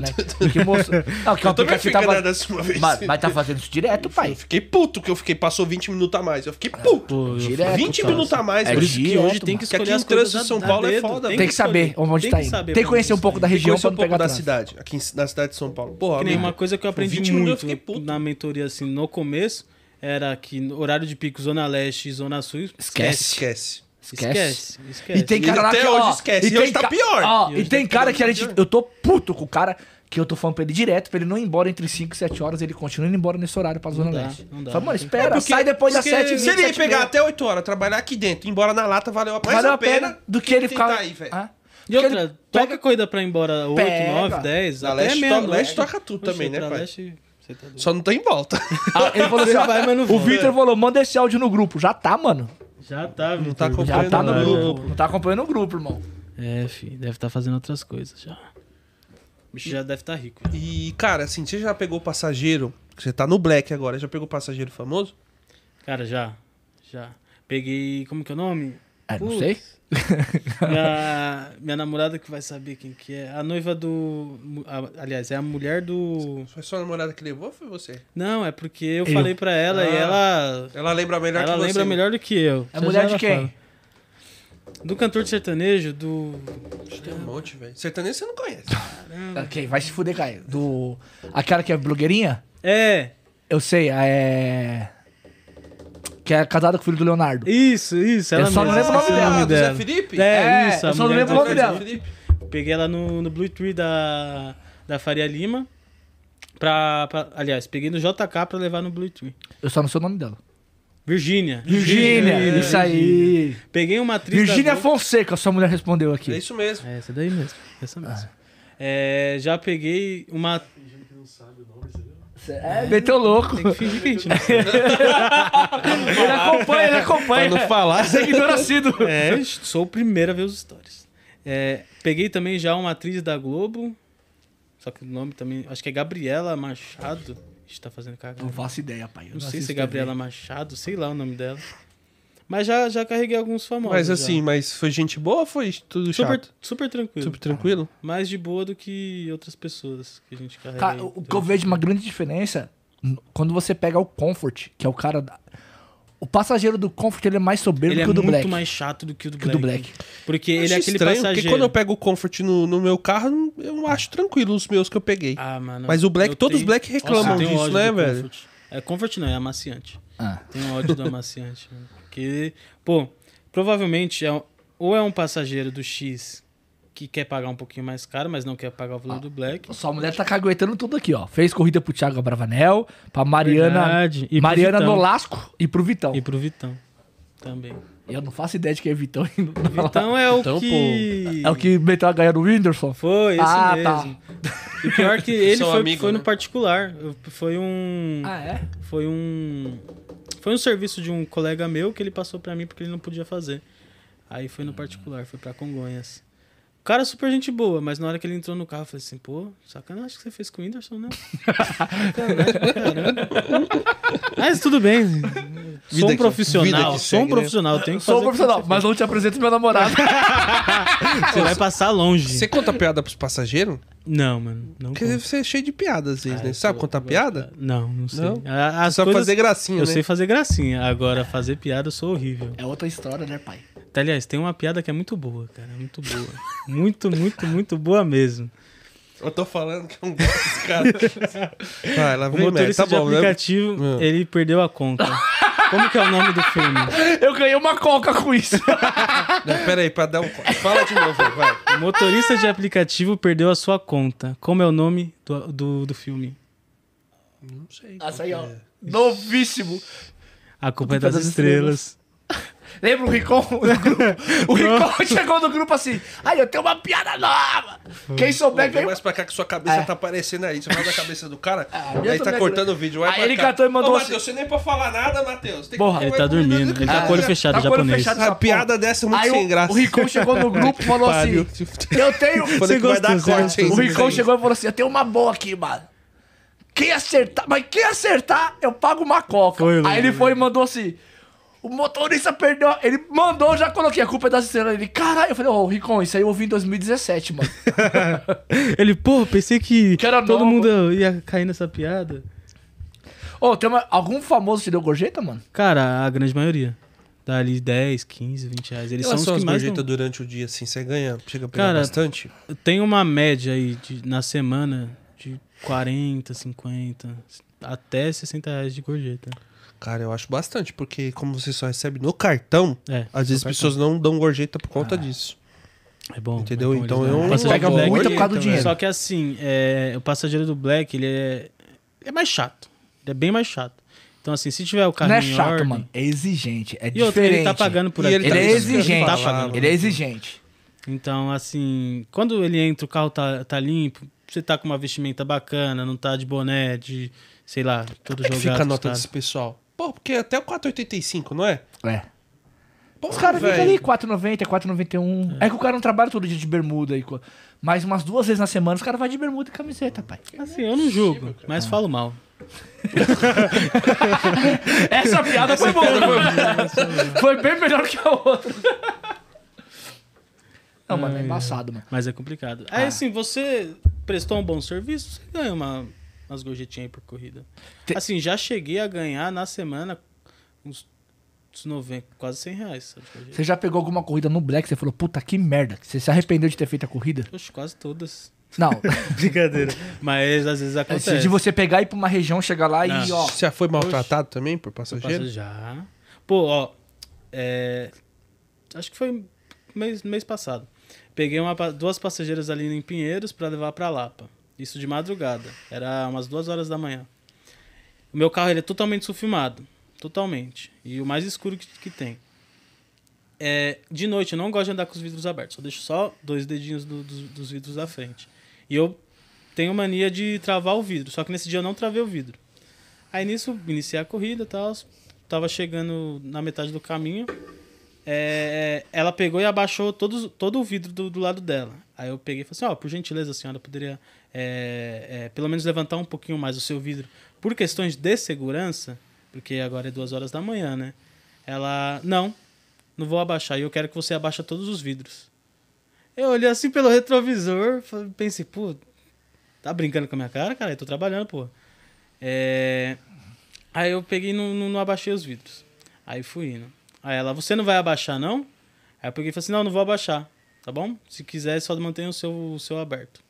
<laughs>
né? Porque mostrou. Não, que o
Eu também fui
aplicativo tava.
enganado essa uma vez.
Mas, mas tá fazendo isso direto,
Eu
pai.
fiquei puto que eu fiquei, passou 20 minutos a mais. Eu fiquei puto.
Pô, eu-
Direto.
20
cara.
minutos a mais,
É
por
Por
isso
isso que
direto,
hoje tem
mano.
que
Porque
escolher
aqui em
as coisas
trânsito,
a-
São
a
Paulo é
dedo.
foda,
Tem que saber
escolher.
onde
Tem
tá
que
indo.
saber
Tem que
pra
conhecer um
onde
pouco
tá
da
indo.
Tem que
região
conhecer
pra
um
não
pouco
pegar
da
trânsito.
cidade. Aqui em- na cidade de São Paulo. Porra,
Que nem
amigo.
uma coisa que eu
Com
aprendi
20 minutos eu
muito
fiquei puto.
na mentoria, assim, no começo, era que no horário de pico, Zona Leste e Zona Sul,
Esquece.
Esquece.
esquece. esquece.
E tem cara lá
até
que,
hoje
ó,
esquece.
E,
E
tem
hoje tá
ca-
pior.
ó,
E
e
hoje
tem cara que a
tá
gente.
pior.
Eu tô puto com o cara que eu tô falando pra ele direto, pra ele não ir embora entre 5 e 7 horas, ele continua indo embora nesse horário pra Zona
dá,
Leste.
não dá,
Fala,
não
mano,
tem
espera, sai depois das
Porque
7
Se ele pegar até 8 horas, trabalhar aqui dentro, ir embora na lata, valeu a, mais
mais
a pena,
do que ele ficar.
tentar ir, velho.
Ah,
E
porque
outra,
ele
toca
pega-
corrida pra ir embora 8,
Pega.
9, 10,
Na
até
leste
menos.
to- leste toca tudo também, né,
pra
pai?
Leste, tá
Só não tem volta. <laughs>
Ah, ele falou assim, ó,
vai, mas não
o
vou.
Victor falou, manda esse áudio no grupo. Já tá, mano.
Já tá, Vitor.
tá acompanhando.
Já tá no
Não,
grupo. Não tá acompanhando o grupo, irmão.
É, filho, deve estar fazendo outras coisas já. O bicho já deve estar rico.
E, cara, assim, você já pegou passageiro? Você tá no Black agora, já pegou passageiro famoso?
Cara, já. Já. Peguei. Como que é o nome?
É, não
Putz.
sei.
<laughs> Minha, minha namorada que vai saber quem que é. A noiva do. mu- a- aliás, é a mulher do.
Foi sua namorada que levou ou foi você?
Não, é porque eu, falei pra ela e
Ah.
ela.
Ela lembra melhor
Ela
que você.
lembra melhor do que eu.
É
Já
mulher
já
de
ela
quem?
fala. Do cantor de sertanejo, do.
Ixi, Tem um monte, velho. Sertanejo você não conhece.
Ok, vai se fuder, Caio. Do... A cara que é blogueirinha?
É!
Eu sei, a é... Que é casada com o filho do Leonardo.
Isso, isso. Ela
Eu só não lembro
mesma,
o nome dela.
esqueci
Do Zé Felipe?
É,
É,
isso. a
eu só não
mulher
lembro
do
o nome
Zé
dela.
Felipe. Peguei ela no, no Blue Tree da, da Faria Lima. Pra, pra- aliás, peguei no JK pra levar no Blue Tree.
Eu só não sei o nome dela.
Virgínia.
Virgínia, isso aí.
Peguei uma atriz.
Virgínia
da Globo-
Fonseca, sua mulher respondeu aqui.
É isso mesmo.
É, essa daí mesmo. Essa
Ah.
mesmo. É, já peguei uma.
É, Meteu louco.
Tem que fingir que a
<laughs>
gente não sabe.
Ele acompanha, ele acompanha.
Pra não falar.
Seguidor assíduo.
É, sou o primeiro a ver os stories. É, peguei também já uma atriz da Globo. Só que o nome também. Acho que é Gabriela Machado. A gente tá fazendo cagada.
Não faço ideia, pai. Eu
Não sei
assisto
se é
TV.
Gabriela Machado, sei lá o nome dela. Mas já, já carreguei alguns famosos.
Mas
já.
assim, mas foi gente boa ou foi tudo chato?
Super, super tranquilo.
Super tranquilo?
Mais de boa do que outras pessoas que a gente carrega.
Cara,
aí. então.
o que eu vejo uma grande diferença n- quando você pega o Comfort, que é o cara. da- O passageiro do Comfort ele é mais soberbo
ele é
que o do
muito
Black.
mais chato do que o do
Que o
Black.
do Black.
Porque ele
Acho
é aquele
estranho,
passageiro.
porque quando eu pego o Comfort no, no meu carro, eu acho tranquilo os meus que eu peguei.
Ah, mano,
Mas o Black-
eu
todos os Black
Nossa,
reclamam
eu tenho
disso,
ódio
né,
do
velho?
Comfort. É, Comfort não, é amaciante.
Ah.
Tem um
<laughs>
ódio do amaciante, mano. Porque, pô, provavelmente é um- ou é um passageiro do X que quer pagar um pouquinho mais caro, mas não quer pagar o
Ah.
valor do Black.
Sua mulher tá caguetando tudo aqui, ó. Fez corrida pro Thiago Abravanel, pra Mariana.
Verdade. E pro
Mariana
Vitão.
Nolasco e pro Vitão.
E pro Vitão também.
Tá.
Eu não faço ideia de quem é Vitão. Vitão
Vitão é o
Então,
que.
é o que meteu a ganha no Whindersson.
Foi, esse
Ah,
mesmo. E pior é que ele
tá. <laughs> Seu
foi,
amigo,
foi
né?
no particular. Eu- Foi um.
Ah, é?
Foi um. Foi um serviço de um colega meu que ele passou pra mim porque ele não podia fazer. Aí foi no particular, foi pra Congonhas. O cara é super gente boa, mas na hora que ele entrou no carro, eu falei assim, pô, sacanagem que você fez com o
<laughs>
Whindersson, né? sacanagem pra caramba. Mas tudo bem. Sou
Vida
um
que- vida
profissional,
que
sou um
segue, né?
profissional, tenho que
Sou um
fazer o que
profissional, mas não te apresento meu namorado.
Você vai passar longe.
Você conta piada pros passageiros?
Não, mano. Não
Porque
conto.
você é cheio de piada às vezes, né? Sabe contar piada?
Não, não sei.
Não?
A- As
Só
coisas-
fazer gracinha,
Eu
né?
sei fazer gracinha. Agora, fazer piada, eu sou horrível.
É outra história, né, pai?
Tá, Aliás, tem uma piada que é muito boa, cara. é Muito boa. muito, muito, muito boa mesmo.
Eu tô falando que eu não gosto desse cara.
<laughs>
Vai, lá
O
vem merda.
motorista
Tá
de
bom, né?
aplicativo,
Hum.
ele perdeu a conta. Como que é o nome do filme?
<laughs> Eu ganhei uma coca com <laughs> isso.
Não, Pera aí, pra dar um... corte. Fala de novo, vai.
O motorista de aplicativo perdeu a sua conta. Como é o nome do, do, do filme?
Não sei.
Essa aí, ó. É. Novíssimo.
A culpa é das estrelas.
Lembra o Ricon do grupo? O <laughs> Ricon chegou no grupo assim. Aí, eu tenho uma piada nova. Quem souber,
Vem
vem.
mais pra cá que sua cabeça
É.
tá aparecendo aí. Você faz a cabeça do cara,
<laughs> Ah, eu
aí tá
também-
cortando o vídeo. Vai
Aí
pra
ele
cá.
catou e mandou
Ô,
assim-
Matheus, você nem pra falar nada, Matheus. Tem
Porra,
que-
Ele tá dormindo. Ele
Ah,
tá com o olho fechado,
tá com o olho
japonês.
fechado.
A piada dessa é muito
Aí
sem
o,
graça.
o Ricon
<laughs>
chegou no grupo e falou assim: Eu tenho.
Falei que vai dar
gostou,
corte
você
aí.
O Ricão
Zé.
chegou e falou assim: Eu tenho uma boa aqui, mano. Quem acertar, mas quem acertar, eu pago uma coca.
Foi, né? Lula,
Aí ele foi e mandou assim. O motorista perdeu. a- Ele mandou, eu já coloquei a culpa é da estrela. Ele, caralho, eu falei, ô, Ricon, isso aí eu ouvi em 2017,
<laughs>
mano.
Ele, pô, pensei que,
Que era
todo
novo.
mundo ia cair nessa piada.
Ô, tem uma- algum famoso te deu gorjeta, mano?
Cara, a grande maioria. Dá ali 10, 15, 20 reais. Eles
Elas
são
são
os
as
que mais dão.
gorjetas durante o dia, assim, você ganha, chega a pegar
Cara,
bastante.
Tem uma média aí de- na semana de 40, 50, até 60 reais de gorjeta.
Cara, eu acho bastante, porque como você só recebe no cartão,
É,
às vezes as pessoas não dão gorjeta por
Ah,
conta disso.
é bom.
Entendeu?
é bom,
Então
eles dão.
eu-
O
Você
passageiro
pega
do Black-
muito por causa do
também.
dinheiro.
Só que assim, é, o passageiro do Black, ele é, ele é mais chato. Ele é bem mais chato. Então assim, se tiver o
Não
carrinho
é
em
chato,
ordem-
mano. É exigente. É
E outro,
diferente.
ele tá pagando por
E
aquilo.
ele
Ele
tá
é
pagando,
exigente.
Tá pagando.
Ele é exigente.
Então assim, quando ele entra, o carro tá, tá limpo, você tá com uma vestimenta bacana, não tá de boné, de, sei lá, tudo
Como é que
jogado.
fica a
pros
nota
caras.
desse pessoal? Pô, porque até o 4,85, não é?
É.
Pô,
Os caras ficam
velho.
ali 4,90, 4,91. É. que o cara não trabalha todo dia de bermuda. aí, co- Mas umas duas vezes na semana os caras vão de bermuda e camiseta, pai.
Assim, eu não julgo, mas
Ah.
falo mal.
Essa piada foi boa. <laughs> foi bem melhor que a outra. Não, mano, é embaçado, mano.
Mas é complicado. Aí,
Ah.
assim, você prestou um bom serviço, você ganha uma, umas gorjetinhas aí por corrida.
Te-
Assim, já cheguei a ganhar na semana uns, uns 90, quase 100 reais. sabe, de gorjeta.
Você já pegou alguma corrida no Black? Você falou, puta que merda. Você se arrependeu de ter feito a corrida?
Poxa,
<laughs>
quase todas.
Não.
Brincadeira. Mas às
É,
vezes acontece.
de você pegar e ir pra uma região, chegar lá e,
Não.
ó.
Você já foi maltratado também por passageiro?
Passa Tá já. Pô, ó. é, acho que foi mês, mês passado. Peguei uma pa- duas passageiras ali em Pinheiros pra levar pra Lapa. Isso de madrugada. Era umas duas horas da manhã. O meu carro ele é totalmente sulfimado. Totalmente. E o mais escuro que, que tem. É, de noite eu não gosto de andar com os vidros abertos. Só deixo só dois dedinhos do- dos, dos vidros da frente. E eu tenho mania de travar o vidro. Só que nesse dia eu não travei o vidro. Aí nisso, iniciei a corrida e tal. Tava chegando na metade do caminho. É, ela pegou e abaixou todos, todo o vidro do, do lado dela. Aí eu peguei e falei assim: Ó, por gentileza, a senhora poderia é, é, pelo menos levantar um pouquinho mais o seu vidro por questões de segurança, porque agora é duas horas da manhã, né? Ela, não, não vou abaixar. E eu quero que você abaixa todos os vidros. Eu olhei assim pelo retrovisor, fa- pensei, pô, tá brincando com a minha cara, cara? Eu tô trabalhando, pô. É... Aí eu peguei e não, não, não abaixei os vidros. Aí fui indo. Aí ela, você não vai abaixar, não? Aí eu peguei e falei assim, não, não vou abaixar, tá bom? Se quiser, só mantenha o seu, o seu aberto.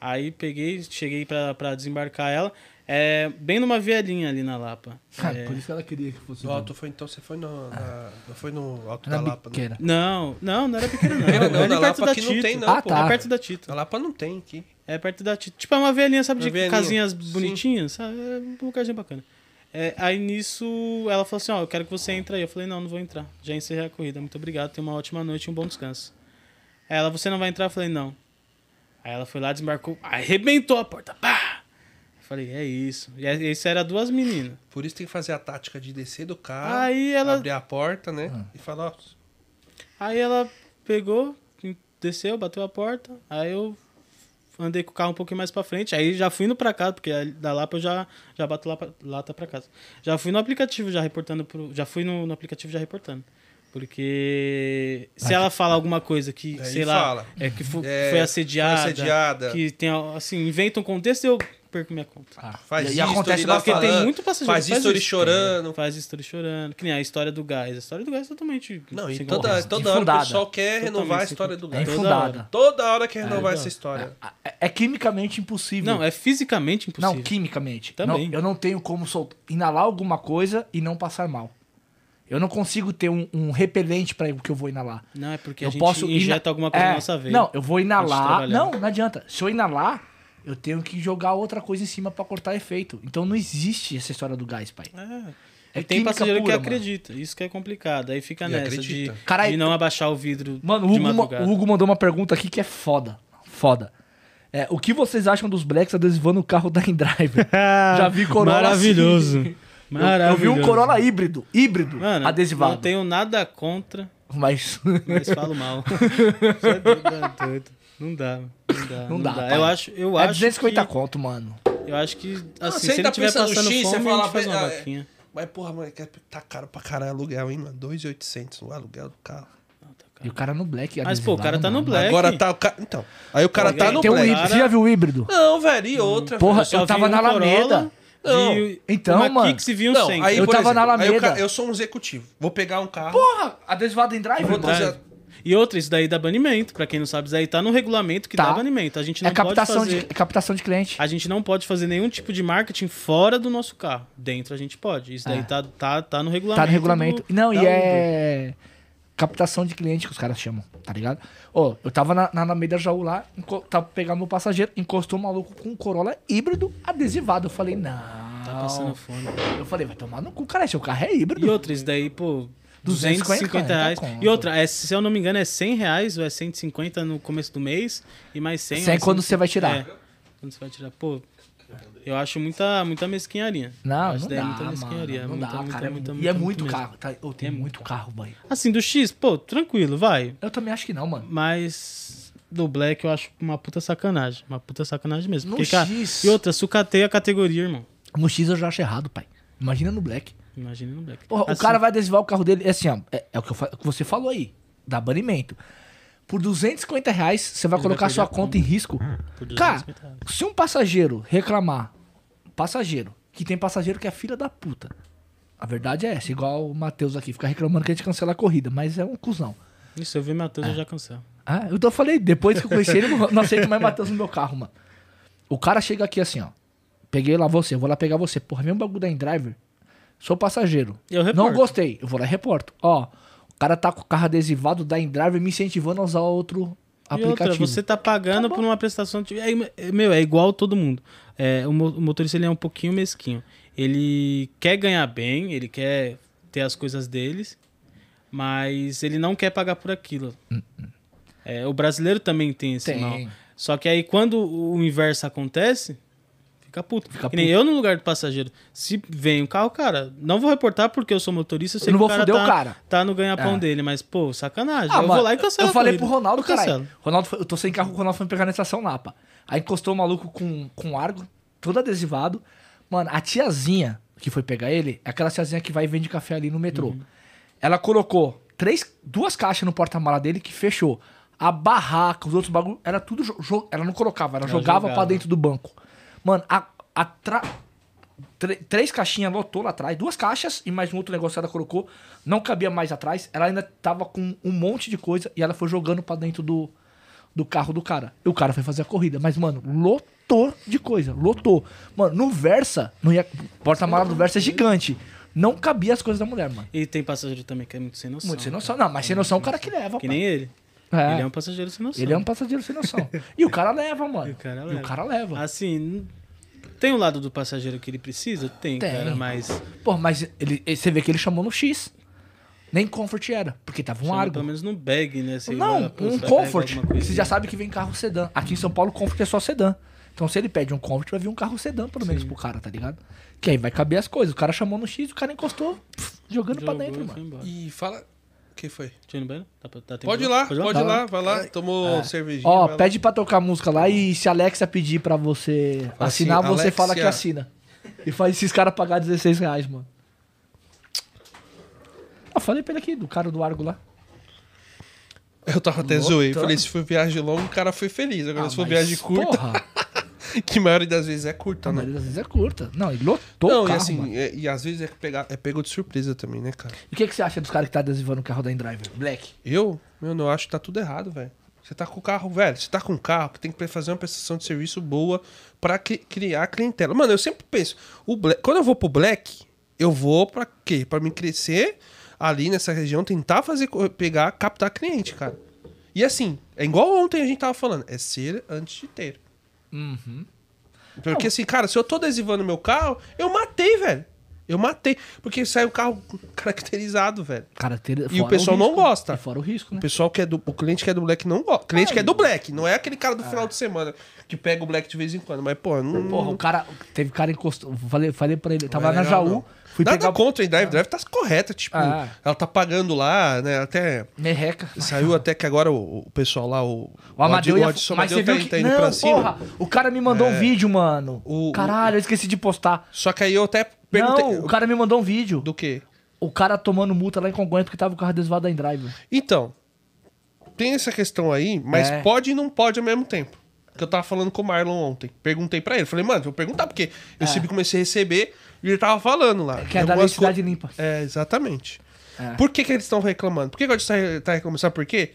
Aí peguei, cheguei pra, pra desembarcar ela, é, bem numa vielinha ali na Lapa.
Cara,
É,
por isso que ela queria que fosse.
O alto foi então, você foi no, na- não foi no Alto
Na
da Lapa, né?
biqueira.
Não, não, não era pequena, não.
Pequena não,
Era
na
ali perto
Lapa
da
aqui não
Tito.
tem, não,
Ah, pô. tá.
É perto da Tito.
Na Lapa não tem aqui.
É perto da Tito. Tipo, é uma velhinha, sabe?
Uma
de
velhinha,
casinhas
sim.
bonitinhas. Sabe? É um lugarzinho bacana. É, aí nisso, ela falou assim: Ó, eu quero que você entre aí. Eu falei: Não, não vou entrar. Já encerrei a corrida. Muito obrigado. Tenha uma ótima noite e um bom descanso. Aí Ela, você não vai entrar? Eu falei: Não. Aí ela foi lá, desembarcou, arrebentou a porta. Pá! Eu falei: É isso. E aí, isso era duas meninas.
Por isso tem que fazer a tática de descer do carro,
Aí ela-
abrir a porta, né? E falar, ó,
Aí ela pegou, desceu, bateu a porta. Aí eu andei com o carro um pouquinho mais pra frente. Aí já fui indo pra casa, porque da Lapa eu já, já bato lapa, lata pra casa. Já fui no aplicativo já reportando. Pro, já fui no, no aplicativo já reportando. Porque se ela fala alguma coisa que,
Aí
sei lá,
fala.
é que fo-
É,
foi, assediada,
foi assediada.
que tem, assim, inventa um contexto e eu perco minha conta.
faz
e,
isso.
e acontece
lá
porque tem
falando,
muito passageiro
Faz
que faz
isso ele
isso.
chorando.
Faz história chorando, que nem a história do gás. A história do gás é totalmente.
Não, e
sem
toda,
contexto.
toda hora o
Infundada.
pessoal quer renovar a
Totalmente
história do
É
gato.
infundada.
Toda hora quer renovar essa história.
É- É quimicamente impossível.
Não, é fisicamente impossível.
Não, quimicamente.
Também.
Não, eu não tenho como soltar, inalar alguma coisa e não passar mal. Eu não consigo ter um, um repelente para o que eu vou inalar.
Não, é porque
eu
a gente
posso ina-
injeta alguma coisa
É,
na nossa veia.
Não, eu vou inalar.
trabalhando.
Não, não adianta. Se eu inalar, eu tenho que jogar outra coisa em cima para cortar efeito. Então não existe essa história do gás, pai.
É,
É
e tem
química
passageiro que
pura, mano.
acredita. Isso que é complicado. Aí fica
E
nessa de,
acredita.
Caralho,
de não abaixar o vidro
Mano, o
de
Hugo, ma-
madrugada.
o Hugo mandou uma pergunta aqui que é foda. Foda. É, o que vocês acham dos blacks adesivando o carro da
<laughs>
InDriver? Já vi Corolla
Maravilhoso.
assim. Eu-
Maravilhoso.
Eu, vi um Corolla híbrido, híbrido,
Mano,
adesivado.
não tenho nada contra,
Mas
mas
<laughs>
falo mal. Você é doido, é doido. Não dá, não dá.
não dá. pai.
Eu acho, <laughs> eu
é
acho
250
que,
conto, mano.
Eu acho que, assim,
você
se ele
ainda
estiver
pensa no
passando
X, você
fome,
fala,
a gente faz uma
"Ah, é."
vaquinha.
Mas, porra, mano, que tá caro pra caralho aluguel, hein, mano? 2,800 o aluguel do carro.
E o cara no black.
Mas, pô, o cara
adesivado,
tá no
mano.
black.
Agora tá o cara. Então. Aí o cara
Pô,
tá
aí
no
Tem um
black.
black.
híbrido. Você já viu o híbrido?
Não, velho, e outra.
Porra,
velho.
só
eu
vi
tava
um
na Alameda.
Corolla
Não.
de
Então,
uma
mano.
Kicks e vi um
Não,
100.
aí,
Eu
por
tava na
exemplo, aí o
Alameda.
ca- eu sou um executivo. Vou pegar um carro.
Porra, adesivado em drive?
Eu vou
mano.
trazer-
Drive. um E outra, isso daí dá banimento. Pra quem não sabe, isso daí tá no regulamento que
Tá.
dá banimento. A gente não
É
pode
captação
fazer.
de, é captação de cliente.
A gente não pode fazer nenhum tipo de marketing fora do nosso carro. Dentro a gente pode. Isso daí
É.
tá, tá, tá no regulamento.
Tá no regulamento.
do-
Não,
da
e
Uber.
é. Captação de cliente que os caras chamam, tá ligado? Ô, eu tava na, na Alameda Jaú lá, enco- tava pegando meu passageiro, encostou um maluco com um Corolla híbrido adesivado. Eu falei, não.
Tá passando fome.
Eu falei, vai tomar no cu, cara, seu carro é
E
híbrido.
outra, isso daí, pô. 250
250
reais.
conto.
E outra, é, se eu não me engano, é 100 reais ou é 150 no começo do mês e mais 100.
Sem
mais
quando
150.
você vai tirar.
É. Quando você vai tirar, pô. Eu acho muita, muita mesquinharia. Eu
Não,
acho
não
daí
dá,
muita mesquinharia.
mano, não
muita,
dá,
muita,
cara. é
muita,
mu- e
muita,
é muito
mesmo. É
carro, tá? Eu tenho muito carro, banho.
Assim, do X, pô, tranquilo, vai.
Eu também acho que não, mano.
Mas do Black eu acho uma puta sacanagem. Uma puta sacanagem mesmo.
No
Porque, cara,
X.
e outra, sucateia a categoria, irmão.
No X eu já acho errado, pai. Imagina no Black.
Imagina no Black.
Porra, o
Assim,
cara vai adesivar o carro dele. É assim, ó, é, é o, que eu fa- o que você falou aí. Dá banimento. Por 250 reais, você vai
Ele vai
colocar
perder
sua
a
conta em risco.
por 250
Cara, se um passageiro reclamar, passageiro, que tem passageiro que é filha da puta. A verdade é essa, igual o Matheus aqui, fica reclamando que a gente cancela a corrida, mas é um cuzão.
Isso, eu vi
É.
Matheus, eu já cancelo.
Ah, eu tô falei, depois que eu conheci ele, eu não- não aceito mais Matheus no meu carro, mano. O cara chega aqui assim, ó. Peguei lá você, eu vou lá pegar você. Porra, vem um bagulho da Endriver. Sou passageiro.
Eu
Não
reporto.
gostei. Eu vou lá e reporto. Ó, o cara tá com o carro adesivado da Endriver me incentivando a usar outro aplicativo.
E outra, você tá pagando por uma prestação de. é, é, meu, é igual todo mundo. É, o, mo- o motorista ele é um pouquinho mesquinho. Ele quer ganhar bem, ele quer ter as coisas deles, mas ele não quer pagar por aquilo. É, o brasileiro também tem esse
Hum, Tem.
mal. Só que aí quando o inverso acontece, fica puto.
Fica
Que nem eu no lugar do passageiro. Se vem o carro, cara, não vou reportar porque eu sou motorista, eu sei
Eu não
que
vou foder o
tá,
cara.
tá no ganha-pão
É.
dele, mas pô, sacanagem.
Ah,
eu
mano,
vou lá e cancelo.
Eu
a
falei
corrida.
pro Ronaldo,
Eu cancelo.
caralho. Ronaldo, foi- eu tô sem carro, o Ronaldo foi me pegar na estação Napa. Aí encostou o maluco com, com argo, todo adesivado. Mano, a tiazinha que foi pegar ele, é aquela tiazinha que vai e vende café ali no metrô.
Uhum.
Ela colocou três, duas caixas no porta-mala dele que fechou. A barraca, os outros bagulho, era tudo. jo- jo- ela não colocava, ela,
Ela
jogava, pra
jogava.
dentro do banco. Mano, a, a tra- tre- três caixinhas lotou lá atrás, duas caixas e mais um outro negócio que ela colocou, não cabia mais atrás, ela ainda tava com um monte de coisa e ela foi jogando pra dentro do, do carro do cara. E o cara foi fazer a corrida, mas, mano, lotou de coisa, lotou. Mano, no Versa, não ia, porta-mala do Versa é gigante, não cabia as coisas da mulher, mano.
E tem passageiro também que é muito sem noção.
Muito sem
cara.
noção, não, mas sem noção é o cara que leva,
Que
pá.
nem ele.
É.
Ele é um passageiro sem noção.
Ele é um passageiro sem noção. E o cara leva, mano. E
o cara leva.
o cara leva.
Assim, n- tem o lado do passageiro que ele precisa? Tem,
Tem. Um
cara, mas
Pô, mas ele, ele- você vê que ele chamou no X. Nem Comfort era, porque tava um
chama
Argo.
pelo menos no bag, né? Sei
não,
lá, pô,
um
você vai pegar
Comfort.
alguma coisa. é.
Você já sabe que vem carro sedã. Aqui em São Paulo, Comfort é só sedã. Então, se ele pede um Comfort, vai vir um carro sedã, pelo menos, pro cara, tá ligado? Que aí vai caber as coisas. O cara chamou no X, o cara encostou, pff, jogando pra
Jogou
tá dentro,
e foi
mano.
embora.
E fala. Quem foi?
Deixa eu ir no banheiro? Dá pra- dá tempo
Pode ir
de- Tá
lá,
Pode ir lá?
pode ir lá, vai lá. Tomou cervejinha.
né? É. Ó,
vai lá.
pede pra tocar música lá e se a Alexa pedir pra você
Fala
assinar,
assim,
você fala que
Alexia.
assina. E faz esses caras pagar 16 reais, mano. Eu falei pra ele aqui, do cara do Argo lá.
Eu tava até zoei. Falei, se for viagem longa, o cara foi feliz. Agora,
Ah,
se for
mas,
viagem curta,
Porra,
<laughs> que a maioria das vezes é curta,
a
né?
maioria das vezes é curta. Não, ele lotou
Não,
o carro,
e assim,
mano.
é- e às vezes é, pegar, é pego de surpresa também, né, cara?
E o que, que você acha dos caras que tá adesivando o carro da Endriver? Black.
Eu, meu, não, eu acho que tá tudo errado, velho. Você tá com o carro, velho, você tá com um carro que tem que fazer uma prestação de serviço boa pra que- criar clientela. Mano, eu sempre penso, o Black- quando eu vou pro Black, eu vou pra quê? Pra me crescer ali nessa região, tentar fazer, co- pegar, captar cliente, cara. E assim, é igual ontem a gente tava falando, é ser antes de ter. Porque assim, cara, se eu tô adesivando meu carro, eu matei, velho. Eu matei. Porque sai o carro <laughs> caracterizado, velho.
Cara, ter,
E o pessoal não gosta.
E fora o risco,
O
né?
pessoal que é do. O cliente que é do Black não gosta. O cliente que é do Black, não é aquele cara do final de semana que pega o Black de vez em quando. Mas, pô, não.
Porra, o cara. Teve cara encostou. Falei, falei pra ele,
é
tava na
legal,
Jaú,
não.
fui
Nada
pegar É.
contra a Drive, Drive tá correta, tipo,
Ah.
ela tá pagando lá, né? Até.
merreca.
Saiu até que agora o, o pessoal lá, o.
O Amadeu
o
ia...
Adson
Mas
Amadeu
você viu
tá,
que...
tá indo
não,
pra cima. É.
porra, o cara me mandou um vídeo, mano.
O-
Caralho, eu esqueci de postar.
Só que aí eu até perguntei.
Não, o cara me mandou um vídeo.
Do quê?
O cara tomando multa lá em Congonha porque tava o carro desvado da Endrive.
Então, tem essa questão aí, mas
É.
pode e não pode ao mesmo tempo. Que eu tava falando com o Marlon ontem. Perguntei pra ele. Falei, mano, vou perguntar, porque eu sempre comecei a receber e ele tava falando lá.
É. Que é da
Algumas
Lei Cidade
co-
Limpa.
É, exatamente.
É.
Por que, que eles estão reclamando? Por que, que a gente tá- tá reclamando? Sabe por quê?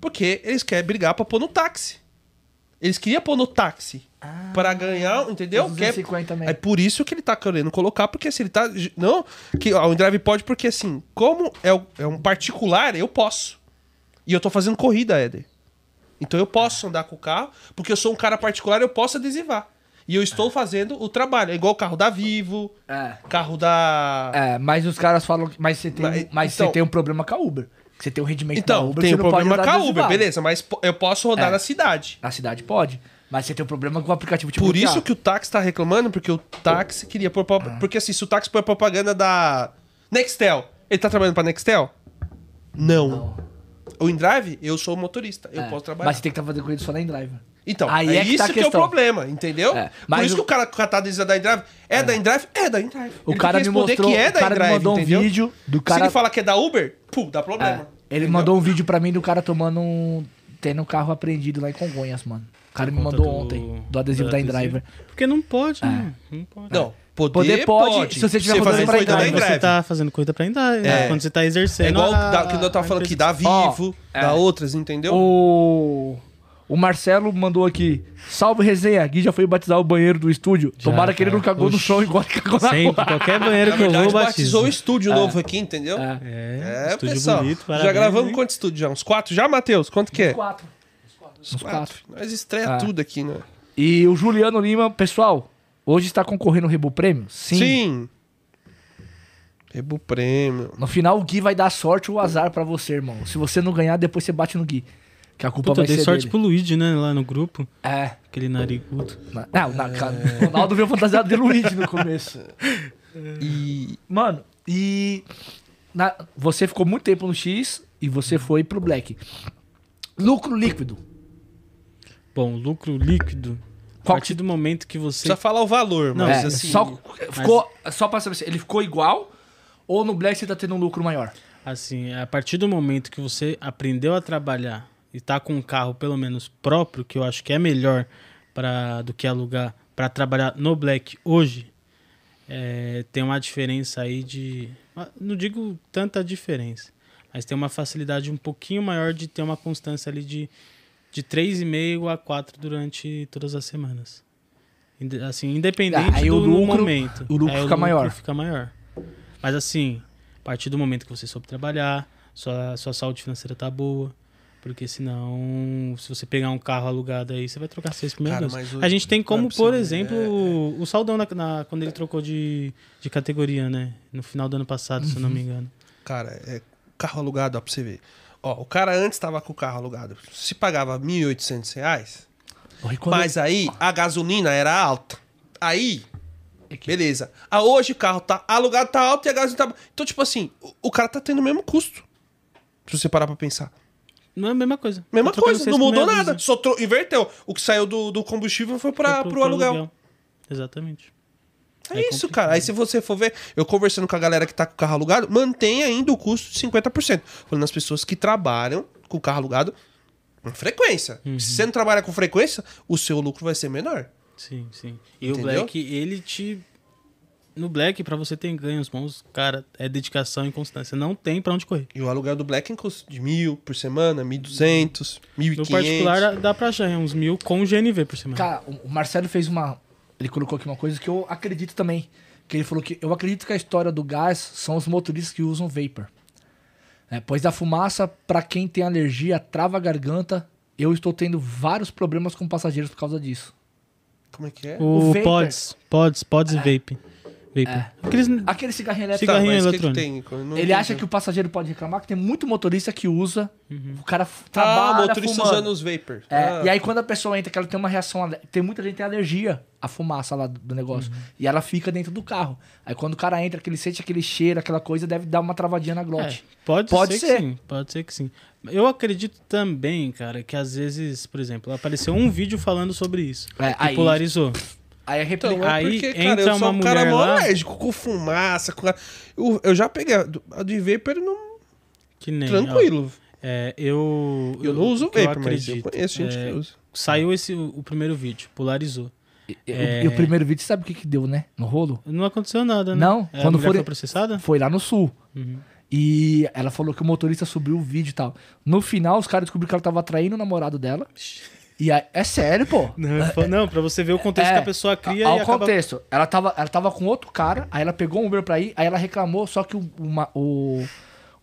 Porque eles querem brigar pra pôr no táxi. Eles queriam pôr no táxi.
Ah,
pra ganhar, entendeu?
os
Quer-
250 mesmo.
é por isso que ele tá querendo colocar, porque se ele tá. Não, que ó, o Endrive pode, porque assim, como é, o- é um particular, eu posso. E eu tô fazendo corrida, Éder. Então eu posso andar com o carro, porque eu sou um cara particular, eu posso adesivar. E eu estou fazendo o trabalho. É igual o carro da Vivo,
É.
carro da.
É, mas os caras falam que. Mas você tem,
Mas-
um- mas
então-
você tem um problema com a Uber. Você tem um rendimento
Então,
da Uber,
tem
você
o
não pode
problema
andar
com a Uber,
adesivado.
beleza, mas po- eu posso rodar
É.
na cidade.
Na cidade pode. Mas você tem um problema com o aplicativo te
Por
bloquear.
isso que o táxi tá reclamando, porque o táxi queria pôr. pro-
Ah.
Porque assim, se o táxi pôr propaganda da Nextel, ele tá trabalhando pra Nextel? Não. O InDrive, eu sou o motorista, eu
É,
posso trabalhar.
Mas você tem que estar fazendo corrida só na InDrive.
Então,
Aí
é
é que
isso
tá a
que é o
questão.
problema, entendeu?
É,
Por
mas
isso
o-
que o cara catadista da InDrive é, da InDrive, é da InDrive.
O
Ele
cara me
tem que responder
mostrou,
que é
o
da
cara me
InDrive,
mandou
entendeu?
um vídeo do
Se
cara...
ele fala que é da Uber, pum, dá
É,
problema.
ele
entendeu?
mandou um vídeo pra mim do cara tomando um... Tendo um carro apreendido lá em Congonhas, mano. O cara me
Conta
mandou ontem, do adesivo da É. InDrive.
tá Porque não pode, né? Não pode.
Não, poder,
Poder
pode,
pode, se você tiver rodando
fazer
pra
coisa da
InDrive.
Quando você
InDrive.
tá fazendo coisa pra InDrive, né?
É.
Quando você tá
É
exercendo.
igual
a-
da, que eu tava
a
falando aqui,
empresa.
da Vivo,
Ó, é.
da outras, entendeu?
O... o Marcelo mandou aqui. Salve resenha, Gui já foi batizar o banheiro do estúdio. Tomara que ele
cara.
não cagou no
Oxi.
chão igual que cagou na
Sempre,
rua.
qualquer banheiro
Na
que eu
verdade,
vou,
batizou
batizo.
o estúdio novo aqui, entendeu?
É.
É,
É, estúdio
pessoal.
bonito,
já
parabéns,
gravamos
hein?
quantos estúdios já? Uns quatro já, Matheus? Quanto que é?
Quatro. Uns quatro.
Nós estreia
Ah.
tudo aqui, né?
E o Juliano Lima, pessoal, hoje está concorrendo o Rebu Prêmio? Sim.
Sim. Rebo Prêmio.
No final o Gui vai dar sorte ou azar pra você, irmão. Se você não ganhar, depois você bate no Gui. Que a culpa
Puta, eu
vai
dei
ser
sorte
dele.
pro Luigi, né? Lá no grupo.
É.
Aquele narigudo.
Na- Não, na, o
É.
Ronaldo veio fantasiado de Luigi no começo.
E
Mano, e. na- você ficou muito tempo no X e você foi pro Black. Lucro líquido.
Bom, lucro líquido. A
Qual
partir do momento que você.
precisa falar o valor,
Não,
mas
É,
assim...
só, ficou, só pra saber se ele ficou igual ou no Black você tá tendo um lucro maior?
Assim, a partir do momento que você aprendeu a trabalhar e tá com um carro pelo menos próprio, que eu acho que é melhor para do que alugar para trabalhar no Black hoje, é, tem uma diferença aí de, ah, não digo tanta diferença, mas tem uma facilidade um pouquinho maior de ter uma constância ali de de 3,5 a 4 durante todas as semanas. Inde- Assim, independente
Ah, aí
do
o lucro-
momento.
o lucro
Aí
fica maior.
fica maior. Mas assim, a partir do momento que você soube trabalhar, sua, sua saúde financeira tá boa. Porque senão, se você pegar um carro alugado aí, você vai trocar seis primeiros.
Cara,
meses.
mas hoje-
a gente tem como,
pra você
por
ver,
exemplo,
É,
o- o Saldão, na, na- quando ele trocou de, de categoria, né? No final do ano passado, se eu não me
Uhum.
engano.
Cara, é carro alugado, ó, pra você ver. Ó, o cara antes tava com o carro alugado. Se pagava R$ 1.800, reais,
Olha quando-
mas aí a gasolina era alta. Aí... Beleza. Ah, hoje o carro tá alugado, tá alto e a gasolina tá... ba- Então, tipo assim, o, o cara tá tendo o mesmo custo. Se você parar pra pensar.
Não é a mesma coisa.
Mesma
Tá trocando
coisa,
seis
não mudou
primeiros
nada.
meses.
Só tro- inverteu. O que saiu do, do combustível né? foi pra, pro, aluguel.
Exatamente.
É, isso, cara. Aí se você for ver, eu conversando com a galera que tá com o carro alugado, mantém ainda o custo de 50%. Falando das pessoas que trabalham com o carro alugado com frequência. Se você não trabalha com frequência, o seu lucro vai ser menor.
Sim, sim. E o
Entendeu?
Black, ele te. No Black, pra você ter ganhos bons, cara, é dedicação e constância. Não tem pra onde correr.
E o aluguel do Black em custo de mil por semana, 1.200, 1.500.
No particular, dá- dá pra achar é uns mil com GNV por semana.
Cara, o o Marcelo fez uma. Ele colocou aqui uma coisa que eu acredito também. Que ele falou que eu acredito que a história do gás são os motoristas que usam vapor. É, pois a fumaça, pra quem tem alergia, trava a garganta. Eu estou tendo vários problemas com passageiros por causa disso.
Como é que é?
o
o
vapor.
Pods, Pods, Pods e Vape. Vape. Aqueles.
Aquele cigarrinho elétrico.
Cigarrinho
Tá, mas o que que
eletrônico.
tem? Eu não
Ele acha
entendi.
que o passageiro pode reclamar que tem muito motorista que usa. O cara f-
Ah,
trabalha
motorista
fumando.
usando os vapor.
É,
Ah.
E aí quando a pessoa entra, que ela tem uma reação. ale- Tem muita gente que tem alergia à fumaça lá do- do negócio.
Uhum.
E ela fica dentro do carro. Aí quando o cara entra, que ele sente aquele cheiro, aquela coisa, deve dar uma travadinha na
É,
glote.
pode,
Pode
ser,
ser.
que sim, pode ser que sim. Eu acredito também, cara, que às vezes, por exemplo, apareceu um vídeo falando sobre isso.
É,
que
aí-
polarizou.
Aí é
Então,
replica.
é
Aí
porque, cara,
entra
eu sou
uma
um cara
mulher
mó
lá-
alérgico com fumaça. Com... Eu, eu já peguei a do, a do Vapor não...
Que nem. ó.
tranquilo.
É, eu.
Eu não uso
o que eu
Vapor, mas eu
acredito é,
conheço gente que usa.
Saiu esse, o, o primeiro vídeo, polarizou.
E-
é-
E o primeiro vídeo, sabe o que que deu, né? No rolo?
Não aconteceu nada, né?
Não,
É,
quando
a mulher
forem-
foi
Ah.
processada?
Foi lá no sul.
Uhum.
E ela falou que o motorista subiu o vídeo e tal. No final, os caras descobriram que ela tava traindo o namorado dela. E aí, é sério, pô.
Não, fa- não, pra você ver o contexto que a pessoa cria
É, ao
e acaba...
contexto. Ela tava, ela tava com outro cara, aí ela pegou um Uber pra ir, aí ela reclamou, só que o, uma- o,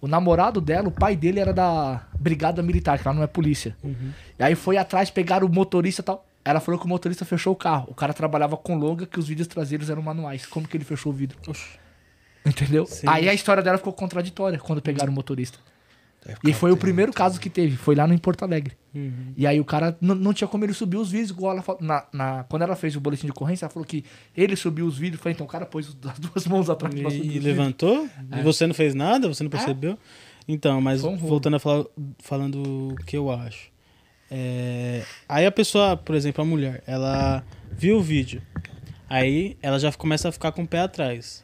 o namorado dela, o pai dele era da brigada militar, que lá não é polícia.
Uhum.
E aí foi atrás, pegaram o motorista e tal. Ela falou que o motorista fechou o carro. O cara trabalhava com longa, que os vídeos traseiros eram manuais. Como que ele fechou o vidro? Entendeu? Aí a história dela ficou contraditória quando pegaram o motorista.
É,
E aí foi o primeiro caso que teve, foi lá no em Porto Alegre.
Uhum.
E aí o cara n- não tinha como ele subir os vídeos, igual ela falou. Na, na- quando ela fez o boletim de ocorrência, ela falou que ele subiu os vídeos. Eu Falei, então o cara pôs os- as <laughs> duas mãos atrás pra subir os
E, e
vídeos.
levantou? E você não fez nada? Você não percebeu? Então, mas
É. Foi um rolo.
voltando a falar, falando o que eu acho. É, aí a pessoa, por exemplo, a mulher, ela viu o vídeo. Aí ela já começa a ficar com o pé atrás.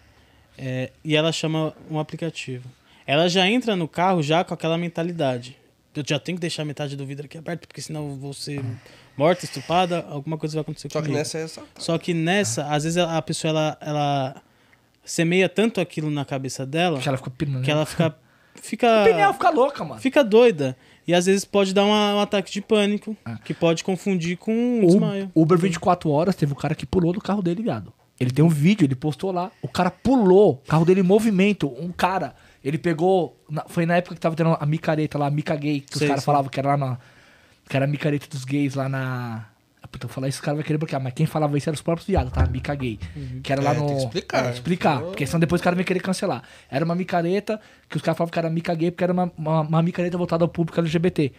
É, e ela chama um aplicativo. Ela já entra no carro já com aquela mentalidade. Eu já tenho que deixar metade do vidro aqui aberto, porque senão eu vou ser morta, estupada, alguma coisa vai acontecer
Só que
comigo.
nessa é essa.
Só que nessa, às vezes a a pessoa ela, ela semeia tanto aquilo na cabeça dela
Que ela ficou pirando.
que ela fica
<laughs> O pneu
fica
fica louca, mano.
fica doida e às vezes pode dar uma- um ataque de pânico que pode confundir com um desmaio.
Ah. O Uber 24 horas teve o cara que pulou do carro dele, viado. Ele tem um vídeo, ele postou lá. O cara pulou, o carro dele em movimento. Um cara, ele pegou. na- foi na época que tava tendo a micareta lá, a mica gay, que os
Sei,
caras
sei.
falavam que era lá na. Que era a micareta dos gays lá na. Puta, eu falar isso, o cara vai querer bloquear. Mas quem falava isso eram os próprios viados, tá? Mica gay.
Uhum.
Que era
É,
lá no.
tem que explicar.
É, explicar. Porque senão depois o cara vai querer cancelar. Era uma micareta que os caras falavam que era mica gay, porque era uma, uma, uma micareta voltada ao público LGBT.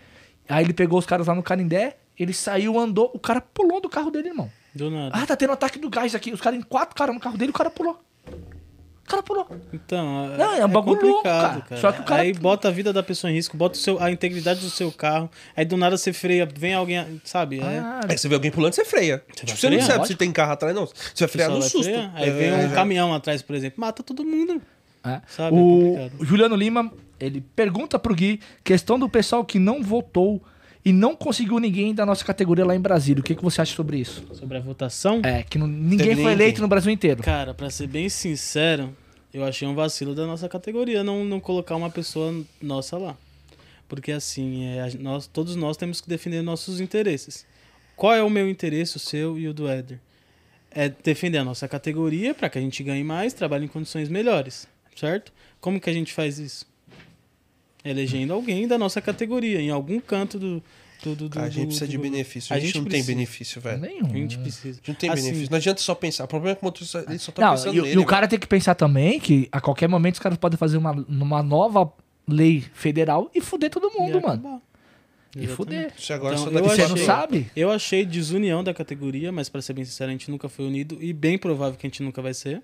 Aí ele pegou os caras lá no Canindé, ele saiu, andou, o cara pulou do carro dele, irmão.
Do nada.
Ah, tá tendo ataque do gás aqui. Os caras em quatro caras no carro dele, o cara pulou. O cara pulou.
Então,
Não, é um bagulho louco,
complicado,
cara. Só que o cara-
Aí bota a vida da pessoa em risco, bota o seu- a integridade do seu carro, aí do nada você freia, vem alguém, sabe? É-
Ah,
Aí você vê alguém pulando, você freia. Tipo, Você,
vai
não
frear,
sabe se
lógico.
tem carro atrás, não. Você vai frear
pessoa
no
vai
susto.
frear, Aí
É,
vem
é,
um
já.
caminhão atrás, por exemplo, mata todo mundo.
É.
Sabe, é
o
complicado.
Juliano Lima, ele pergunta pro Gui, questão do pessoal que não votou e não conseguiu ninguém da nossa categoria lá em Brasília. O que, que você acha sobre isso?
Sobre a votação?
É, que não- ninguém
Teve
foi
ninguém.
eleito no Brasil inteiro.
Cara, pra ser bem sincero, eu achei um vacilo da nossa categoria não, não colocar uma pessoa nossa lá. Porque assim, é, a gen- nós, todos nós temos que defender nossos interesses. Qual é o meu interesse, o seu e o do Éder? É defender a nossa categoria para que a gente ganhe mais, trabalhe em condições melhores, certo? Como que a gente faz isso? Elegendo alguém da nossa categoria, em algum canto do. do, do, do
Cara, a gente
do-
precisa
do-
de benefício. A gente, não
precisa.
tem benefício, velho. A
Nenhum.
A gente precisa.
gente não tem
Assim,
benefício. Não adianta só pensar. O problema é que o motorista ele só tá
Não,
pensando
e, o-
nele.
e o
velho.
cara tem que pensar também que a qualquer momento os caras podem fazer uma, uma nova lei federal e fuder todo
ia
mundo, mano.
acabar.
E fuder.
Isso agora
Então,
só
É.
tá
eu
daqui
Você
pra
não
achei-
frente.
sabe?
Eu achei desunião da categoria, mas pra ser bem sincero, a gente nunca foi unido e bem provável que a gente nunca vai ser.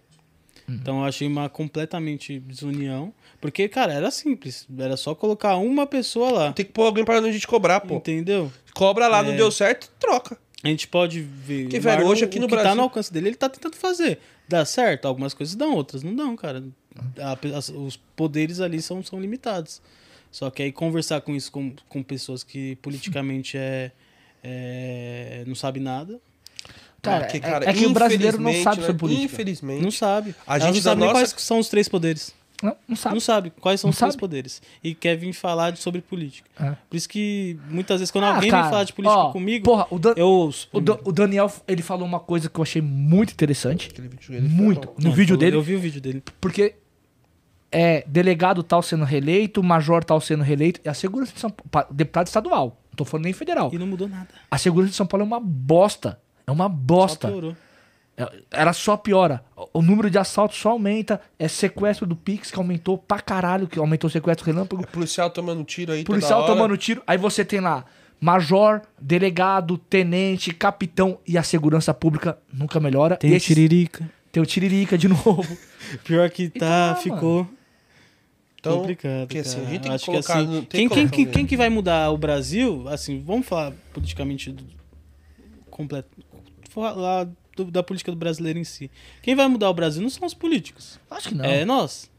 Uhum.
Então eu achei uma completamente desunião. Porque, cara, era simples. Era só colocar uma pessoa lá.
Tem que pôr alguém pra a gente cobrar, pô.
Entendeu?
Cobra lá,
É.
não deu certo, troca.
A gente pode ver.
Que,
o
velho,
Marlon,
hoje aqui
o
no
que tá
Brasil-
no alcance dele, ele tá tentando fazer. Dá certo? Algumas coisas dão, outras não dão, cara. A pe- as- os poderes ali são, são limitados. Só que aí conversar com isso com, com pessoas que politicamente é, é- não sabe nada,
Cara,
Porque,
é- é, que o brasileiro não
infelizmente,
sabe
né?
sobre política.
Infelizmente. né,
não sabe.
A
Elas
gente
não
da
sabe nem
nossa-
quais são os três poderes.
Não, não sabe.
Não sabe quais são
Não
os três
sabe.
poderes. E quer vir falar de- sobre política.
É.
Por isso que muitas vezes quando
Ah,
alguém
cara,
vem falar de política
ó,
comigo,
Porra, o, Dan-
eu ouço.
o Dan- o Daniel, ele falou uma coisa que eu achei muito interessante.
Aquele vídeo dele foi
Muito.
bom.
No
Não,
vídeo
eu-
dele.
Eu vi o vídeo dele.
Porque é delegado tal sendo reeleito, major tal sendo reeleito. É a segurança de São Paulo. Deputado estadual. Não tô falando nem federal.
E não mudou nada.
A segurança de São Paulo é uma bosta. É uma
Só
bosta.
piorou.
É- Ela só piora. O- O número de assaltos só aumenta. É sequestro do Pix que aumentou pra caralho, que aumentou o sequestro relâmpago.
É policial tomando tiro aí. toda
Policial
hora.
tomando tiro. Aí você tem lá major, delegado, tenente, capitão e a segurança pública nunca melhora.
Tem
e
o
esses-
Tiririca.
tem o tiririca de <laughs> novo.
Pior que tá,
tá,
ficou
Então,
complicado.
porque assim,
cara.
a gente tem que
Acho
colocar-
assim,
não tem
quem,
que
quem,
colocar
quem,
um-
quem que vai mudar o Brasil, assim, vamos falar politicamente do, completo. Falar do- da política do brasileiro em si. Quem vai mudar o Brasil não são os políticos.
Acho que não.
É nós.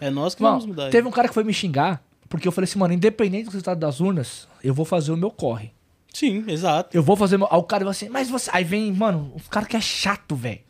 É nós que
Bom,
vamos mudar.
Então. teve
isso.
um cara que foi me xingar, porque eu falei assim, mano, independente do resultado das urnas, eu vou fazer o meu corre.
Sim, exato.
Eu vou fazer meu. Aí o cara vai assim, mas você. Aí vem, mano, os caras que é chato, velho.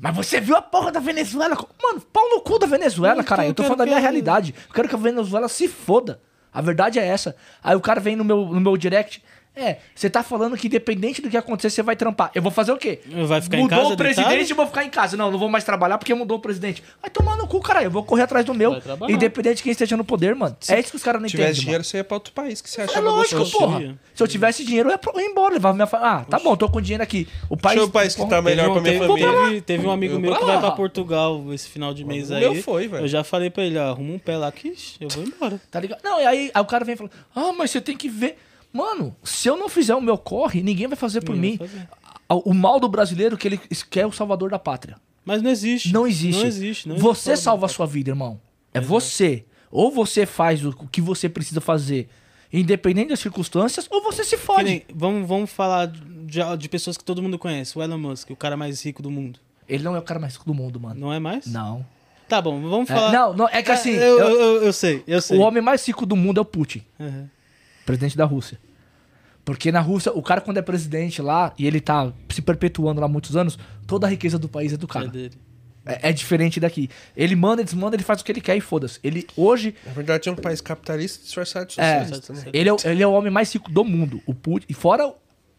Mas você viu a porra da Venezuela? Mano, pau no cu da Venezuela,
Não,
cara.
então
Eu tô
eu
falando da
quero
minha
que-
realidade. Eu quero que a Venezuela se foda. A verdade é essa. Aí o cara vem no meu, no meu direct. É, você tá falando que independente do que acontecer, você vai trampar. Eu vou fazer o quê?
Vai ficar em
mudou
casa,
o presidente,
deitado?
eu vou ficar em casa. Não, não vou mais trabalhar porque mudou o presidente. Vai tomar no cu, caralho. Eu vou correr atrás do meu.
Vai trabalhar.
Independente de quem esteja no poder, mano. é isso que os caras não
Se tivesse
entendem. mano.
dinheiro, você ia pra outro país que você
É
achava
lógico,
gostoso.
porra.
Seria.
Se eu tivesse dinheiro, eu ia pro- eu ia embora, levava minha família. Ah, tá bom, tô com dinheiro aqui. O país.
Deixa eu ver o país que tá melhor pra minha
teve,
família.
Teve, teve um amigo
Eu-
meu que
Ah!
vai pra Portugal esse final de mês
O
aí.
meu foi, velho.
Eu já falei pra ele, ó, arruma um pé lá que ixi, eu vou embora.
Tá ligado? Não, e aí, aí o cara vem falando: Ah, mas você tem que ver. Mano, se eu não fizer o meu corre, ninguém vai fazer por
Ninguém
mim.
vai fazer.
A- O mal do brasileiro é que ele quer o salvador da pátria.
Mas não existe.
Não existe.
Não existe. Não
você
existe.
salva a sua vida, irmão. É você. Ou você faz o o que você precisa fazer, independente das circunstâncias, ou você se
Que
fode.
nem- vamos, vamos falar de, de pessoas que todo mundo conhece. O Elon Musk, o cara mais rico do mundo.
Ele não é o cara mais rico do mundo, mano.
Não é mais?
Não.
Tá bom, vamos
É,
falar.
não, não, é que assim,
Eu,
eu-
eu, eu- eu sei, eu sei.
O homem mais rico do mundo é o Putin.
Uhum.
presidente da Rússia. Porque na Rússia, o cara quando é presidente lá e ele tá se perpetuando lá há muitos anos, toda a riqueza do país é do
É
cara.
dele.
É, é diferente daqui. Ele manda, desmanda, ele faz o que ele quer e foda-se. Ele hoje
Na verdade, é um país capitalista disfarçado de
é,
socialista, né?
ele é, o- ele é o homem mais rico do mundo. O Putin, e fora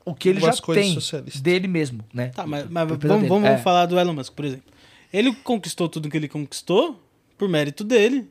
o que ele
Algumas
já
coisas
tem
socialistas.
dele mesmo, né?
Tá, mas, mas
Propriedade
vamos,
dele.
vamos
É.
falar do Elon Musk, por exemplo. Ele conquistou tudo que ele conquistou por mérito dele.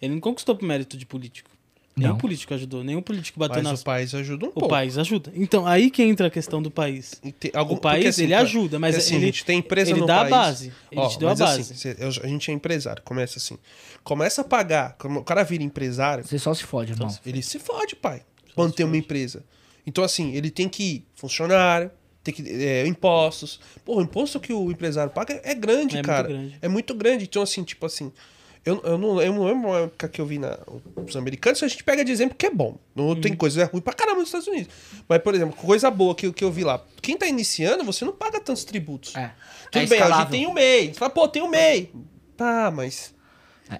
Ele não conquistou por mérito de político.
Não.
Nenhum político ajudou, nenhum político bateu
Mas
É.
nas
o país ajuda um
O
pouco.
país ajuda. Então, aí que entra a questão do país.
E tem algum-
o país,
porque, assim,
ele
cara,
ajuda, mas
porque, assim,
ele,
a gente tem empresa
ele
no
dá
país.
a base. Ele
Ó,
te deu a
mas,
base.
assim, cê- eu- a gente é empresário, começa assim. Começa a pagar, como o cara vira empresário,
Você só se fode, irmão.
ele se fode, pai. Manter uma empresa. Então, assim, ele tem que ir funcionário, tem que é, impostos. Pô, o imposto que o empresário paga é grande,
É muito
cara.
grande.
É muito grande. Então, assim, tipo assim, eu, eu não eu não lembro uma época que eu vi na, os americanos, a gente pega de exemplo que é bom. Não tem coisa é ruim pra caramba nos Estados Unidos. Mas, por exemplo, coisa boa que, que eu vi lá. Quem tá iniciando, você não paga tantos tributos.
É.
Tudo bem, a
É
gente
escalável.
tem o MEI. Você fala, pô, tem o MEI. Tá, mas.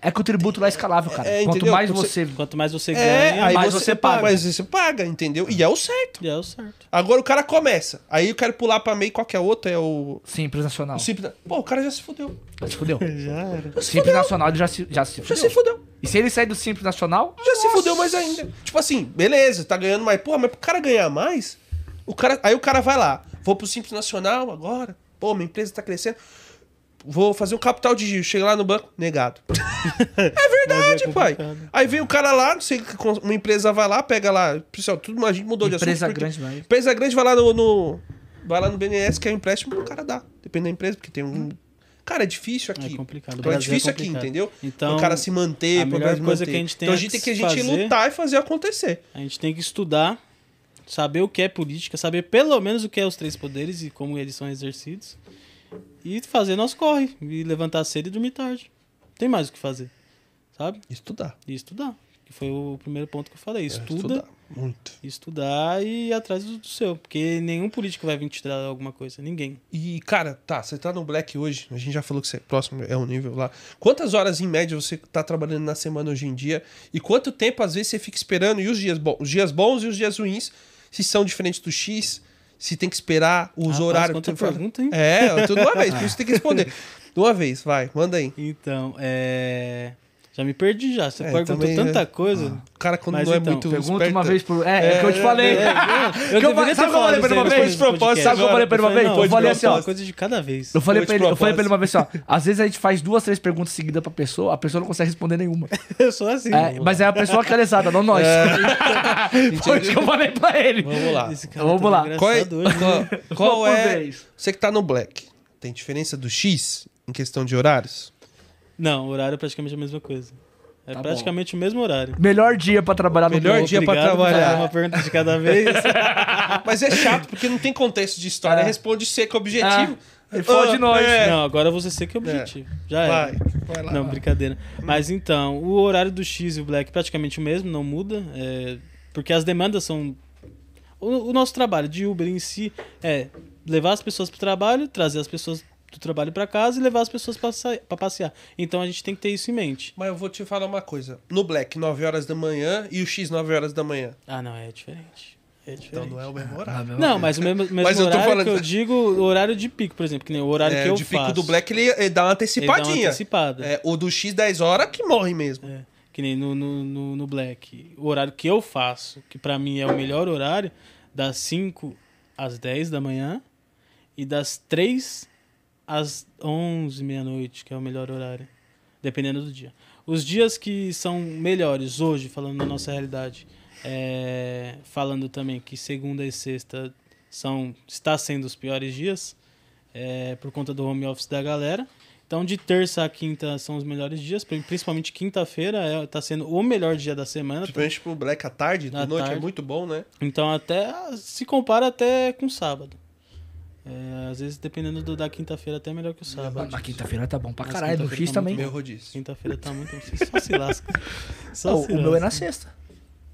É que o tributo lá é escalável, cara.
É, é,
Quanto
entendeu?
mais
Você-
você.
Quanto mais você
É,
ganha,
aí
mais
você, paga. Mas você paga, entendeu? E é o certo.
é o certo.
Agora o cara começa. Aí eu quero pular pra meio qualquer outro, é o.
Sim, Simples nacional.
o simples- Pô, o cara já se fudeu.
Se fudeu. Simples nacional ele já se, já se
Já
fudeu.
se fudeu.
E se ele sair do simples nacional,
Já se fudeu mais ainda. Tipo assim, beleza, tá ganhando mais. Pô, mas pro cara ganhar mais, o cara. Aí o cara vai lá. Vou pro Simples Nacional agora. Pô, minha empresa tá crescendo. Vou fazer um capital de giro. Chega lá no banco, negado. é verdade, pai.
complicado.
Aí vem o cara lá, não sei, uma empresa vai lá, pega lá. Pessoal, tudo a gente mudou de assunto.
Empresa
porque-
grande, não é isso?
Empresa grande vai lá no, no- Vai lá no BNS, que é um empréstimo, o cara dá. Depende da empresa, porque tem um. Cara, é difícil aqui.
É complicado. O
Então é
Brasil é
difícil
complicado.
aqui, entendeu?
Então,
o cara se manter,
a
pro
melhor
Brasil
coisa
manter.
que a gente tem
Então a
é
gente tem
que
que a
se
gente
fazer-
lutar e fazer acontecer.
a gente tem que estudar, saber o que é política, saber pelo menos o que é os três poderes e como eles são exercidos. E fazer nosso corre. E levantar cedo e dormir tarde. Não Tem mais o que fazer. Sabe?
Estudar.
E estudar. Que foi o primeiro ponto que eu falei. Estuda
É, Estudar. Muito.
estudar e ir atrás do do seu. Porque nenhum político vai vir te tirar alguma coisa. Ninguém.
E, cara, tá, você tá no Black hoje, a gente já falou que você é próximo, é um nível lá. Quantas horas em média você tá trabalhando na semana hoje em dia? E quanto tempo, às vezes, você fica esperando? E os dias, bons, os dias bons e os dias ruins, se são diferentes do X, se tem que esperar os
Rapaz,
horários.
quanta
Tu fala-
pergunta, hein?
É, tudo de uma vez,
<laughs>
por isso tem que responder. De uma vez, vai, manda aí.
Então, é. Já me perdi já. Você
É,
perguntou
também,
tanta
é.
coisa.
O cara, quando
Mas
não é
então,
muito
Pergunta
esperto-
uma vez por. É, é, o que eu te
Ah.
falei. <laughs> Que eu falei- sabe
Eu deveria ter
o que eu falei pra ele uma
falado
vez?
isso aí depois
Sabe o que eu falei pra ele uma vez?
podcast.
Eu falei assim, ó.
Uma coisa de cada vez.
Eu falei,
Foi
pra
de
ele, eu falei pra
propósito.
ele uma vez assim, ó. Às vezes a gente faz duas, três perguntas seguidas pra pessoa, a pessoa não consegue responder
<laughs>
nenhuma.
Eu sou assim.
É, mas é a pessoa calezada, não nós. <laughs> Foi o que eu falei pra ele.
<laughs> É. Vamos lá.
Esse cara
Vamos
tá
lá.
engraçado
Qual é,
hoje, né?
qual- qual
Uma
é-
vez.
Você que tá no Black, tem diferença do X em questão de horários?
<laughs> Não, o horário é praticamente a mesma coisa. É
Tá bom.
praticamente o mesmo horário.
Melhor dia pra trabalhar no
Melhor
Globo.
dia pra
Obrigado por
trabalhar.
fazer Uma pergunta de cada
<laughs>
vez.
Mas é chato, porque não tem contexto de história.
É.
Responde seco objetivo.
Ah, e fode nós.
é.
Não, agora você sei que é objetivo. Já é.
Vai, vai lá.
Não, brincadeira. Mas então, o horário do X e o Black é praticamente o mesmo, não muda. é, porque as demandas são. O, o nosso trabalho de Uber em si é levar as pessoas para o trabalho, trazer as pessoas do trabalho para casa e levar as pessoas para passear. Então a gente tem que ter isso em mente.
Mas eu vou te falar uma coisa. No Black, 9 horas da manhã e o X, 9 horas da manhã.
Ah, não, é diferente. É diferente.
Então não é o mesmo
Ah,
horário.
Não, mas o mesmo, mesmo
Mas eu tô
horário
falando-
que eu digo, o horário de pico, por exemplo, que nem o horário
É,
que eu
o de pico
faço.
do Black, ele, ele dá uma
Ele dá uma
antecipadinha.
antecipada.
É, o do X, 10 horas, que morre mesmo.
É, que nem no, no, no, no Black. O horário que eu faço, que pra mim é o melhor horário, das 5 às 10 da manhã e das 3 às 11 meia-noite, que é o melhor horário, dependendo do dia. Os dias que são melhores hoje, falando da nossa realidade, é, falando também que segunda e sexta são está sendo os piores dias é, por conta do home office da galera. Então, de terça a quinta são os melhores dias, pri- principalmente quinta-feira está sendo o melhor dia da
É,
semana.
Principalmente Tipo, pro Black à tarde, de
À
noite, é
tarde.
muito bom, né?
Então até se compara até com sábado. É, às vezes dependendo do, da quinta-feira até é melhor que o
Mas
sábado.
Na quinta-feira tá bom pra
Mas
caralho. No
quinta-feira
X
tá
também.
Meu rodício.
Quinta-feira tá muito. <laughs> Só se lasca. Só
Não,
se
o meu é
lasca.
na sexta.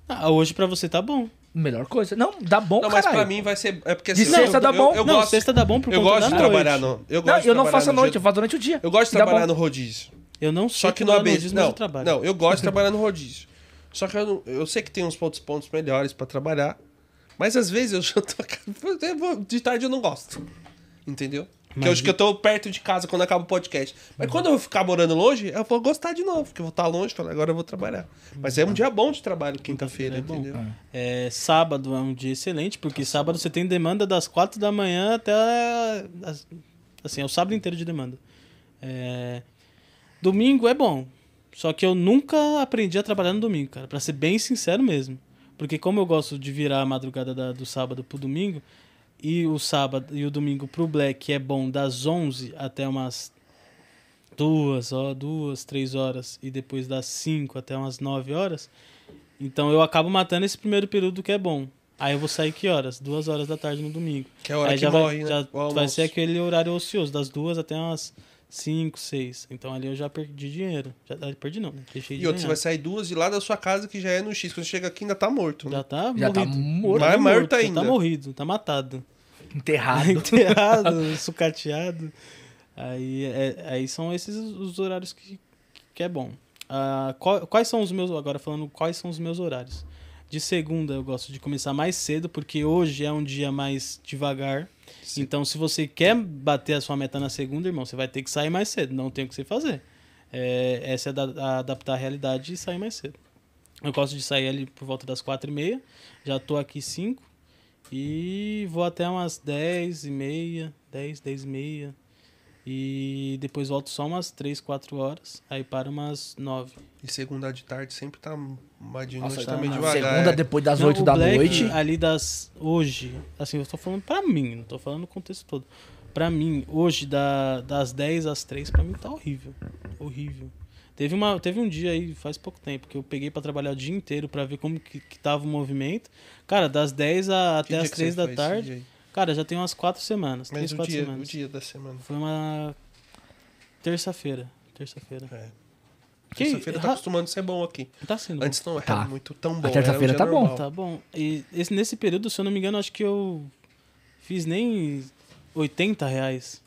Ah, hoje pra você tá bom.
Melhor coisa. Não, dá bom,
Não, mas
Então, caralho.
pra mim vai ser. É porque
De
eu-
sexta dá
eu-
bom.
Eu,
não,
gosto,
sexta dá bom por
eu
conta
gosto
da
de trabalhar
noite.
no. Eu,
não,
gosto de
eu não
trabalhar
faço à
no
noite,
dia-
eu faço durante o dia.
Eu gosto de
Dá
trabalhar
bom.
no rodízio.
Eu não
Só
sei
que no ABC.
rodízio, mas
Não,
eu trabalho.
não, eu
<laughs>
gosto de trabalhar no rodízio. Só que eu, não- eu sei que tem uns pontos, pontos melhores pra trabalhar. Mas às vezes eu já tô. eu vou- De tarde eu não gosto. Entendeu? Porque eu
Mas-
acho que eu tô perto de casa quando acaba o podcast. Mas quando eu ficar morando longe, eu vou gostar de novo. Porque eu vou estar longe, falei, agora eu vou trabalhar. Mas é um dia bom de trabalho, quinta-feira,
É bom.
entendeu?
É, sábado é um dia excelente, porque sábado você tem demanda das 4 da manhã até. as- Assim, é o sábado inteiro de demanda. É, domingo é bom. Só que eu nunca aprendi a trabalhar no domingo, cara. Pra ser bem sincero mesmo. Porque como eu gosto de virar a madrugada da- do sábado pro domingo, e o sábado e o domingo pro black é bom das 11 até umas duas, ó, duas, três horas, e depois das 5 até umas 9 horas, então eu acabo matando esse primeiro período que é bom. Aí eu vou sair que horas? Duas horas da tarde no domingo.
Que é a hora
Aí
que
já
morre, né?
vai, já
O almoço.
vai ser aquele horário ocioso, das duas até umas 5, 6. Então ali eu já perdi dinheiro. Já ah, perdi não, né? Deixei de
E outra, você
ganhar.
vai sair duas de lá da sua casa que já é no X. Quando chega aqui ainda tá morto. Né?
Já tá
Já tá
morrido.
morto.
Mas é morto
já
ainda.
Tá morrido, tá matado.
<laughs>
Enterrado.
<laughs> Enterrado, sucateado. Aí, é- aí são esses os horários que, que é bom. Ah, qual- quais são os meus. Agora falando quais são os meus horários. De segunda eu gosto de começar mais cedo, porque hoje é um dia mais devagar. Então, se você quer bater a sua meta na segunda, irmão, você vai ter que sair mais cedo. Não tem o que você fazer. É, essa é da- a adaptar a realidade e sair mais cedo. Eu gosto de sair ali por volta das quatro e meia. Já tô aqui cinco. E vou até umas 10 e meia, 10, 10 e meia. E depois volto só umas 3, 4 horas. Aí para umas 9.
E segunda de tarde sempre tá mais de
Nossa,
noite
tá
também
na
devagar.
segunda,
é.
depois das
Não,
oito
o
da
Black,
noite.
Ali das. Hoje. Assim, eu tô falando pra mim, não tô falando o contexto todo. Pra mim, hoje, da, das 10 às 3, pra mim tá horrível. Horrível. Teve, uma, teve um dia aí, faz pouco tempo, que eu peguei pra trabalhar o dia inteiro pra ver como que, que tava o movimento. Cara, das 10 a-
Que
até
dia
as
que
3
você
da
foi esse dia
tarde.
aí?
Cara, já tem umas 4 semanas. 3,
Mas o
4
dia, o
semanas.
dia da semana.
Foi uma terça-feira. Terça-feira.
É.
Que-
Terça-feira tá
ra-
acostumando a ser bom aqui.
Tá sendo.
Antes não era
Tá.
muito tão bom.
terça-feira
era um dia
tá bom.
normal.
Tá bom. E esse, nesse período, se eu não me engano, acho que eu fiz nem 80 reais.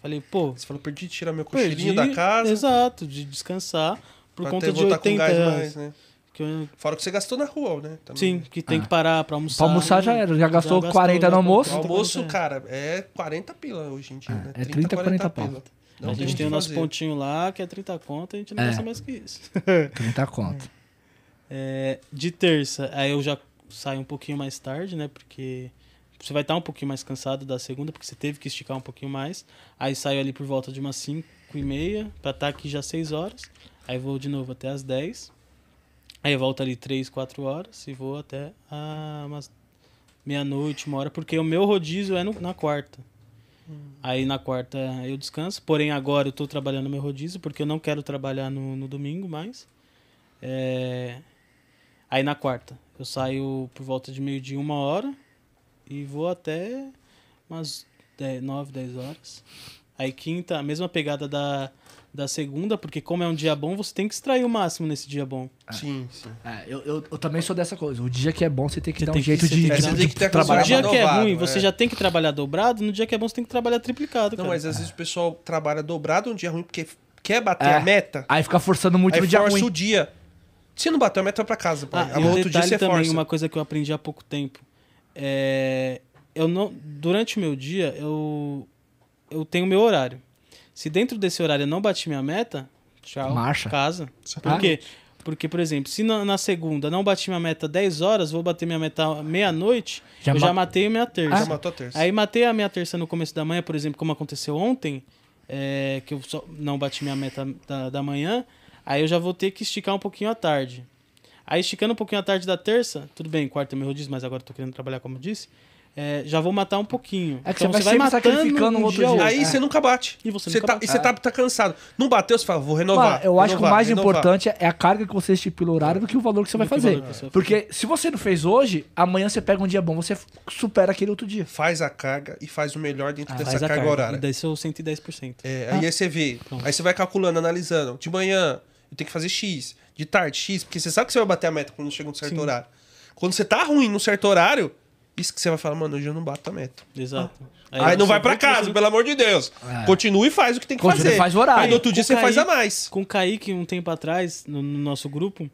Falei, pô,
Você falou, perdi de tirar meu
perdi.
cochilinho da casa.
Exato, de descansar por
pra
conta
até
de
voltar
80
com gás
reais.
mais, né?
Que eu-
Fora que você gastou na rua, né? Também.
sim, que tem
Ah.
que parar pra almoçar.
Pra almoçar já era, já gastou 40 no almoço.
O
30,
almoço,
40.
cara, é 40 pila hoje em
Ah,
dia, né?
é 30, 40 pila.
Não
a gente
o que
tem o nosso
fazer.
pontinho lá, que é 30 conto, a gente não
É.
gasta mais que isso. <laughs>
30 conto.
É, de terça, aí eu já saio um pouquinho mais tarde, né? Porque você vai estar um pouquinho mais cansado da segunda, porque você teve que esticar um pouquinho mais. Aí saio ali por volta de umas 5 e meia, pra estar aqui já 6 horas. Aí vou de novo até as 10. Aí volto ali 3, 4 horas e vou até a umas meia-noite, uma hora, porque o meu rodízio é no- na quarta. Aí na quarta eu descanso, porém agora eu tô trabalhando meu rodízio, porque eu não quero trabalhar no, no domingo mais. É, Aí na quarta, eu saio por volta de meio dia, uma hora, e vou até umas 10, 9, 10 horas. Aí quinta, a mesma pegada da, da segunda, porque como é um dia bom, você tem que extrair o máximo nesse dia bom.
Sim, sim.
Ah.
É, eu, eu, eu também sou dessa coisa. O dia que é bom, você tem que
Você
dar um
tem que-
jeito de,
você tem que-
de-
você
de
tem que ter
trabalhar.
No dia
mais.
acostumado.
que é
renovado,
ruim,
é.
você já tem que trabalhar dobrado, no dia que é bom, você tem que trabalhar triplicado,
Não,
cara.
mas às vezes o pessoal trabalha dobrado um dia ruim porque quer bater
É.
a meta.
Aí fica forçando
Ah,
muito no
Aí
dia
força
ruim.
o dia. Se não bater a meta, vai pra casa. pai.
Ah,
Aí
e
no
um
outro dia
detalhe
você
também,
força.
uma coisa que eu aprendi há pouco tempo. É, eu não, durante o meu dia, eu, eu tenho meu horário. Se dentro desse horário eu não bati minha meta, tchau,
Marcha.
casa.
tá
Por quê? Porque, por exemplo, se na, na segunda não bati minha meta 10 horas, vou bater minha meta meia-noite,
Já
eu
ma-
já matei a minha terça.
Já matou a terça.
Aí matei a minha terça no começo da manhã, por exemplo, como aconteceu ontem, é, que eu só não bati minha meta da, da manhã, aí eu já vou ter que esticar um pouquinho à tarde. Aí esticando um pouquinho à tarde da terça, tudo bem, quarta é meu rodízio, mas agora eu tô querendo trabalhar como eu disse, é, já vou matar um pouquinho.
É que você vai sempre sacrificando um outro dia.
ao
Pô,
Então, Aí
é.
você nunca bate.
E você
Cê
nunca
tá,
bate.
E você tá, tá cansado. Não bateu, você fala, vou renovar.
Mano, eu acho que o
renovar,
mais
renovar.
importante é a carga que você estipula o horário do que o valor que você vai
que o
fazer.
valor que você vai
Porque se você não fez hoje, amanhã você pega um dia bom, você supera aquele outro dia.
Faz a carga e faz o melhor
Ah,
dentro dessa
Faz a
carga,
carga. E
horária.
daí sou 110%.
É, aí você vê. Aí você vai calculando, analisando. De manhã, eu tenho que fazer X. De tarde, X. Porque você sabe que você vai bater a meta quando chega um certo horário. Quando você tá ruim num certo horário, isso que você vai falar, mano, hoje eu não bato a meta.
Exato.
Aí,
é
não
você
vai pra
vê que
casa,
você-
pelo amor de Deus. Continua e faz o que tem que
Ah. Continua e
fazer.
faz o horário.
Aí no outro dia
Com
você
o
faz a
Kaique-
mais.
Com o Kaique, um tempo atrás, no, no nosso grupo,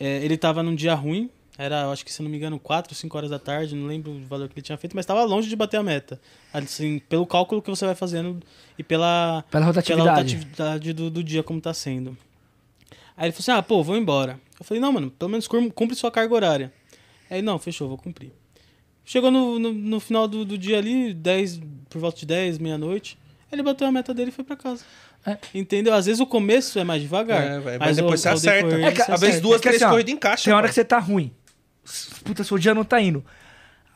é, ele tava num dia ruim. Era, eu acho que se não me engano, 4, 5 horas da tarde, não lembro o valor que ele tinha feito, mas tava longe de bater a meta. Assim, pelo cálculo que você vai fazendo e pela,
Pela rotatividade.
rotatividade do, do dia, como tá sendo. Aí ele falou assim: ah, pô, vou embora. Eu falei: não, mano, pelo menos cum- cumpre sua carga horária. Aí, não, fechou, vou cumprir. Chegou no, no, no final do, do dia ali, 10, por volta de 10, meia-noite, ele bateu a meta dele e foi pra casa.
É.
Entendeu? Às vezes o começo é mais devagar.
É, velho, mas depois
o-
você
ao
acerta.
decorrer
É que
você
às vezes
acerta.
duas,
É que
três
ó,
corridas encaixa,
Tem hora
mano.
que você tá ruim. Puta, seu dia não tá indo.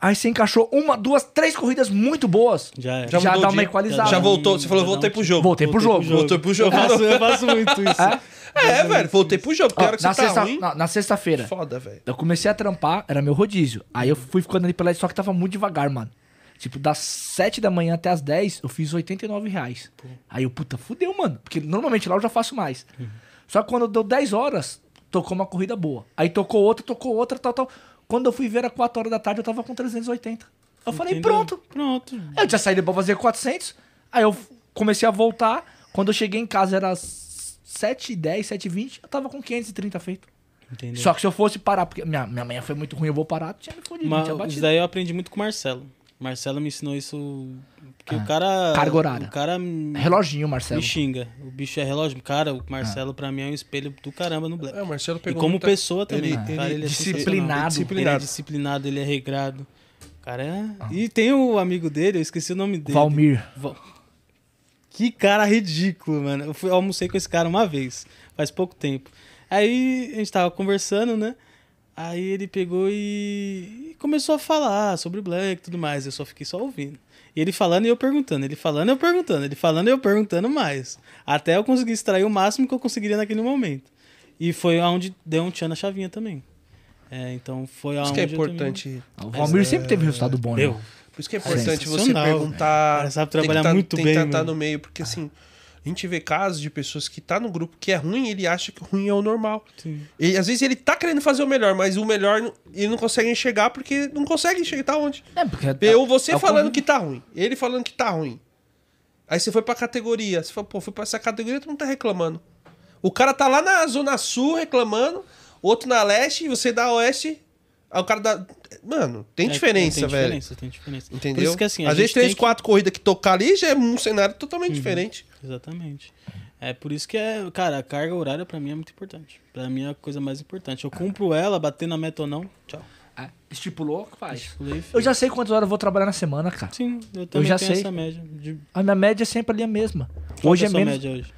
Aí você encaixou uma, duas, três corridas muito boas.
Já é.
Já,
mudou
dá
o
uma
dia.
equalizada.
Já voltou. Você falou,
Já dá
voltei
um
pro jogo.
Voltei pro É, jogo.
Voltei pro
<laughs>
jogo.
Eu faço, eu faço muito isso.
É, velho, voltei pro jogo. Porque a
Ó,
hora que
na
você tá
sexta-
ruim.
na- na sexta-feira.
Foda, velho.
Eu comecei a trampar, era meu rodízio. Aí eu fui ficando ali pela só que tava muito devagar, mano. Tipo, das 7 da manhã até as 10, eu fiz 89 reais. Aí eu, puta, fudeu, mano. Porque normalmente lá eu já faço mais. Só que quando deu 10 horas, tocou uma corrida boa. Aí tocou outra, tocou outra, tal, tal. Quando eu fui ver, era 4 horas da tarde, eu tava com 380. Eu falei,
Entendeu?
pronto.
Pronto.
Eu tinha saído pra fazer 400. Aí eu comecei a voltar. Quando eu cheguei em casa, era 7h10, 7h20. Eu tava com 530 feito.
Entendeu?
Só que se eu fosse parar, porque minha, minha manhã foi muito ruim, eu vou parar, tinha me fodido,
Mas
tinha
isso
é batido.
daí eu aprendi muito com o Marcelo. O Marcelo me ensinou isso. Porque o cara.
Ah, Carga horária.
O cara me
Reloginho, Marcelo. Ah.
me xinga. O bicho é relógio. Cara, o Marcelo pra mim é um espelho do caramba no Black.
É, o Marcelo
E
pegou
como
muita-
pessoa também.
Ele-
o cara,
ele
ele é
disciplinado. Ah.
sensacional. Ele é disciplinado, ele é regrado. O cara é... E tem o amigo dele, eu esqueci o nome dele.
Valmir.
Val- Que cara ridículo, mano. Eu fui, eu almocei com esse cara uma vez, faz pouco tempo. Aí a gente tava conversando, né? Aí ele pegou e e começou a falar sobre Black e tudo mais. Eu só fiquei só ouvindo. E ele falando e eu perguntando, ele falando e eu perguntando, ele falando e eu perguntando mais. Até eu conseguir extrair o máximo que eu conseguiria naquele momento. E foi aonde deu um tchan na chavinha também. É, então foi aonde.
Isso que é
eu também-
importante.
O Valmir sempre teve resultado bom, né?
Deu.
Por isso que é importante você
Sensacional,
perguntar.
velho. Ela sabe
tem que
trabalhar
tá-
muito
tem
bem,
que tá- tá
mano.
no meio, porque assim, a gente vê casos de pessoas que tá no grupo que é ruim, ele acha que o ruim é o normal.
Sim.
E às vezes ele tá querendo fazer o melhor, mas o melhor não- ele não consegue enxergar porque não consegue enxergar tá onde.
É, porque
Eu, você
é o
falando
convívio.
que tá ruim, ele falando que tá ruim. Aí você foi pra categoria, você falou, pô, fui pra essa categoria, tu não tá reclamando. O cara tá lá na Zona Sul reclamando, outro na Leste, e você da Oeste, aí o cara da. Mano, tem
É,
diferença,
tem
velho.
diferença, tem diferença.
Entendeu?
Por isso que Uhum. assim, a
Às vezes
gente tem
três, quatro corridas que tocar ali já é um cenário totalmente diferente.
que- Exatamente. É por isso que é, cara, a carga horária pra mim é muito importante. Pra mim é a coisa mais importante. Eu cumpro ela, bater na meta ou não, tchau.
É, Estipulou, faz.
Pulei, fui.
É Eu já sei quantas horas eu vou trabalhar na semana, cara.
Sim, eu também
já
tenho
sei.
essa média. De...
A minha média é sempre ali a mesma.
Qual
hoje
que
é
a sua
menos.
média hoje?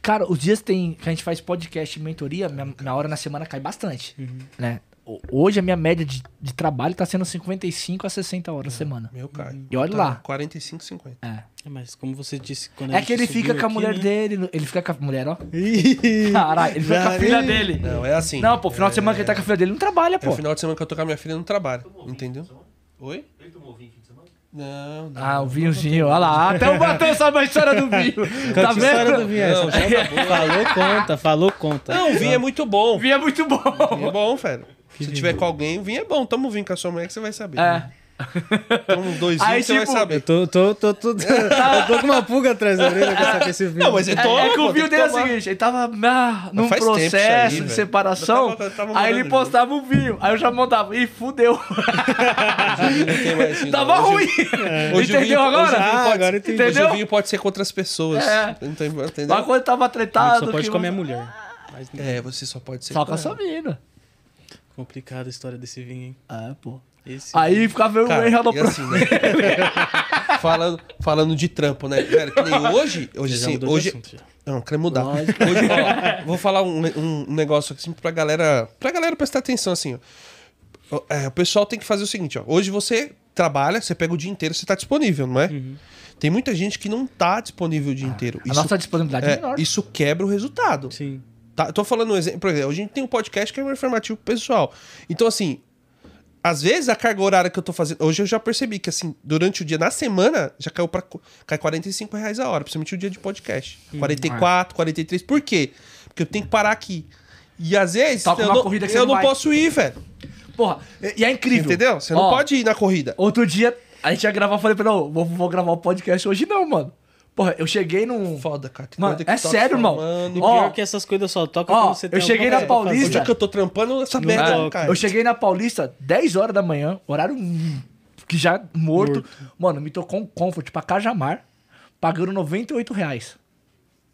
Cara, os dias tem, que a gente faz podcast e mentoria, minha, minha hora na semana cai bastante,
Uhum.
né? Ho- Hoje a minha média de, de trabalho tá sendo 55 a 60 horas na semana.
Meu caro.
E olha lá.
45, 50.
É.
É, mas como você disse, quando a
É
gente
que ele
subiu
fica com a
aqui,
mulher
né?
dele, no- ele fica com a mulher, ó.
Ih,
Caralho, ele fica com a
Já
filha
vi.
dele.
Não, é assim.
Não, pô, final de semana que ele tá com a filha dele, ele não trabalha,
É
pô.
o final de semana que eu tô com a minha filha no trabalho. Entendeu? Oi? Ele tomou vinho fim de semana? Não, não.
Ah, o vinhozinho, olha <laughs> lá. Até o Matheus sabe a história do
<laughs>
vinho. tá
que história do
vendo?
vinho é essa?
Não,
falou conta, falou conta.
Não, o vinho é muito bom.
O vinho é muito bom.
Vinho é bom, velho. Se tiver com alguém, o vinho é bom. Toma um vinho com a sua mulher que você vai saber.
É.
Toma uns dois
Aí,
vinhos que você vai
tipo,
Eu
saber.
tô, tô, tô, <laughs> tô, eu tô com uma pulga atrás da orelha com essa- com esse vídeo.
Não, mas ele
É,
toma,
é que
pô,
o
tem
vinho dele é o
tomar.
seguinte, ele tava na, num
faz tempo isso aí,
processo de
velho.
separação,
Eu tava- eu tava
aí
morando
ele
junto.
postava o vinho, aí eu já mandava, ih, fudeu.
Não tem mais vinho,
<laughs> <laughs> tava
não. Hoje- é.
ruim.
Hoje né? o
Entendeu
vinho-
agora?
Hoje o vinho
Ah,
pode-
agora entendi.
hoje
Entendeu?
o vinho pode ser com outras pessoas.
É.
Não tem- Entendeu?
Uma coisa tava
Só
tretado.
pode
É, que-
comer a mulher. Mas
É, você só pode ser.
Só com a
claro.
sua mina.
complicada a história desse vinho, hein?
É, pô.
Esse
Aí ficava o
Cara,
Angel no
e assim, né? <laughs> falando, falando de trampo, né? Velho, que nem hoje, hoje
já
sim,
mudou de
hoje.
assunto, já.
Não, quero mudar.
Lógico.
Hoje, ó, vou falar um, um negócio assim pra galera. Pra galera prestar atenção, assim, ó. O- é, o pessoal tem que fazer o seguinte, ó. Hoje você trabalha, você pega o dia inteiro, você tá disponível, não é? Tem muita gente que não tá disponível o dia inteiro.
Uhum. Ah, A nossa disponibilidade é,
é,
menor.
isso quebra o resultado.
Sim.
Tá, eu tô falando um exemplo, por exemplo, a gente tem um podcast que é um informativo pro pessoal. Então, assim, às vezes a carga horária que eu tô fazendo. Hoje eu já percebi que, assim, durante o dia, na semana, já caiu pra. co- Cai 45 reais a hora, principalmente o dia de podcast.
Hum, é.
44, 43. Por quê? Porque eu tenho que parar aqui. E às vezes
Tá com
eu
uma
não,
corrida que você
eu
não
não
vai.
posso ir, velho.
Porra, e e é incrível.
Entendeu? Você não
Ó,
pode ir na corrida.
Outro dia, a gente ia gravar, eu falei pra ele, "Ô, vou, vou gravar o podcast hoje não, mano. Porra, eu cheguei num...
Foda, cara. Tem
Mano,
coisa que
é
tá
sério, irmão.
formando.
E
Ó,
pior que essas coisas só tocam
ó,
quando você
eu
tem alguma
cheguei na
coisa pra fazer.
Paulista.
Onde é que eu tô trampando essa merda,
dá,
cara?
eu cheguei na Paulista 10 horas da manhã, horário hum, que já morto. Mano, me tocou um comfort pra Cajamar, pagando 98 reais.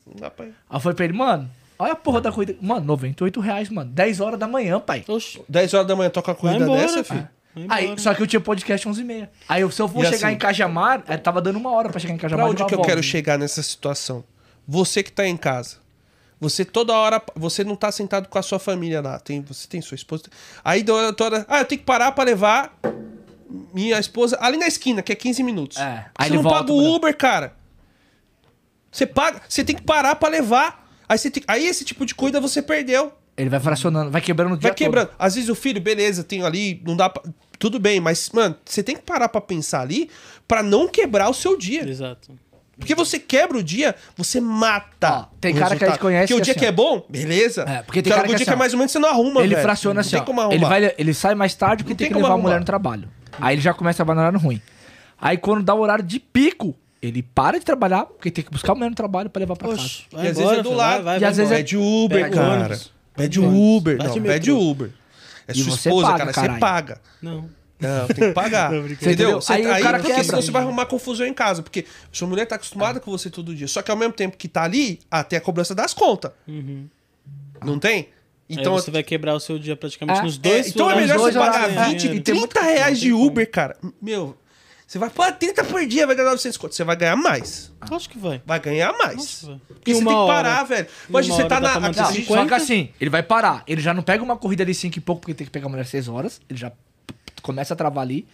Não dá pra ir.
Aí eu falei pra ele, mano, olha a porra da corrida. Mano, 98 reais, mano. 10 horas da manhã, pai.
Oxi.
10 horas da manhã toca uma corrida
embora,
dessa,
filho.
filho.
Vai
Aí,
embora.
só que eu tinha podcast 11 h 30 Aí, eu- se eu for
E
chegar
assim?
em Cajamar, é, tava dando uma hora pra chegar em Cajamar.
Pra
e
onde
dar
que eu
volta.
quero chegar nessa situação? Você que tá em casa. Você toda hora. Você não tá sentado com a sua família lá. Tem, você tem sua esposa. Aí toda, toda. Ah, eu tenho que parar pra levar minha esposa ali na esquina, que é 15 minutos.
É, aí
Aí você não
ele volta
paga o
pra-
Uber, cara. Você paga. Você tem que parar pra levar. Aí, você tem- aí esse tipo de cuida você perdeu.
Ele vai fracionando, vai quebrando o dia
Vai quebrando. Às vezes o filho, beleza, tem ali, não dá pra. Tudo bem, mas, mano, você tem que parar pra pensar ali pra não quebrar o seu dia.
Exato.
Porque você quebra o dia, você mata.
Ó,
o
tem cara que a gente
resultado.
conhece
Porque o
que
dia
assim,
que
ó.
é bom, beleza.
É, porque tem
Agora, o
cara que
dia
assim,
que é
ó,
mais ou menos você não arruma,
Ele
velho.
fraciona assim,
é, Não
ó.
tem como arrumar.
ele, vai, ele sai mais tarde porque tem,
tem
que
como
levar a
arrumar.
mulher no trabalho. Aí ele já começa a trabalhar no ruim. Aí quando dá o horário de pico, ele para de trabalhar porque tem que buscar a mulher no trabalho pra levar pra casa.
Oxi.
E às vezes é do lado.
E às vezes é-
Pede Uber,
Pega o
cara.
ônibus.
Pede
Pega o
Uber.
Vai de
Não,
metrô.
pede Uber. É
E
sua
você
esposa,
paga,
cara.
caralho.
Você paga.
Não.
Não, tem que
<laughs>
pagar. entendeu?
entendeu?
Você-
Aí o
aí, é
cara
porque
quebra.
senão você vai arrumar confusão em casa. Porque sua mulher tá acostumada com você todo dia. Só que ao mesmo tempo que tá ali, até a cobrança das contas. Não tem?
Então
Então,
uhum. você vai quebrar o seu dia praticamente
Ah,
nos dois
É, então é
horários,
melhor
dois
você pagar
horários, né?
20,
É,
30
tem muito-
reais de
não tem
Uber, cara. Meu, você vai pôr 30 por dia, vai dar 900 conto. Você vai ganhar mais.
Acho que vai.
Vai ganhar mais.
Nossa, velho.
Porque
E
você
uma
tem que parar,
hora?
velho.
E
Imagina,
uma
você
hora
tá
dá
na.
pra manter
a-
Não,
cinco-
gente-
só que
50?
assim, ele vai parar. Ele já não pega uma corrida de 5 e pouco porque tem que pegar a mulher às 6 horas. Ele já começa a travar ali.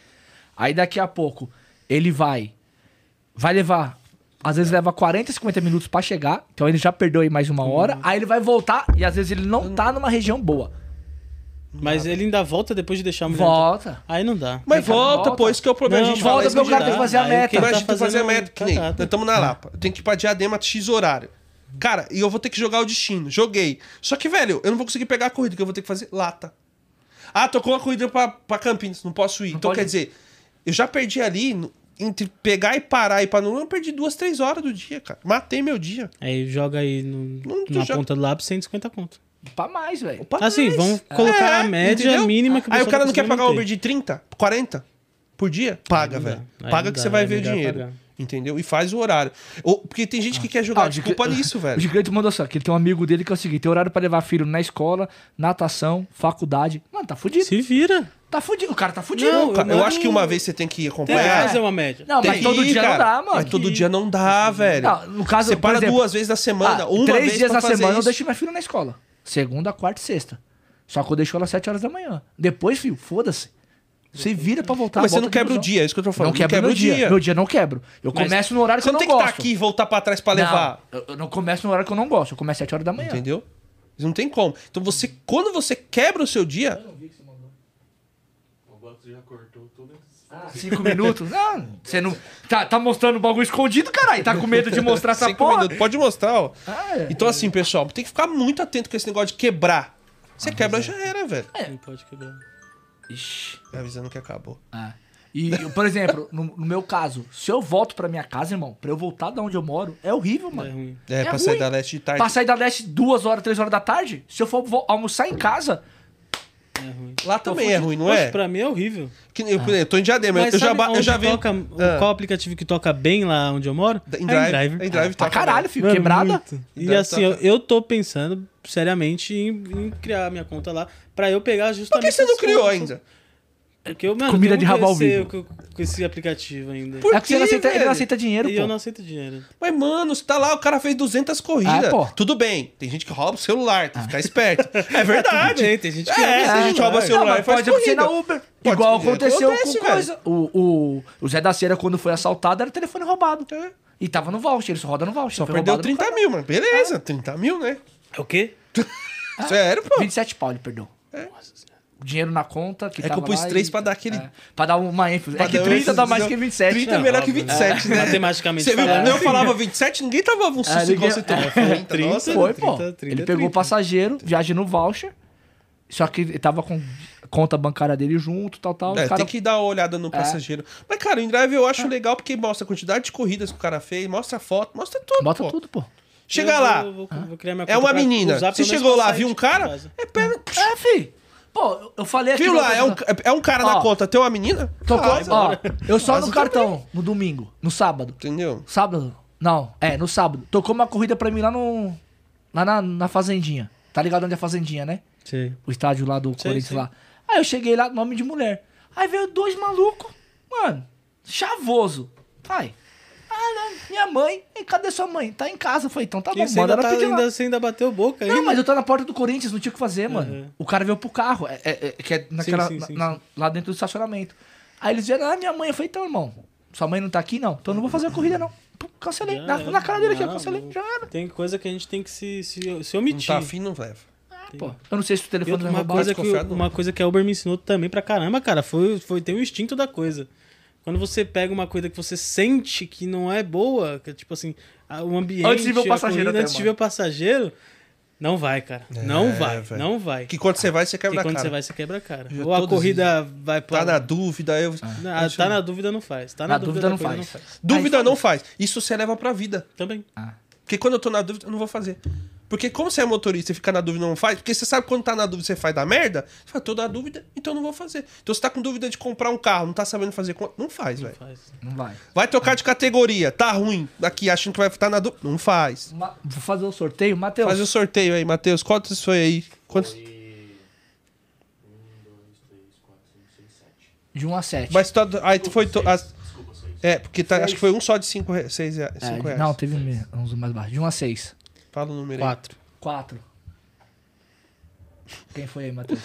Aí daqui a pouco ele vai. Vai levar. Às vezes leva 40, 50 minutos pra chegar. Então ele já perdeu aí mais uma hora. Aí ele vai voltar e às vezes ele não tá numa região boa.
Mas ele ainda volta depois de deixar a mulher.
Volta.
Aí não dá.
Mas
Vem, cara,
volta,
volta.
pô, isso que é o problema. a gente
volta
fala isso
porque
de
o cara tem que
dar.
fazer a meta. tá
Mas a
Imagina,
gente tem que fazer a meta, que nem. Nós
tá
tá.
Cagada.
estamos
Hum.
na Lapa. Eu tenho que ir pra Diadema X horário. Cara, e eu vou ter que jogar o destino. Joguei. Só que, velho, eu não vou conseguir pegar a corrida, que eu vou ter que fazer lata. Ah, tocou uma corrida pra, pra Campinas, não posso ir. então,
pode
quer
ir.
dizer, eu já perdi ali, no- entre pegar e parar e para não, eu perdi duas, três horas do dia, cara. Matei meu dia.
Aí joga aí no-
Não, tu
na
já-
ponta do lápis 150 conto.
Pra mais, velho.
Opa,
Assim,
mas-
vamos colocar a média mínima que o
Aí o
pessoal
cara
tá
não quer
conseguindo
pagar o Uber
manter.
de 30, 40 por dia? Paga,
não dá.
velho.
Aí
Paga
não
que
dá,
você vai
é
ver o
melhor
dinheiro.
pagar.
Entendeu? E faz o horário. Ou- porque tem gente que quer jogar
Ah, o
desculpa
Giga- <laughs>
nisso,
O
velho.
gigante mandou só, que ele tem um amigo dele que é o seguinte: tem horário pra levar filho na escola, natação, faculdade. Mano, tá fudido.
Se vira.
Tá fudido. O cara tá fudido.
Não,
Cara, eu
não-
acho que uma vez você tem que
Tem que
acompanhar.
fazer uma média.
Não,
Tem
mas
que
todo
ir,
dia não
cara.
dá, mano.
Mas todo dia não dá, velho.
Não, no caso,
você
por
para
exemplo,
duas vezes na semana,
Ah,
uma
três
vez
dias
pra
na
fazer
semana eu
isso.
deixo minha filha na escola. Segunda, quarta e sexta. Só que eu deixo ela às 7 horas da manhã. Depois, filho, foda-se. Você vira pra voltar.
Mas você
volta
não
de
quebra o
busão.
dia, é isso que eu tô falando.
Não quebra o dia. Meu dia eu não quebro. Eu
Mas
começo no horário que
Você
eu
não
não
tem que
gosto.
estar aqui e voltar pra trás pra levar.
Não, eu- eu não começo no horário que eu não gosto. Eu começo às 7 horas da manhã.
Entendeu? Não tem como. Então você, quando você quebra o seu dia,
Ah, Cinco minutos? Não, você não. Tá, tá mostrando o bagulho escondido, caralho. Tá com medo de mostrar essa
Cinco
porra.
minutos. Pode mostrar, ó.
Ah, é.
Então, assim, pessoal, tem que ficar muito atento com esse negócio de quebrar. Você
Ah,
quebra,
é.
já era, velho. Tá
Não pode quebrar.
Ixi.
Avisando que acabou.
Ah. E, eu, por exemplo, no, no meu caso, se eu volto pra minha casa, irmão, pra eu voltar da onde eu moro, é horrível, mano.
É ruim.
É, pra
ruim.
sair da leste de tarde.
Pra sair da leste duas horas, três horas da tarde, se eu for vo- almoçar em casa,
É ruim.
Lá também é ruim, não é?
Pra mim é horrível.
Que nem- eu,
Ah.
eu tô em diadema,
Mas
eu já,
sabe
um
ba- eu
onde
já vi.
toca-
Ah.
Qual aplicativo que toca bem lá onde eu moro?
Em
É
drive. Em drive
Ah, Pra
toca bem.
caralho, filho.
Mano,
quebrada.
muito.
Em
E
drive
assim, eu,
toca.
eu tô pensando seriamente em, em criar minha conta lá pra eu pegar
Por
justamente.
que você não
essas
né?
criou
coisas.
ainda?
Porque eu, mano,
Comida
eu
de
não
rabo ao
comecei
vivo.
Com, com esse aplicativo ainda.
Por
é porque ele não
quê,
aceita, ele não
velho?
aceita dinheiro,
e
pô.
eu não aceito dinheiro.
Mas, mano, você tá lá, o cara fez 200 corridas.
É, pô.
Tudo bem. Tem gente que rouba o celular, tem que ficar esperto. É
<laughs>
verdade.
Tudo bem, tem gente que
É,
rouba
tem
o
gente que rouba o
Não,
celular.
celular.
mas
e faz
pode acontecer na
corrida.
Uber.
Pode-
Igual aconteceu
acontece,
com
velho.
coisa. O, o, o Zé da Cera, quando foi assaltado, era telefone roubado. E tava no voucher, ele só roda no voucher. Só
É. Perdeu 30 mil, mano. Beleza, 30 mil, né?
É o quê?
Sério, pô.
27 pau ele perdeu. O dinheiro na conta que
É que
tava
eu pus
lá
três
e-
pra dar aquele-
É, pra dar uma ênfase. É
Pra
que
dar
30 dá
ênfase,
mais
não.
que 27.
30 é
né?
melhor que 27, né?
Matematicamente
Você viu?
falando.
Eu falava 27, "Ah, ninguém tava um
É,
susto igual você
ninguém-
tomou.
É,
30, nossa.
Foi,
30,
pô.
30,
é
ele pegou o
30.
passageiro, viagem no voucher, só que ele tava com conta bancária dele junto, tal, tal.
É,
o cara...
Tem que dar uma olhada no passageiro. Mas, cara, o InDrive eu acho legal porque mostra a quantidade de corridas que o cara fez, mostra a foto, mostra tudo.
Bota
pô.
tudo, pô.
Chega
Eu
lá,
vou- vou- vou criar minha
é
conta
uma
pra
menina.
usar
Você
pelo menos
chegou
pra tipo,
lá,
sair
viu um
de
cara?
casa.
É pena.
É, fi. Pô, eu- eu falei aqui...
Viu
no
lá,
outro
é um,
episódio-
é um cara na
Ó.
conta, tem uma menina?
Tô com-
Caralho,
ó, eu só
Mas
no
eu
cartão, no domingo, no sábado.
Entendeu?
Sábado? Não, é, no sábado. Tocou uma corrida pra mim lá no. Lá na, na Fazendinha. Tá ligado onde é a Fazendinha, né?
Sei.
O estádio lá do Corinthians
sim.
lá. Aí eu cheguei lá, nome de mulher. Aí veio dois malucos, mano, chavoso. Pai. Ah, não, minha mãe. E cadê sua mãe? Tá em casa. Eu Falei, então tá
E
bom,
você
manda ela
ainda, tá,
pedir lá.
ainda, você ainda bateu boca
Não,
ainda?
mas eu tô na porta do Corinthians, não tinha o que fazer, mano. O cara veio pro carro, é, é- é- que é naquela,
Uhum. sim, sim,
na- lá dentro do estacionamento. Aí eles vieram, ah, minha mãe. Eu falei, então, irmão, sua mãe não tá aqui, não. Então eu não vou fazer a corrida, não. Pum, Cancelei.
Já
Na,
era.
na cara dele aqui, eu
Não,
cancelei.
não.
Já era.
Tem coisa que a gente tem que se, se, se
Não
omitir.
tá afim, não leva.
Pô, eu não sei se o
E
telefone
outra,
vai
uma,
roubar.
coisa que,
desconfiado,
uma coisa que a Uber me ensinou também pra caramba, cara, foi, foi ter o instinto da coisa. Quando você pega uma coisa que você sente que não é boa, que é tipo assim, a- o ambiente.
Antes de ver o
a
passageiro até,
antes de
mano.
ver o passageiro, não vai, cara. não vai,
É, velho.
não vai.
Que quando você vai, você
Porque
quebra a
quando
cara.
você vai, você quebra a cara.
Eu
Ou a
tô
corrida vai pra. um-
Tá na dúvida, eu.
na- tá na dúvida, não faz. Tá na,
Na dúvida,
da
não
coisa,
faz.
Dúvida não faz. Isso você leva pra vida.
Também.
Ah,
Porque quando eu tô na dúvida, eu não vou fazer. Porque como você é motorista e fica na dúvida e não faz, porque você sabe quando tá na dúvida você faz da merda, você fala, tô na dúvida, então eu não vou fazer. Então você tá com dúvida de comprar um carro, não tá sabendo fazer conta, não faz, velho.
Faz.
Não vai.
Vai trocar de categoria, tá ruim, daqui achando que vai estar na dúvida, não faz.
Ma- vou fazer o sorteio, Matheus.
Faz o sorteio aí, Matheus, quantos foi aí? Quantos...
De 1 a 7.
Mas tu, aí tu foi... to- as- É, porque tá- acho que foi um só de 5 reais, 6 reais.
É,
cinco reais.
não, teve me- uns mais baixos. De 1 a 6.
Fala o número aí.
Quatro.
<laughs>
4. Quem foi aí, Matheus?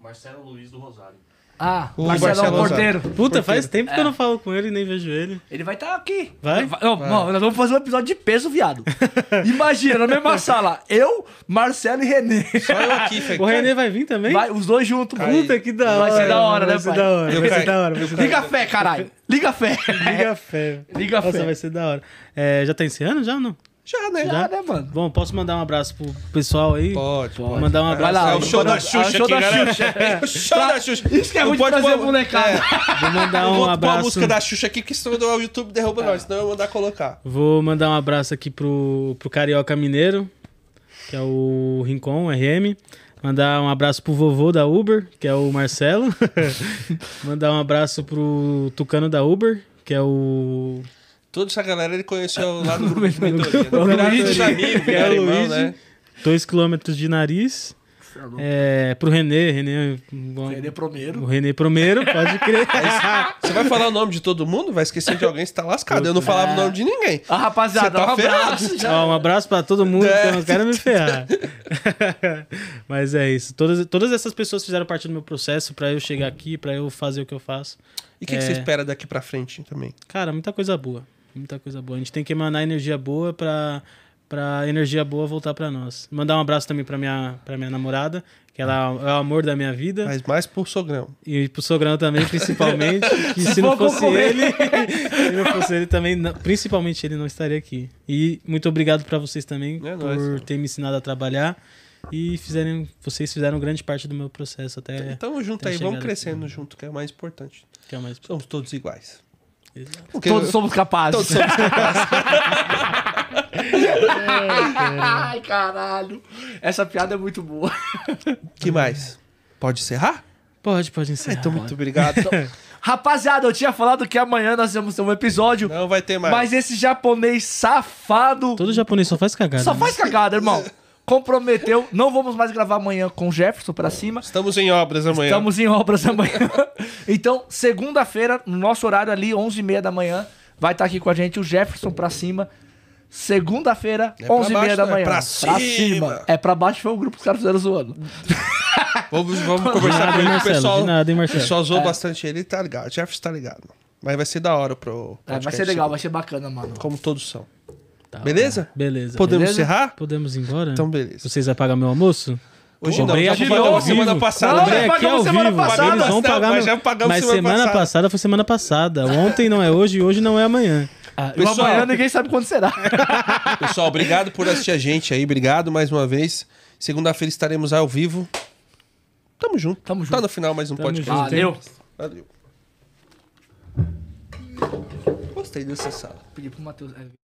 Marcelo Luiz do Rosário.
Ah,
O
Marcelão
Marcelo
Cordeiro.
Puta, faz tempo que eu não
É.
falo com ele e nem vejo ele.
Ele vai estar aqui.
Vai?
Não, não, nós vamos fazer um episódio de
<laughs>
peso, viado. Imagina, na mesma sala, eu, Marcelo e Renê.
Só eu
<laughs>
aqui, Fê.
O Renê vai vir também?
Vai, os dois juntos. mano.
Puta que da hora.
Vai ser da hora,
vai
né,
ser
pai?
da hora,
Eu
vai ser
caí.
da hora. vai ser da
Liga a fé, caralho. Liga a fé.
hora. Liga a fé.
Liga a
Nossa,
fé.
vai ser da hora. É, já tá encerrando já ou não?
Já, né?
Já, né, mano?
Bom, posso mandar um abraço pro pessoal aí?
Pode, pode.
Mandar
Vai
um abraço.
lá.
É o show
manda-
da Xuxa
é o show
aqui,
da
galera.
Xuxa.
O show da Xuxa.
Isso que é
Não
ruim de
pode
fazer
pôr-
molecada.
Vou mandar
Eu
um
vou pôr a
abraço.
música da Xuxa aqui, que senão o YouTube derruba nós, senão eu vou mandar colocar.
Vou mandar um abraço aqui pro, pro Carioca Mineiro, que é o Rincon, RM. Mandar um abraço pro vovô da Uber, que é o Marcelo. <laughs> mandar um abraço pro Tucano da Uber, que é o
Toda essa galera ele conheceu lá
<laughs>
no grupo de mentoria.
O
Né? Viraram
Luigi.
todos amigos,
É o
viraram irmão,
Luigi.
né?
2 km de nariz. É, pro Renê, Renê. bom,
Renê
o
primeiro.
Renê Primeiro, pode crer.
Ah, Você vai falar o nome de todo mundo? Vai esquecer de alguém, você tá lascado. Eu não falava o nome de ninguém.
Ah,
Você
rapaziada,
tá
um abraço.
ferrado.
Já.
Ó, um abraço pra todo mundo,
É.
que eu não quero me ferrar. <laughs> Mas é isso. Todas, todas essas pessoas fizeram parte do meu processo pra eu chegar aqui, pra eu fazer o que eu faço.
E o que, que você
É.
espera daqui pra frente também?
Cara, muita coisa boa. Muita coisa boa. A gente tem que emanar energia boa pra, pra energia boa voltar pra nós. Mandar um abraço também pra minha, pra minha namorada, que ela é o amor da minha vida.
Mas mais por sogrão.
E pro Sogrão também,
<laughs>
principalmente. que se, não
for
fosse
concorrer.
ele, <laughs> se não fosse ele também, não- principalmente ele não estaria aqui. E muito obrigado pra vocês também
É
por
nóis, mano.
ter me ensinado a trabalhar e fizerem, vocês fizeram grande parte do meu processo até
É.
Tamo Então, junto
Tá
tem
aí,
chegado
vamos
aqui,
crescendo junto, que é o mais importante.
que é mais
Somos todos iguais.
Exato.
Porque
Todos somos capazes.
todos somos-
Ai, caralho. Essa piada é muito boa.
que mais? Pode encerrar?
Pode, pode encerrar.
Então, muito
<laughs>
obrigado.
Rapaziada, eu tinha falado que amanhã nós íamos ter um episódio,
Não vai ter mais.
mas esse japonês safado
Todo japonês só faz cagada.
só
né?
faz cagada, irmão. Comprometeu. Não vamos mais gravar amanhã com o Jefferson pra cima.
Estamos em obras amanhã.
Estamos em obras <laughs> amanhã. então, segunda-feira, no nosso horário ali, 11h30 da manhã, vai estar aqui com a gente o Jefferson pra cima. Segunda-feira,
É pra
11h30
baixo,
da
não, é
manhã.
pra cima.
É pra baixo, foi o grupo que os caras fizeram zoando.
Vamos, vamos conversar
nada,
com
hein,
ele. O
Marcelo?
pessoal,
De nada, hein,
o
Marcelo?
pessoal
É.
zoou bastante ele, tá ligado. Jefferson tá ligado. Mas vai ser da hora pro.
É, vai
podcast,
ser legal, vai ser bacana, mano.
Como todos são.
Tá,
Beleza?
tá. Beleza.
Podemos
Beleza?
encerrar?
Podemos ir embora?
Então, beleza.
Vocês vão pagar meu almoço?
Hoje não,
Cobrei
já
aqui
pagamos
ao
semana
vivo.
passada.
Cobrei
Não, nós
aqui ao
pagamos semana
vivo.
passada.
Eles vão
Não,
pagar
mas
meu-
já pagamos
Mas
semana
semana
passada.
passada foi semana passada. Ontem não é hoje e hoje não é amanhã.
Ah, e
Pessoal-
amanhã ninguém sabe quando
<laughs>
será.
né?
Pessoal, obrigado por assistir a gente aí. Obrigado mais uma vez. Segunda-feira estaremos ao vivo. Tamo junto.
Tamo junto.
Tá no final mais um podcast.
junto.
Valeu.
Valeu. Gostei dessa sala.
Pedi pro Matheus. é.